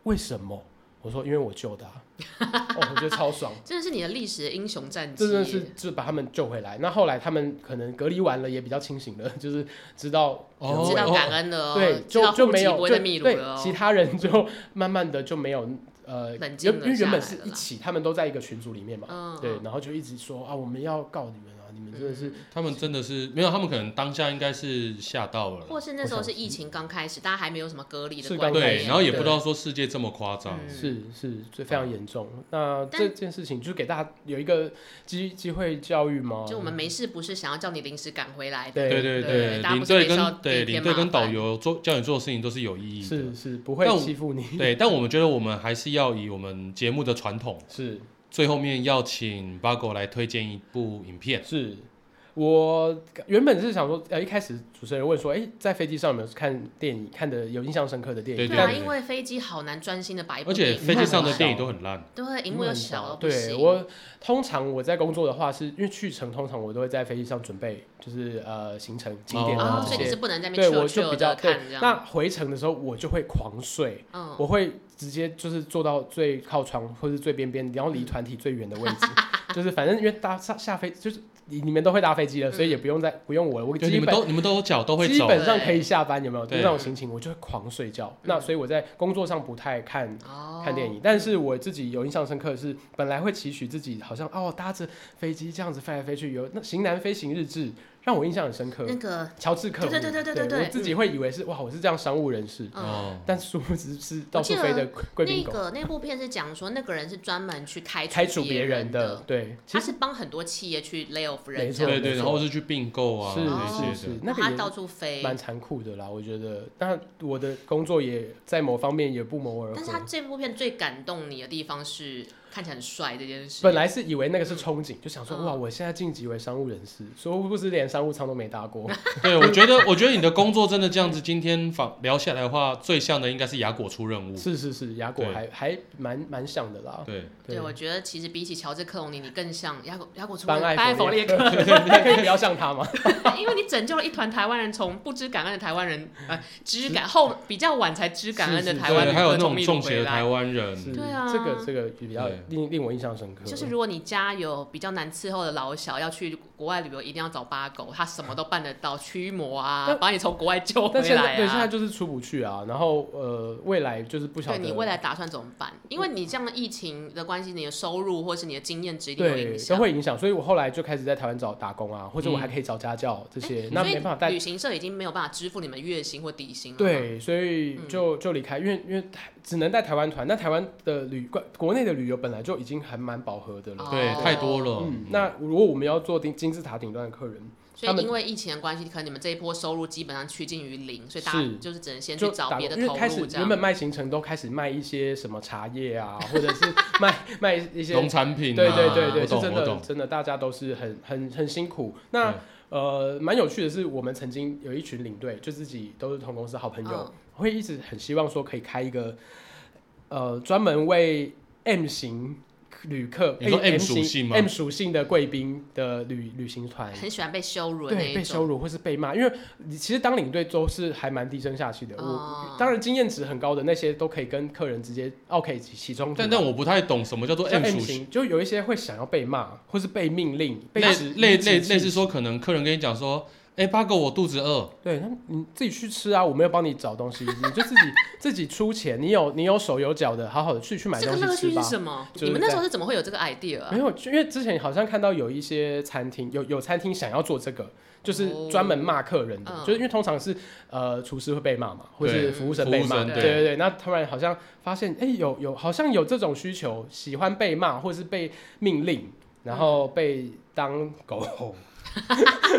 Speaker 1: 为什么？我说因为我救的、 啊，哦，我觉得超爽。
Speaker 3: 真的是你的历史的英雄战绩
Speaker 1: 这
Speaker 3: 耶，
Speaker 1: 真的是就是把他们救回来。那后来他们可能隔离完了也比较清醒了， 就是知道
Speaker 2: 哦
Speaker 3: 知
Speaker 1: 人
Speaker 3: 道
Speaker 1: 为
Speaker 3: 感恩了哦，
Speaker 1: 对，
Speaker 3: 知
Speaker 1: 就
Speaker 3: 道
Speaker 1: 就
Speaker 3: 户
Speaker 1: 没
Speaker 3: 籍
Speaker 1: 有
Speaker 3: 不会
Speaker 1: 就
Speaker 3: 在秘鲁
Speaker 1: 对
Speaker 3: 了、，
Speaker 1: 其
Speaker 3: 哦。
Speaker 1: 他人就慢慢的就没有呃，
Speaker 3: 冷
Speaker 1: 原
Speaker 3: 静了
Speaker 1: 因为
Speaker 3: 下
Speaker 1: 原本
Speaker 3: 来
Speaker 1: 是
Speaker 3: 了
Speaker 1: 一
Speaker 3: 啦
Speaker 1: 起，他们都在一个群组里面嘛，
Speaker 3: 嗯
Speaker 1: 对，然后就一直说啊，我们要告你们啊，你们真的是，
Speaker 2: 他们真的是没有，他们可能当下应该是吓到了啦，
Speaker 3: 或是那时候是疫情刚开始，大家还没有什么隔离的
Speaker 1: 是
Speaker 3: 观
Speaker 1: 刚
Speaker 3: 念，
Speaker 1: 开
Speaker 2: 对，
Speaker 1: 始
Speaker 2: 然后也不知道说世界这么夸张，
Speaker 3: 嗯
Speaker 1: 是是，这非常严重。那
Speaker 3: 但
Speaker 1: 这件事情就是给大家有一个机机会教育吗？
Speaker 3: 就我们没事不是想要叫你临时赶回来的，
Speaker 1: 对
Speaker 2: 对对
Speaker 3: 对大家
Speaker 2: 领
Speaker 3: 不是
Speaker 2: 队
Speaker 3: 也是要
Speaker 2: 跟对
Speaker 3: 避
Speaker 2: 领
Speaker 3: 免
Speaker 2: 队跟
Speaker 3: 麻烦
Speaker 2: 导游做教你做的事情都是有意义的
Speaker 1: 是，
Speaker 3: 嗯
Speaker 1: 是不会
Speaker 2: 但我
Speaker 1: 欺负 你，
Speaker 2: 对。但我们觉得我们还是要以我们节目的传统，
Speaker 1: 是
Speaker 2: 最后面要请 Bago 来推荐一部影片。
Speaker 1: 是。我原本是想说，呃，一开始主持人问说，哎、在飞机上有没有看电影看的有印象深刻的电影？
Speaker 2: 对
Speaker 3: 啊，
Speaker 1: 但
Speaker 3: 因为飞机好难专心的把一部
Speaker 2: 而且
Speaker 3: 电影
Speaker 2: 飞机
Speaker 3: 看
Speaker 2: 上的
Speaker 3: 完
Speaker 2: 电影都很烂，
Speaker 3: 对荧幕又小到不
Speaker 1: 对
Speaker 3: 行，
Speaker 1: 我通常我在工作的话是，因为去程通常我都会在飞机上准备，就是呃行程景点
Speaker 3: 哦
Speaker 1: 啊
Speaker 2: 哦，
Speaker 3: 所
Speaker 1: 这
Speaker 3: 以你
Speaker 1: 些。
Speaker 3: 是不能在那
Speaker 1: 对，
Speaker 3: 边
Speaker 1: 我
Speaker 3: chill
Speaker 1: 就
Speaker 3: chill
Speaker 1: 比较
Speaker 3: 的
Speaker 1: 对
Speaker 3: 看这。样，
Speaker 1: 那回程的时候，我就会狂睡，
Speaker 3: 嗯，
Speaker 1: 我会直接就是坐到最靠窗或是最边边，然后
Speaker 3: 嗯
Speaker 1: 离团体最远的位 置。就是反正因为搭下下飞，就是你你们都会搭飞机了，所
Speaker 3: 嗯
Speaker 1: 以也不用再不用我了。我
Speaker 2: 就
Speaker 1: 基
Speaker 2: 你们
Speaker 1: 本
Speaker 2: 都你们都有脚都会
Speaker 1: 基
Speaker 2: 走，
Speaker 1: 本上可以下班，有没有？就
Speaker 2: 对
Speaker 1: 那种心情，我就会狂睡觉。那所以我在工作上不太看
Speaker 3: 嗯哦，
Speaker 1: 看电影，但是我自己有印象深刻的是，本来会期许自己好像哦搭着飞机这样子飞来飞去，有那《型男飞行日志》让我印象很深刻
Speaker 3: 那。个
Speaker 1: 乔治克鲁，
Speaker 3: 对对对对对对
Speaker 1: 我自己会以为是哇，我是这样商务人士，
Speaker 3: 嗯。
Speaker 2: 哦，
Speaker 1: 但殊不知是到处飞的贵
Speaker 3: 那
Speaker 1: 宾狗，
Speaker 3: 个那部片是讲说，那个人是专门去开
Speaker 1: 开除
Speaker 3: 别
Speaker 1: 别人的，
Speaker 3: 的，
Speaker 1: 对，其
Speaker 3: 他
Speaker 1: 实
Speaker 3: 是帮很多企业去 lay off 人
Speaker 1: 没
Speaker 3: 这
Speaker 1: 错
Speaker 2: 对
Speaker 3: 样，
Speaker 2: 对，
Speaker 1: 没
Speaker 2: 然
Speaker 1: 错
Speaker 2: 后是去并购啊
Speaker 1: 是
Speaker 2: 那
Speaker 1: 是
Speaker 2: 些的
Speaker 1: 是，那
Speaker 3: 然
Speaker 1: 个
Speaker 3: 后哦他
Speaker 1: 也
Speaker 3: 到处飞。
Speaker 1: 蛮残酷的啦，我觉得。那我的工作也在某方面也不谋而合
Speaker 3: 但是。他这部片最感动你的地方是看起来很帅这件事。
Speaker 1: 本来是以为那个是憧憬，就想说
Speaker 3: 嗯
Speaker 1: 哇，我现在晋级为商务人士，殊不知连商务舱都没搭过。
Speaker 2: 对，我觉得我觉得你的工作真的这样子，今天访聊下来的话，最像的应该是雅果出任务，
Speaker 1: 是是是，雅果
Speaker 2: 嗯对
Speaker 1: 还还蛮蛮像的啦。
Speaker 2: 对，
Speaker 3: 对，我觉得其实比起乔治·克隆尼，你更像雅果雅果出
Speaker 1: 班艾
Speaker 3: 班艾
Speaker 1: 佛
Speaker 3: 弗
Speaker 1: 列
Speaker 3: 列
Speaker 1: 克
Speaker 3: 克，，
Speaker 1: 那 可以不要像他吗？
Speaker 3: 因为你拯救了一团台湾人从不知感恩的台湾人，呃，知感后比较晚才知感恩的
Speaker 1: 是
Speaker 3: 台湾
Speaker 2: 对，
Speaker 3: 人
Speaker 2: 还有那
Speaker 3: 从
Speaker 2: 种
Speaker 3: 秘
Speaker 2: 中
Speaker 3: 鲁
Speaker 2: 邪的
Speaker 3: 回
Speaker 2: 台
Speaker 3: 来。
Speaker 2: 湾
Speaker 1: 是
Speaker 2: 人，
Speaker 3: 对啊
Speaker 1: 这个这个比较
Speaker 2: 嗯对
Speaker 1: 令令我印象深刻。
Speaker 3: 就是如果你家有比较难伺候的老小，要去国外旅游，一定要找八狗，他什么都办得到，驱魔啊，
Speaker 1: 但
Speaker 3: 把你从国外救回
Speaker 1: 但现在
Speaker 3: 来
Speaker 1: 对现在
Speaker 3: 啊。
Speaker 1: 就是出不去啊，然后呃，未来就是不晓
Speaker 3: 对
Speaker 1: 得
Speaker 3: 你未来打算怎么办？因为你这样的疫情的关系，你的收入或是你的经验值一定有
Speaker 1: 对
Speaker 3: 影
Speaker 1: 都
Speaker 3: 响。嗯
Speaker 1: 会影响，所以我后来就开始在台湾找打工啊，或者我还可以找家教这些，那
Speaker 3: 哎所以
Speaker 1: 没办法带
Speaker 3: 旅行社已经没有办法支付你们月薪或底薪了。，
Speaker 1: 对，所以
Speaker 3: 嗯
Speaker 1: 就就离开，因为因为台只能带台湾团，那台湾的旅国国内的旅游本来就已经还蛮饱和的了。
Speaker 2: 对，
Speaker 3: 哦
Speaker 2: 太多了。
Speaker 1: 嗯，那如果我们要做金金字塔顶端的客人，
Speaker 3: 所
Speaker 1: 他
Speaker 3: 以
Speaker 1: 们
Speaker 3: 因为疫情的关系，可能你们这一波收入基本上趋近于零，所以大家
Speaker 1: 是
Speaker 3: 就是只能先去
Speaker 1: 就
Speaker 3: 找
Speaker 1: 打
Speaker 3: 别的
Speaker 1: 工因
Speaker 3: 投
Speaker 1: 为开始
Speaker 3: 入这
Speaker 1: 原
Speaker 3: 样。
Speaker 1: 本卖行程都开始卖一些什么茶叶啊，或者是 卖卖一些。
Speaker 2: 农产
Speaker 1: 对
Speaker 2: 品、啊，
Speaker 1: 对对对，
Speaker 2: 我
Speaker 1: 是
Speaker 2: 懂
Speaker 1: 真
Speaker 2: 我
Speaker 1: 的
Speaker 2: 懂。
Speaker 1: 真的，大家都是很很很辛苦。那
Speaker 2: 对
Speaker 1: 呃，蛮有趣的是，我们曾经有一群领队，就自己都是同公司好朋友，
Speaker 3: 嗯
Speaker 1: 会一直很希望说可以开一个呃专门为 M 型旅客，
Speaker 2: 你说
Speaker 1: A-
Speaker 2: M
Speaker 1: 型
Speaker 2: 属性吗
Speaker 1: m 属性的贵宾的旅旅行团。
Speaker 3: 很喜欢被羞辱的那
Speaker 1: 哎对，被
Speaker 3: 一
Speaker 1: 羞
Speaker 3: 种。
Speaker 1: 辱或是被骂，因为你其实当领队都是还蛮低声下气的。
Speaker 3: 哦
Speaker 1: 我当然经验值很高的那些都可以跟客人直接 OK 起起冲突啊。
Speaker 2: 但但我不太懂什么叫做
Speaker 1: 叫
Speaker 2: M 属
Speaker 1: M
Speaker 2: 性，
Speaker 1: 型，就有一些会想要被骂，或是被命令、被
Speaker 2: 类
Speaker 1: 指
Speaker 2: 类类
Speaker 1: 指示
Speaker 2: 类似说，可能客人跟你讲说，哎、八哥我肚子饿，
Speaker 1: 对，那你自己去吃啊，我没有帮你找东西，你就自己自己出钱，你有你有手有脚的，好好的去去买
Speaker 3: 这
Speaker 1: 东
Speaker 3: 个乐
Speaker 1: 西
Speaker 3: 趣
Speaker 1: 吃
Speaker 3: 是
Speaker 1: 吧。
Speaker 3: 什么？
Speaker 1: 就是
Speaker 3: 你们那
Speaker 1: 在
Speaker 3: 时候是怎么会有这个 idea 啊
Speaker 1: 没？有，就因为之前好像看到有一些餐厅，有有餐厅想要做这个，就是
Speaker 3: 哦
Speaker 1: 专门骂客人的，
Speaker 3: 嗯
Speaker 1: 就是因为通常是呃厨师会被骂嘛，或
Speaker 2: 对
Speaker 1: 是服务生被
Speaker 2: 服务
Speaker 1: 骂，
Speaker 2: 生
Speaker 1: 对
Speaker 3: 对
Speaker 1: 对对。那突然好像发现，哎、有有好像有这种需求，喜欢被骂或是被命令，然
Speaker 3: 嗯
Speaker 1: 后被当狗吼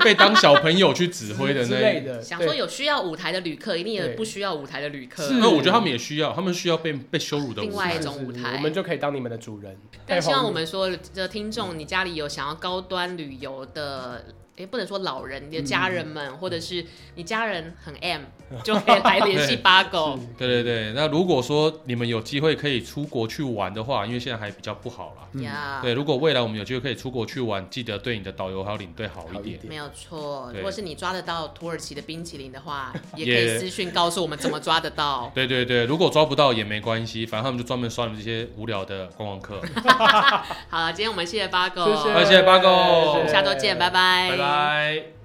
Speaker 2: 被当小朋友去指挥的
Speaker 1: 之
Speaker 2: 那
Speaker 1: 类
Speaker 2: 一。
Speaker 1: 的，
Speaker 3: 想
Speaker 1: 对
Speaker 3: 说有需要舞台的旅客，一定有
Speaker 1: 对
Speaker 3: 不需要舞台的旅客。
Speaker 1: 是
Speaker 2: 那我觉得他们也需要，他们需要被被羞辱的舞
Speaker 3: 另外
Speaker 2: 台
Speaker 3: 一。种舞
Speaker 1: 是是
Speaker 3: 台
Speaker 1: 我们就可以当你们的主人。
Speaker 3: 但
Speaker 1: 太
Speaker 3: 希
Speaker 1: 荒
Speaker 3: 望我
Speaker 1: 谬
Speaker 3: 们说的听众，你家里有想要高端旅游的，也不能说老人，你的
Speaker 1: 嗯
Speaker 3: 家人们，或者是你家人很 M，就可以来联系八狗。
Speaker 2: 对对对，那如果说你们有机会可以出国去玩的话，因为现在还比较不好啦。
Speaker 1: 嗯
Speaker 3: 呀，
Speaker 2: 对，如果未来我们有机会可以出国去玩，记得对你的导游还有领队好一
Speaker 1: 好一
Speaker 2: 点。
Speaker 1: 点
Speaker 3: 没有错。
Speaker 2: 对
Speaker 3: 如果是你抓得到土耳其的冰淇淋的话，也
Speaker 2: 也
Speaker 3: 可以私讯告诉我们怎么抓得到。
Speaker 2: 对对对，如果抓不到也没关系，反正他们就专门刷你们这些无聊的观光客。
Speaker 3: 好了，今天我们谢谢八狗，
Speaker 1: 谢谢，
Speaker 2: 谢谢八公
Speaker 3: 我们下周见，拜拜，
Speaker 2: 拜拜。